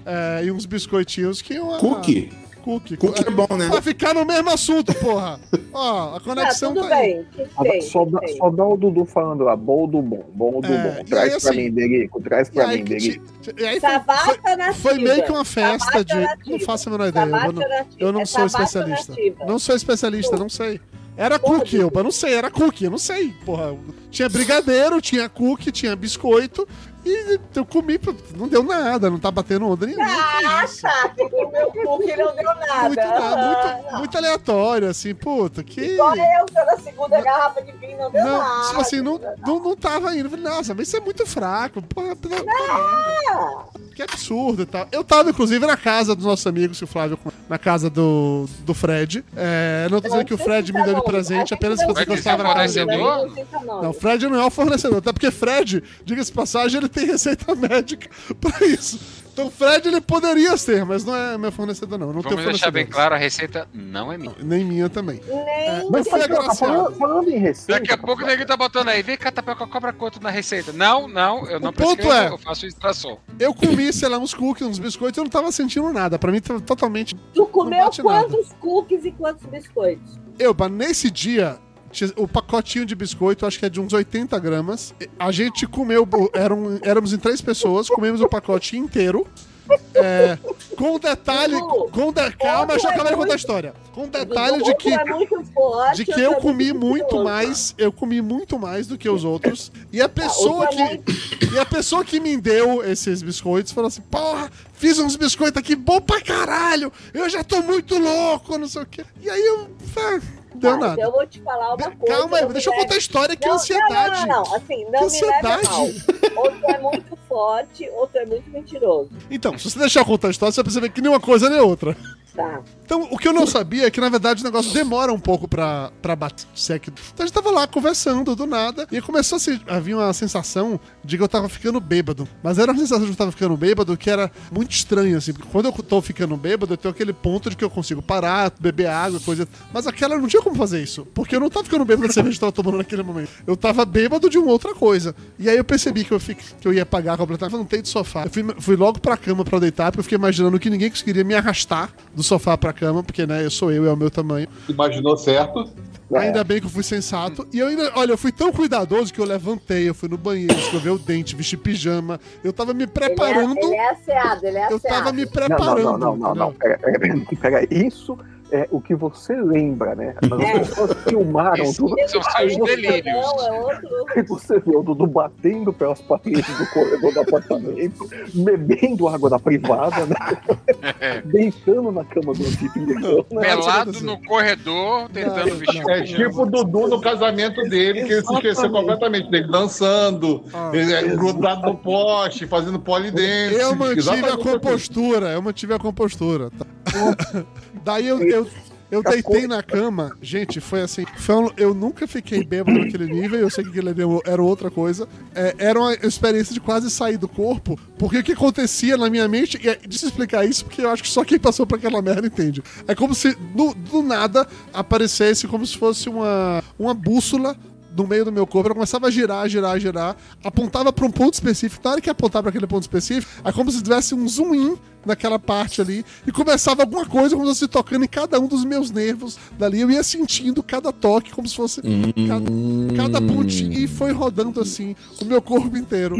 Speaker 1: e uns biscoitinhos que eu. ah,
Speaker 7: Cookie?
Speaker 1: Cookie.
Speaker 7: Cookie é bom, né?
Speaker 1: Pra ficar no mesmo assunto, porra. Ó, a
Speaker 5: Tá,
Speaker 1: conexão
Speaker 5: tudo
Speaker 1: tá aí.
Speaker 5: bem. tudo
Speaker 3: Agora,
Speaker 5: bem,
Speaker 3: Ah, só,
Speaker 5: tudo
Speaker 3: dá,
Speaker 5: bem.
Speaker 3: só dá o Dudu falando lá, bom do bom, bom do
Speaker 1: É,
Speaker 3: bom.
Speaker 1: e
Speaker 3: Traz
Speaker 1: aí,
Speaker 3: pra
Speaker 1: assim,
Speaker 3: mim, Derico, traz
Speaker 1: E
Speaker 3: pra
Speaker 1: aí,
Speaker 3: mim,
Speaker 1: que ti-
Speaker 3: Derico.
Speaker 1: e aí
Speaker 5: Tá
Speaker 1: foi, foi-
Speaker 5: Sabata nativa.
Speaker 1: foi meio que uma festa de.
Speaker 5: nativa.
Speaker 1: Não faço a menor ideia.
Speaker 5: Sabata
Speaker 1: Eu não,
Speaker 5: nativa.
Speaker 1: eu não
Speaker 5: É
Speaker 1: sou
Speaker 5: sabata
Speaker 1: especialista.
Speaker 5: nativa.
Speaker 1: Não sou especialista, não sei. Era
Speaker 5: Porra,
Speaker 1: cookie, eu eu não sei, era cookie, eu não sei, porra. Tinha brigadeiro, tinha cookie, tinha biscoito, e eu comi, pô, não deu nada, não tá batendo onda nenhuma. que
Speaker 5: Ah,
Speaker 1: isso.
Speaker 5: tá. Tu comeu cookie e não deu nada.
Speaker 1: Muito, na-
Speaker 5: Ah,
Speaker 1: muito, muito aleatório, assim, puta, que...
Speaker 5: Só eu usando é a segunda garrafa de vinho não deu
Speaker 1: Não,
Speaker 5: nada.
Speaker 1: tipo assim, não, não, não tava indo. Eu falei, Nossa, mas isso é muito fraco. Porra, pela-
Speaker 5: Ah,
Speaker 1: que absurdo e tal. Eu tava, inclusive, na casa dos nossos amigos, que o Flávio, na casa do, do Fred. É, não tô dizendo que o
Speaker 5: tá
Speaker 1: Fred me deu de
Speaker 5: É
Speaker 1: presente, apenas que você
Speaker 2: Fred
Speaker 1: gostava da
Speaker 2: Samuel
Speaker 1: casa
Speaker 5: né?
Speaker 1: dele.
Speaker 2: Vencedor?
Speaker 1: Não, o Fred não é o fornecedor. Até porque Fred, diga-se de passagem, ele tem receita médica pra isso. Então o Fred ele poderia ser, mas não é meu fornecedor, não. Eu Não
Speaker 2: Vamos
Speaker 1: tenho
Speaker 2: deixar
Speaker 1: fornecedor.
Speaker 2: bem claro, a receita não é minha.
Speaker 1: Nem minha também.
Speaker 5: Nem
Speaker 1: é, Mas foi agraciado.
Speaker 3: tá falando, falando em receita.
Speaker 2: Daqui a pouco o neguinho tá botando aí, vem cá, Tapioca, cobra quanto na receita? Não, não, eu não
Speaker 1: O ponto é-
Speaker 2: eu faço extração.
Speaker 1: Eu comi, sei lá, uns cookies, uns biscoitos, eu não tava sentindo nada. Pra mim, tava totalmente.
Speaker 5: tu
Speaker 1: Não
Speaker 5: comeu
Speaker 1: bate nada.
Speaker 5: quantos cookies e quantos biscoitos?
Speaker 1: Eu, mas nesse dia, tinha- o pacotinho de biscoito, acho que é de uns 80 gramas. A gente comeu, bo- eram, éramos em três pessoas, comemos o pacote inteiro. É, com detalhe.
Speaker 5: Edu,
Speaker 1: Com de, calma, já acabei de contar a história. Com detalhe de
Speaker 5: O
Speaker 1: que
Speaker 5: é muito forte,
Speaker 1: de que
Speaker 5: outro
Speaker 1: eu
Speaker 5: é
Speaker 1: comi muito
Speaker 5: mentiroso.
Speaker 1: mais, eu comi muito mais do que os outros. E a pessoa
Speaker 5: outro é
Speaker 1: que e a pessoa que me deu esses biscoitos falou assim: "Porra, fiz uns biscoitos aqui bom pra caralho. Eu já tô muito louco, não sei o quê". E aí eu ah, deu
Speaker 5: Mas
Speaker 1: nada.
Speaker 5: eu vou te falar uma coisa.
Speaker 1: Calma aí,
Speaker 5: não
Speaker 1: deixa eu
Speaker 5: me leve-
Speaker 1: contar a história que é
Speaker 5: não,
Speaker 1: ansiedade.
Speaker 5: Não, não, não, assim, não
Speaker 1: Que
Speaker 5: me leva a mal.
Speaker 1: ansiedade.
Speaker 5: Ou tu é muito forte, ou tu é muito mentiroso,
Speaker 1: Então, se você deixar eu contar a história, você vai perceber que nenhuma coisa nem outra.
Speaker 5: tá?
Speaker 1: Então, o que eu não sabia é que, na verdade, o negócio demora um pouco pra, pra bater. Se é que... Então, a gente tava lá conversando do nada e começou a, se, a vir uma sensação de que eu tava ficando bêbado. Mas era uma sensação de que eu tava ficando bêbado que era muito estranho, assim. Porque quando eu tô ficando bêbado, eu tenho aquele ponto de que eu consigo parar, beber água, coisa. Mas aquela não tinha como fazer isso. Porque eu não tava ficando bêbado da cerveja que eu tava tomando naquele momento. Eu tava bêbado de uma outra coisa. E aí eu percebi que eu, fi- que eu ia pagar completamente. Eu não tenho de sofá. Eu fui, fui logo pra cama pra deitar, porque eu fiquei imaginando que ninguém conseguiria me arrastar do sofá pra cama, porque, né, eu sou eu, é o meu tamanho.
Speaker 6: Imaginou certo.
Speaker 3: É.
Speaker 1: Ainda bem que eu fui sensato. E eu ainda, olha, eu fui tão cuidadoso que eu levantei, eu fui no banheiro, escovei o dente, vesti pijama. Eu tava me
Speaker 5: Ele é,
Speaker 1: preparando.
Speaker 5: ele é asseado, ele é
Speaker 1: Eu tava
Speaker 5: asseado.
Speaker 1: me
Speaker 3: Não, não,
Speaker 1: preparando.
Speaker 3: não, não, não, não.
Speaker 1: entendeu?
Speaker 3: Pera, pera, pera, pera. Isso é o que você lembra, né?
Speaker 5: É.
Speaker 3: As pessoas filmaram
Speaker 2: Isso.
Speaker 3: tudo.
Speaker 2: São seus
Speaker 5: Não,
Speaker 2: delírios.
Speaker 5: Não, é outro.
Speaker 3: E você vê o Dudu batendo pelas paredes do corredor do apartamento, bebendo água da privada, né? Deitando na cama do anfitrião. né?
Speaker 2: Pelado
Speaker 1: isso
Speaker 2: no corredor, tentando
Speaker 1: Não,
Speaker 2: vestir
Speaker 1: não.
Speaker 2: o
Speaker 6: É tipo o Dudu no casamento dele, que ele se esqueceu
Speaker 3: Exatamente.
Speaker 6: completamente dele, dançando,
Speaker 1: Ah.
Speaker 6: ele é grudado no poste, fazendo polidense.
Speaker 1: Eu mantive a
Speaker 6: Exatamente.
Speaker 1: compostura, eu mantive a compostura. tá? Daí eu, eu, eu deitei na cama, gente, foi assim. foi um- eu nunca fiquei bêbado naquele nível, eu sei que aquele nível era outra coisa. É, era uma experiência de quase sair do corpo, porque o que acontecia na minha mente, e é- deixa eu explicar isso, porque eu acho que só quem passou por aquela merda entende. É como se do, do nada aparecesse como se fosse uma, uma bússola no meio do meu corpo, ela começava a girar, girar, girar, apontava pra um ponto específico. Na hora que apontava pra aquele ponto específico, é como se tivesse um zoom in naquela parte ali e começava alguma coisa como se fosse tocando em cada um dos meus nervos dali. Eu ia sentindo cada toque como se fosse cada, cada pontinho e foi rodando assim o meu corpo inteiro.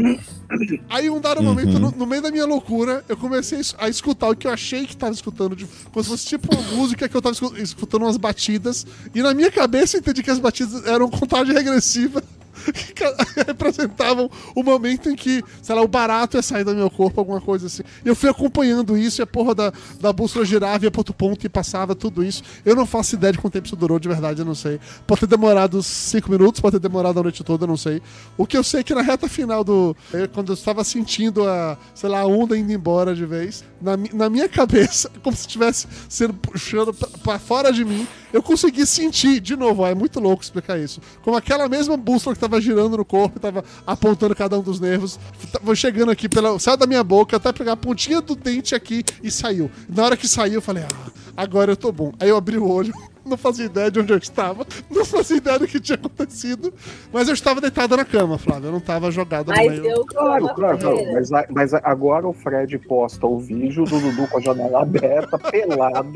Speaker 1: Aí, um dado momento, no, no meio da minha loucura, eu comecei a es- a escutar o que eu achei que tava escutando, de, como se fosse tipo uma música que eu tava escu- escutando umas batidas, e na minha cabeça eu entendi que as batidas eram um contagem regressiva. Que ca- representavam o momento em que, sei lá, o barato ia sair do meu corpo, alguma coisa assim. E eu fui acompanhando isso, e a porra da, da bússola girava, ia pro outro ponto e passava tudo isso. Eu não faço ideia de quanto tempo isso durou, de verdade, eu não sei. Pode ter demorado cinco minutos, pode ter demorado a noite toda, eu não sei. O que eu sei é que na reta final do. eu- Quando eu estava sentindo a, sei lá, a onda indo embora de vez, na, mi- na minha cabeça, como se estivesse sendo puxando pra- pra fora de mim, eu consegui sentir, de novo, ó, é muito louco explicar isso. Como aquela mesma bússola que tava girando no corpo, tava apontando cada um dos nervos, t- foi chegando aqui pela. Saiu da minha boca até pegar a pontinha do dente aqui e saiu. Na hora que saiu, eu falei, ah, agora eu tô bom. Aí eu abri o olho. Não fazia ideia de onde eu estava. Não fazia ideia do que tinha acontecido. Mas eu estava deitado na cama, Flávio. Eu não estava jogado no
Speaker 5: Mas
Speaker 1: meio.
Speaker 5: eu
Speaker 3: Claro, claro, claro.
Speaker 5: Mas...
Speaker 3: Mas, a- mas a- agora o Fred posta o vídeo do Dudu com a janela aberta, pelado,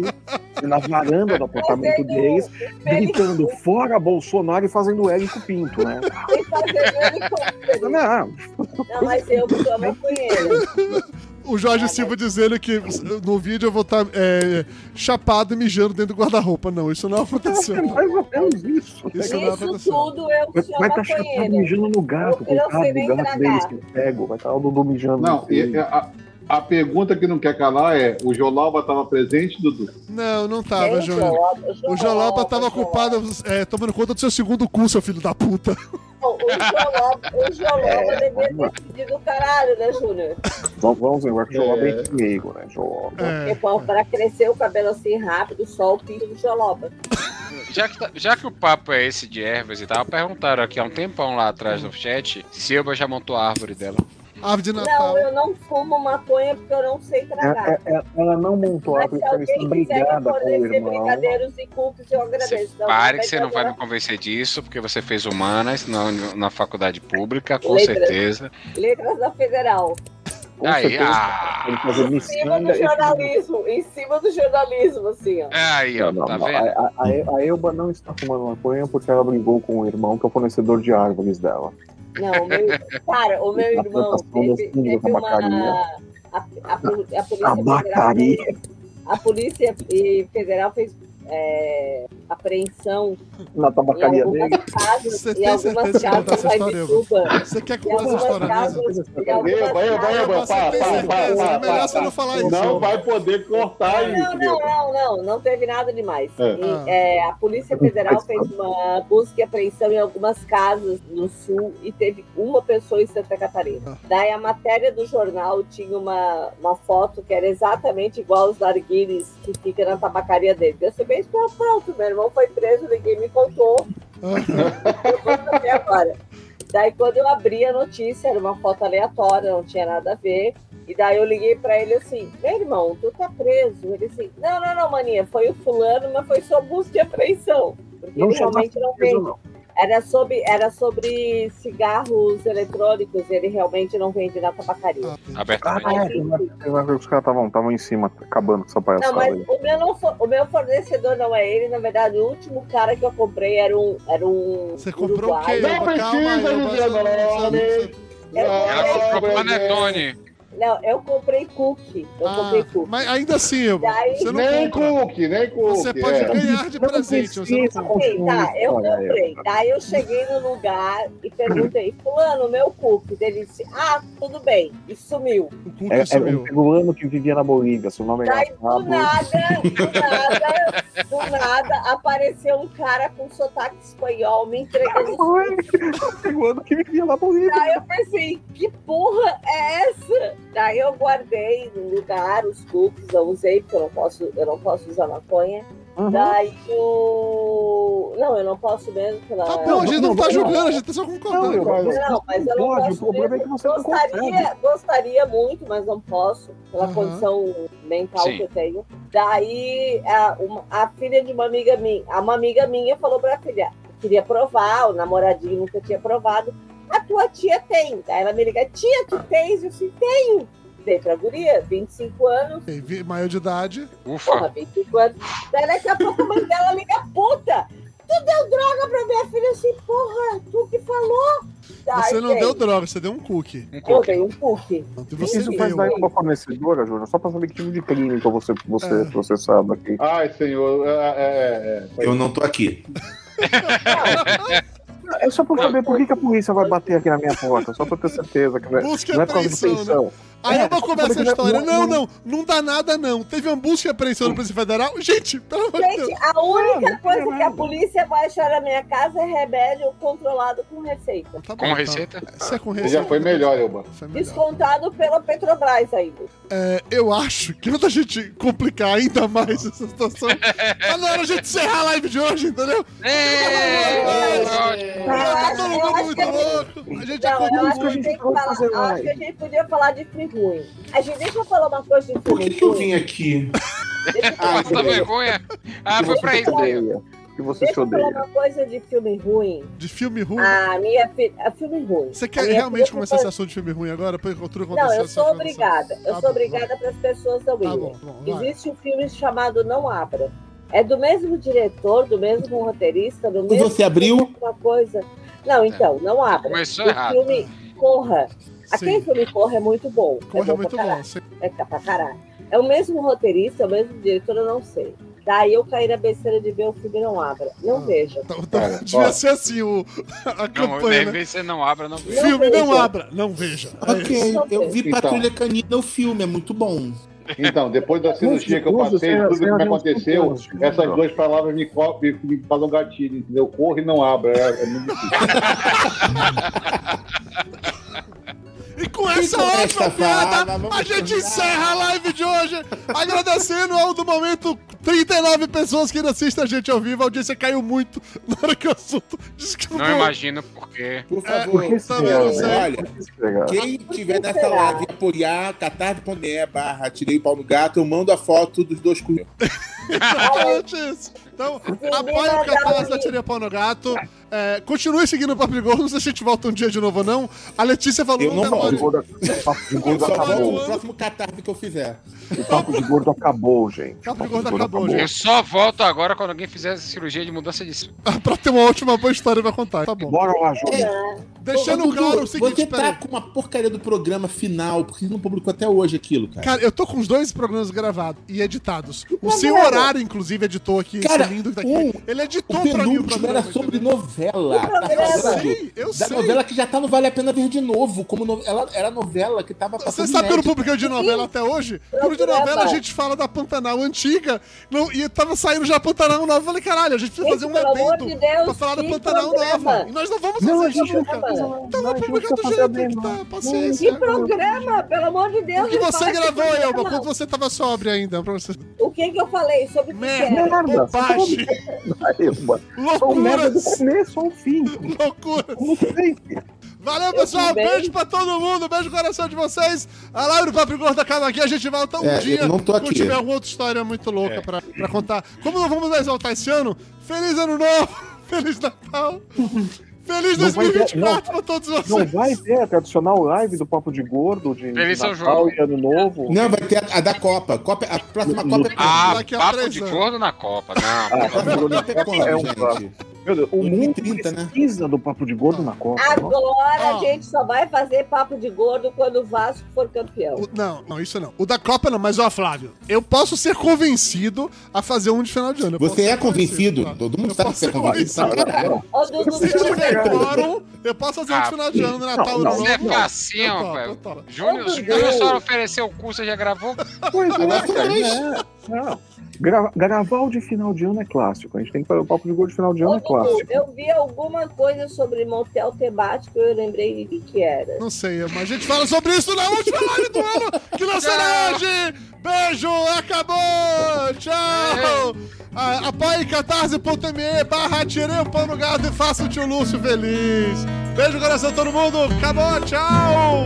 Speaker 3: na varanda do apartamento
Speaker 5: Fazendo-
Speaker 3: deles,
Speaker 5: Ele
Speaker 3: gritando fora Bolsonaro e fazendo Érico Pinto, né?
Speaker 5: foi fazendo helicóptero.
Speaker 3: Não,
Speaker 5: Não, mas eu sou maconheira.
Speaker 1: O Jorge
Speaker 5: Ah,
Speaker 1: Silva dizendo que no vídeo eu vou estar é, chapado e mijando dentro do guarda-roupa. Não, isso não aconteceu.
Speaker 3: é mais ou menos isso.
Speaker 1: Isso não
Speaker 5: Isso
Speaker 1: aconteceu.
Speaker 5: tudo eu
Speaker 3: Vai
Speaker 5: sou
Speaker 3: vai tá chapado
Speaker 5: maconheira.
Speaker 3: mijando no gato,
Speaker 5: Eu
Speaker 3: com o
Speaker 5: não sei
Speaker 3: cabo
Speaker 5: nem
Speaker 3: do gato deles
Speaker 5: tragar.
Speaker 3: que eu pego. Vai estar o Dudu mijando.
Speaker 6: Não, e- e a, a pergunta que não quer calar é: o Jolauba estava presente, Dudu?
Speaker 1: Não, não tava,
Speaker 5: Gente,
Speaker 1: Júnior.
Speaker 5: Joloba-
Speaker 1: O Joloba
Speaker 5: Joloba.
Speaker 1: tava culpado, é, tomando conta do seu segundo cu, seu filho da puta.
Speaker 5: Não, O Joloba, o Joloba
Speaker 1: É.
Speaker 5: devia ter pedido caralho, né, Júnior?
Speaker 3: Vamos, vamos lembrar que o Joloba é
Speaker 6: É.
Speaker 3: inimigo, né? Joloba.
Speaker 1: É.
Speaker 5: Porque para crescer o cabelo assim rápido, só o pinto do Joloba.
Speaker 2: Já que, tá- já que o papo é esse de ervas e tal, perguntaram aqui há um tempão lá atrás no chat se Elba já montou a árvore dela.
Speaker 1: Ave de Natal.
Speaker 5: Não, eu não fumo maconha porque eu não sei tragar.
Speaker 3: É- é- ela não montou a
Speaker 5: Mas se
Speaker 3: polícia, ela
Speaker 5: alguém
Speaker 3: está
Speaker 5: quiser me
Speaker 3: brigada com o
Speaker 5: fornecer
Speaker 3: irmão.
Speaker 5: brincadeiros e cultos, eu agradeço. Então,
Speaker 2: Você
Speaker 5: Não,
Speaker 2: pare
Speaker 5: não
Speaker 2: que você não vai me
Speaker 5: brincadeira.
Speaker 2: convencer disso, porque você fez humanas na, na faculdade pública, com
Speaker 5: Letras.
Speaker 2: certeza.
Speaker 5: Letras da Federal.
Speaker 3: Com
Speaker 2: Aí,
Speaker 3: certeza,
Speaker 2: ah,
Speaker 3: ele fazer
Speaker 5: Em cima do
Speaker 3: miçanga.
Speaker 5: jornalismo. Em cima do jornalismo, assim, ó.
Speaker 2: aí, ó,
Speaker 3: Não, não,
Speaker 2: tá
Speaker 3: não. é. A,
Speaker 2: vendo?
Speaker 3: a- a- a Elba não está fumando maconha porque ela brigou com o irmão, que é o fornecedor de árvores dela.
Speaker 5: Não, o meu, cara, o meu
Speaker 3: A
Speaker 5: irmão
Speaker 3: plantação do
Speaker 5: teve,
Speaker 3: fundo da
Speaker 5: teve uma.
Speaker 3: tabacaria.
Speaker 5: A, a, poli- a polícia
Speaker 3: Tabacaria.
Speaker 5: Federal, a polícia e- federal fez é, apreensão
Speaker 3: Na
Speaker 5: em
Speaker 3: tabacaria dele.
Speaker 5: algumas casas,
Speaker 1: Você
Speaker 5: em
Speaker 1: tem certeza que vai
Speaker 5: algumas
Speaker 1: contar
Speaker 5: casas
Speaker 1: essa
Speaker 5: lá
Speaker 1: história,
Speaker 5: em
Speaker 1: Hugo?
Speaker 5: Cuba.
Speaker 1: Você quer
Speaker 5: Em
Speaker 1: contar essa
Speaker 5: algumas
Speaker 1: história mesmo?
Speaker 5: casas, em algumas
Speaker 6: Eba, eba,
Speaker 5: casas-
Speaker 6: eba.
Speaker 1: Você tem
Speaker 6: pá,
Speaker 1: certeza?
Speaker 6: pá,
Speaker 1: É melhor
Speaker 6: pá,
Speaker 1: você não falar isso.
Speaker 6: Não vai poder cortar isso.
Speaker 5: Não, não,
Speaker 6: meu.
Speaker 5: não, não, não teve nada demais.
Speaker 6: É.
Speaker 5: E,
Speaker 1: Ah.
Speaker 5: é, a Polícia Federal fez uma busca e apreensão em algumas casas no sul e teve uma pessoa em Santa Catarina.
Speaker 1: Ah.
Speaker 5: Daí a matéria do jornal tinha uma, uma foto que era exatamente igual aos narguiles que fica na tabacaria dele. Eu sei bem, pô, pronto, meu irmão foi preso, ninguém me contou. Eu vou saber agora. Daí quando eu abri a notícia, era uma foto aleatória, não tinha nada a ver. E daí eu liguei pra ele assim, meu irmão, tu tá preso. Ele assim, não, não, não, maninha, foi o fulano, mas foi só busca e apreensão. Porque
Speaker 3: Não
Speaker 5: ele
Speaker 3: chegou a
Speaker 5: realmente não
Speaker 3: Preso
Speaker 5: vende.
Speaker 3: não.
Speaker 5: Era sobre, era sobre cigarros eletrônicos, ele realmente não vende na tabacaria.
Speaker 2: Abertamente.
Speaker 5: Ah,
Speaker 3: Ah, é, mas os caras estavam estavam em cima, acabando com essa
Speaker 5: Não,
Speaker 3: palhaçada.
Speaker 5: mas
Speaker 3: aí.
Speaker 5: o meu, não for- o meu fornecedor não é ele, na verdade, o último cara que eu comprei era um. Era um
Speaker 1: Você comprou o quê?
Speaker 5: uruguaio.
Speaker 6: Não
Speaker 1: Elba? Calma,
Speaker 6: precisa
Speaker 1: Elba, você
Speaker 6: dizer
Speaker 1: tá- não
Speaker 6: nome.
Speaker 1: sabe-
Speaker 5: Ela
Speaker 1: Ah,
Speaker 2: Ela comprou
Speaker 6: Não,
Speaker 2: Panetone.
Speaker 5: Não, eu comprei cookie. Eu comprei
Speaker 1: Ah,
Speaker 5: cookie.
Speaker 1: mas ainda assim, Elba,
Speaker 5: Daí-
Speaker 1: você não
Speaker 6: Nem
Speaker 1: compra.
Speaker 6: cookie, nem cookie.
Speaker 1: Você pode
Speaker 6: é.
Speaker 1: ganhar de
Speaker 3: Não
Speaker 1: presente. Você não
Speaker 3: precisa
Speaker 1: compra.
Speaker 5: Ok,
Speaker 3: continuar
Speaker 5: tá, eu
Speaker 3: história,
Speaker 5: comprei. Daí eu cheguei no lugar e perguntei, fulano, meu cookies. Ele disse, ah, tudo bem. E sumiu.
Speaker 1: O cu
Speaker 3: É,
Speaker 1: que
Speaker 3: é
Speaker 1: sumiu.
Speaker 3: um peruano que vivia na Bolívia, seu nome é
Speaker 5: Daí, do
Speaker 3: Gustavo.
Speaker 5: nada, do nada, do nada, apareceu um cara com sotaque espanhol me entregando. os
Speaker 3: Oi, um peruano que vivia na Bolívia.
Speaker 5: Daí eu pensei, que porra é essa? Daí eu guardei no lugar os cookies, eu usei, porque eu não posso, eu não posso usar maconha.
Speaker 3: Uhum.
Speaker 5: Daí o. Não, eu não posso mesmo é pela.
Speaker 1: Tá bom, a gente não
Speaker 3: não,
Speaker 1: tá
Speaker 3: não,
Speaker 1: julgando, a gente tá só
Speaker 3: Não,
Speaker 1: concordando.
Speaker 3: eu,
Speaker 6: Não,
Speaker 5: Não, mas eu não
Speaker 3: pode,
Speaker 5: posso
Speaker 3: o problema
Speaker 5: mesmo.
Speaker 3: é que você não
Speaker 5: gostaria, gostaria muito, mas não posso, pela
Speaker 1: Aham.
Speaker 5: condição mental
Speaker 2: Sim.
Speaker 5: que eu tenho. Daí a, uma- a filha de uma amiga minha, a- uma amiga minha falou pra filha, queria provar, o namoradinho nunca tinha provado. A tua tia tem. Daí ela me liga, tia, tu tens? Eu disse, tenho. Dei pra guria, 25 anos.
Speaker 1: Ok, vi- Maior de idade.
Speaker 2: Ufa.
Speaker 5: Porra, 25 anos. Daí daqui a pouco a mãe dela liga, puta! Tu deu droga pra minha filha Eu assim, porra, tu que falou? Daí,
Speaker 1: Você não
Speaker 5: gente,
Speaker 1: deu droga, você deu um cookie.
Speaker 2: Um
Speaker 5: eu
Speaker 2: cookie.
Speaker 5: dei um cookie.
Speaker 1: E você
Speaker 3: Isso faz
Speaker 1: deu.
Speaker 3: daí uma fornecedora, Júnior, só pra saber que tipo de crime que você, você
Speaker 1: É.
Speaker 3: processado aqui.
Speaker 6: Ai, senhor. É, é, é.
Speaker 4: Eu não tô aqui.
Speaker 3: É só pra saber por que, que a polícia vai bater aqui na minha porta, só pra ter certeza que não é,
Speaker 1: Busca e
Speaker 3: não é por causa de
Speaker 1: apreensão, né?
Speaker 3: pensão.
Speaker 1: Aí
Speaker 3: É,
Speaker 1: eu vou começar a
Speaker 3: porque
Speaker 1: história. Não,
Speaker 3: não-
Speaker 1: não, não dá nada, não. Teve uma busca e apreensão no Polícia Federal. Gente, pelo amor de Deus.
Speaker 5: Gente, a única
Speaker 3: não tem
Speaker 5: coisa que a
Speaker 3: nada.
Speaker 5: polícia vai achar na minha casa é remédio controlado com receita.
Speaker 1: Tá bom,
Speaker 2: Com
Speaker 1: tá.
Speaker 2: receita?
Speaker 1: Você é com
Speaker 6: Você
Speaker 1: receita.
Speaker 6: já foi melhor, Elba.
Speaker 1: Foi melhor.
Speaker 5: Descontado pela Petrobras ainda.
Speaker 1: É, eu acho que antes da gente complicar ainda mais essa situação, tá na hora de a gente encerrar a live de hoje, entendeu?
Speaker 2: É, ótimo.
Speaker 5: Eu
Speaker 1: Tá
Speaker 5: acho-
Speaker 1: todo
Speaker 5: eu
Speaker 1: mundo
Speaker 5: acho
Speaker 1: muito
Speaker 5: que a gente-
Speaker 1: louco. A gente é já
Speaker 5: Não, eu
Speaker 1: complica
Speaker 5: acho que a
Speaker 1: muito.
Speaker 5: gente tem que
Speaker 3: Vamos
Speaker 5: falar.
Speaker 3: fazer
Speaker 5: eu
Speaker 3: mais.
Speaker 5: Acho que a gente podia falar de filme ruim. A gente deixa eu falar uma coisa de
Speaker 4: Por que,
Speaker 5: filme
Speaker 4: que eu
Speaker 5: ruim.
Speaker 4: vim aqui?
Speaker 5: Deixa eu falar-
Speaker 2: Passa tá vergonha. Ah, foi pra isso daí.
Speaker 3: Que você se
Speaker 5: Deixa eu falar
Speaker 3: odeia.
Speaker 5: uma coisa de filme ruim.
Speaker 1: De filme ruim.
Speaker 5: A minha filha. a Filme ruim.
Speaker 1: Você
Speaker 5: A
Speaker 1: quer
Speaker 5: minha
Speaker 1: realmente
Speaker 5: filha
Speaker 1: começar
Speaker 5: ficou-
Speaker 1: esse assunto de filme ruim agora? Pra encontrar
Speaker 5: é, Não, eu sou obrigada. Eu
Speaker 1: Tá
Speaker 5: sou
Speaker 1: bom,
Speaker 5: obrigada para as pessoas não
Speaker 1: Tá
Speaker 5: irem.
Speaker 1: bom, bom, vai.
Speaker 5: Existe um filme chamado Não Abra. É do mesmo diretor, do mesmo roteirista, do mesmo.
Speaker 7: Você abriu?
Speaker 5: Uma coisa. Não, então, não abra.
Speaker 2: É. Começou
Speaker 5: O
Speaker 2: errado.
Speaker 5: filme Corra. Aquele
Speaker 1: Sim,
Speaker 5: filme Corra é muito bom.
Speaker 1: corre
Speaker 5: é
Speaker 1: é
Speaker 5: bom
Speaker 1: muito
Speaker 5: pra caralho.
Speaker 1: bom. Sim.
Speaker 5: É ca- pra caralho. É o mesmo roteirista, é o mesmo diretor, eu não sei. Daí eu caí na besteira de ver o filme Não Abra. Não
Speaker 1: Ah.
Speaker 5: veja.
Speaker 1: Então, então,
Speaker 6: Cara,
Speaker 1: devia
Speaker 6: ó.
Speaker 1: ser assim o, a
Speaker 2: Não,
Speaker 1: campanha, né?
Speaker 2: deve ser não abra, não veja.
Speaker 1: Filme, não
Speaker 5: veja.
Speaker 1: abra, não veja. É isso.
Speaker 7: Ok, eu vi
Speaker 6: Então.
Speaker 7: Patrulha Canina, o filme, é muito bom.
Speaker 6: Então, depois da cirurgia que eu
Speaker 3: Usa, usa,
Speaker 6: passei,
Speaker 1: é
Speaker 6: tudo que
Speaker 3: usa, usa,
Speaker 6: me aconteceu,
Speaker 3: usa, usa.
Speaker 6: essas duas palavras me, co- me, me fazem um gatilho, entendeu? Corre e não abra. É, é muito difícil.
Speaker 1: E com essa ótima
Speaker 7: essa
Speaker 1: piada,
Speaker 7: fala, vamos
Speaker 1: a gente
Speaker 7: terminar.
Speaker 1: encerra a live de hoje. Agradecendo ao do momento 39 pessoas que ainda assistem a gente ao vivo. A audiência caiu muito na hora que o assunto desculpa.
Speaker 2: Não imagino por quê.
Speaker 7: Por
Speaker 1: por
Speaker 7: favor,
Speaker 1: que
Speaker 7: também
Speaker 1: será,
Speaker 7: não sei.
Speaker 1: né?
Speaker 7: olha, quem tiver nessa live e apoiar, tá catarse.me barra tirei o pau no gato, eu mando a foto dos dois cu.
Speaker 1: Exatamente isso. Então, apoie o Catarse da Tirinha Pau no Gato. É, continue seguindo o Papo de Gordo. Não sei se a gente volta um dia de novo ou não. A Letícia falou
Speaker 7: Eu não
Speaker 1: tá
Speaker 7: volto.
Speaker 1: bom.
Speaker 3: Gordo- O papo de
Speaker 7: Eu
Speaker 3: gordo
Speaker 7: só mando
Speaker 3: acabou.
Speaker 7: o próximo catarse que eu fizer.
Speaker 3: O papo de gordo acabou, gente.
Speaker 1: Papo de Gordo acabou,
Speaker 2: Eu só volto agora quando alguém fizer essa cirurgia de mudança de.
Speaker 1: pra ter uma última boa história pra contar. Tá bom.
Speaker 3: Bora lá, Júlio.
Speaker 1: Deixando
Speaker 7: Ô, Dudu,
Speaker 1: claro é o seguinte,
Speaker 7: Você
Speaker 1: peraí.
Speaker 7: tá com uma porcaria do programa final, porque não publicou até hoje aquilo, cara.
Speaker 1: Cara, eu tô com os dois programas gravados e editados. O
Speaker 7: Não,
Speaker 1: seu
Speaker 7: não.
Speaker 1: horário, inclusive, editou aqui.
Speaker 7: Cara,
Speaker 1: esse lindo que tá aqui.
Speaker 7: um-
Speaker 1: Ele editou
Speaker 7: o é
Speaker 1: pra mim o
Speaker 7: penúltimo
Speaker 1: programa.
Speaker 7: era sobre
Speaker 1: entendeu?
Speaker 7: novela.
Speaker 5: O programa-
Speaker 7: Tá
Speaker 1: Eu
Speaker 7: falando
Speaker 1: sei, eu
Speaker 7: da
Speaker 1: sei.
Speaker 7: novela que já tá no Vale a Pena Ver de Novo. Como no- ela era novela que tava
Speaker 1: Você sabe que eu não publiquei o de novela até hoje? No de
Speaker 5: programa.
Speaker 1: novela a gente fala da Pantanal antiga não, e tava saindo já a Pantanal nova. Eu falei, caralho, a gente precisa
Speaker 5: Gente,
Speaker 1: fazer um
Speaker 5: pelo amor
Speaker 1: adendo
Speaker 5: de Deus,
Speaker 1: pra falar da
Speaker 5: que
Speaker 1: Pantanal
Speaker 5: programa.
Speaker 1: nova. E nós não vamos
Speaker 3: Não, a
Speaker 1: fazer
Speaker 3: gente não
Speaker 1: isso,
Speaker 3: tá
Speaker 1: cara.
Speaker 5: fazer,
Speaker 3: fazendo.
Speaker 1: Então
Speaker 3: não, a
Speaker 1: vamos
Speaker 3: gente
Speaker 1: publicar
Speaker 3: não
Speaker 1: do
Speaker 3: tá
Speaker 1: jeito que
Speaker 3: sabendo,
Speaker 1: tá.
Speaker 3: não.
Speaker 1: Paciência.
Speaker 5: Que programa, pelo amor de Deus.
Speaker 1: O que
Speaker 5: me fala
Speaker 1: você gravou,
Speaker 5: programa.
Speaker 1: Elba, quando você tava sóbria ainda. pra você-
Speaker 5: O que que É, eu falei sobre o que que
Speaker 1: Merda.
Speaker 5: era?
Speaker 3: Merda,
Speaker 1: Bobagem.
Speaker 3: Caramba. Só o um merda do
Speaker 1: Loucuras!
Speaker 3: começo ao fim.
Speaker 1: Loucuras!
Speaker 3: Não sei.
Speaker 1: Valeu, pessoal.
Speaker 5: também.
Speaker 1: Beijo pra todo mundo. Beijo no coração de vocês. A live do Papo Gordo acaba aqui. A gente volta um
Speaker 7: É, eu
Speaker 1: dia.
Speaker 7: não tô aqui.
Speaker 1: Se tiver alguma outra história muito louca pra, pra contar. Como não vamos mais voltar esse ano, feliz ano novo. Feliz Natal. Feliz
Speaker 3: Não vai ter-
Speaker 1: 2024 pra todos
Speaker 3: Não
Speaker 1: vocês.
Speaker 3: vai ter a tradicional live do Papo de Gordo de, de
Speaker 2: Feliz São João.
Speaker 3: Natal e Ano Novo.
Speaker 7: Não, vai ter a, a da Copa. Copa- A próxima
Speaker 3: No-
Speaker 7: Copa é
Speaker 2: Ah,
Speaker 1: Daqui a
Speaker 2: papo
Speaker 1: três
Speaker 2: de
Speaker 1: anos. Ah,
Speaker 2: gordo na Copa. Não,
Speaker 7: A
Speaker 2: pelo amor
Speaker 7: próxima Copa é quando,
Speaker 3: É um
Speaker 7: gente?
Speaker 3: Meu Deus, o mundo
Speaker 7: 2030, né?
Speaker 3: precisa do Papo de Gordo na Copa.
Speaker 5: Agora
Speaker 1: Ó.
Speaker 5: a gente só vai fazer papo de gordo quando o Vasco for campeão.
Speaker 1: O- Não, não, isso não. O da Copa não, mas ó, Flávio, eu posso ser convencido a fazer um de final de ano. Eu posso
Speaker 7: Você
Speaker 1: ser
Speaker 7: é convencido.
Speaker 1: tá?
Speaker 7: Todo mundo
Speaker 1: Eu
Speaker 7: sabe que
Speaker 1: posso
Speaker 7: você é
Speaker 1: ser
Speaker 7: convencido. sacanagem.
Speaker 5: Ô,
Speaker 1: tá?
Speaker 5: Dudu,
Speaker 1: Se
Speaker 5: você
Speaker 1: tiver
Speaker 5: não-
Speaker 1: quórum, eu posso fazer um de final de ano, Natal,
Speaker 3: Ah, não,
Speaker 1: Ano
Speaker 3: não.
Speaker 2: Você é
Speaker 1: Novo. Eu
Speaker 2: facinho,
Speaker 1: topo, eu
Speaker 2: rapaz.
Speaker 1: topo.
Speaker 2: Júnior,
Speaker 5: Ô,
Speaker 2: Júnior
Speaker 5: Deus.
Speaker 2: só ofereceu o curso, já gravou.
Speaker 3: Pois é,
Speaker 7: Agora são
Speaker 3: cara,
Speaker 7: dois.
Speaker 3: né? Não. Gra- gravar o de final de ano é clássico. A gente tem que fazer o Papo de Gordo de final de ano
Speaker 5: Ô,
Speaker 3: é
Speaker 5: Dudu,
Speaker 3: clássico.
Speaker 5: eu vi alguma coisa sobre motel temático e eu lembrei de que que era.
Speaker 1: Não sei, mas a gente fala sobre isso na última live do ano que lançará hoje! Beijo, acabou! Tchau! Ah, Apoie catarse.me barra tirei o pão no gado e faça o tio Lúcio feliz! Beijo no coração de todo mundo! Acabou, tchau!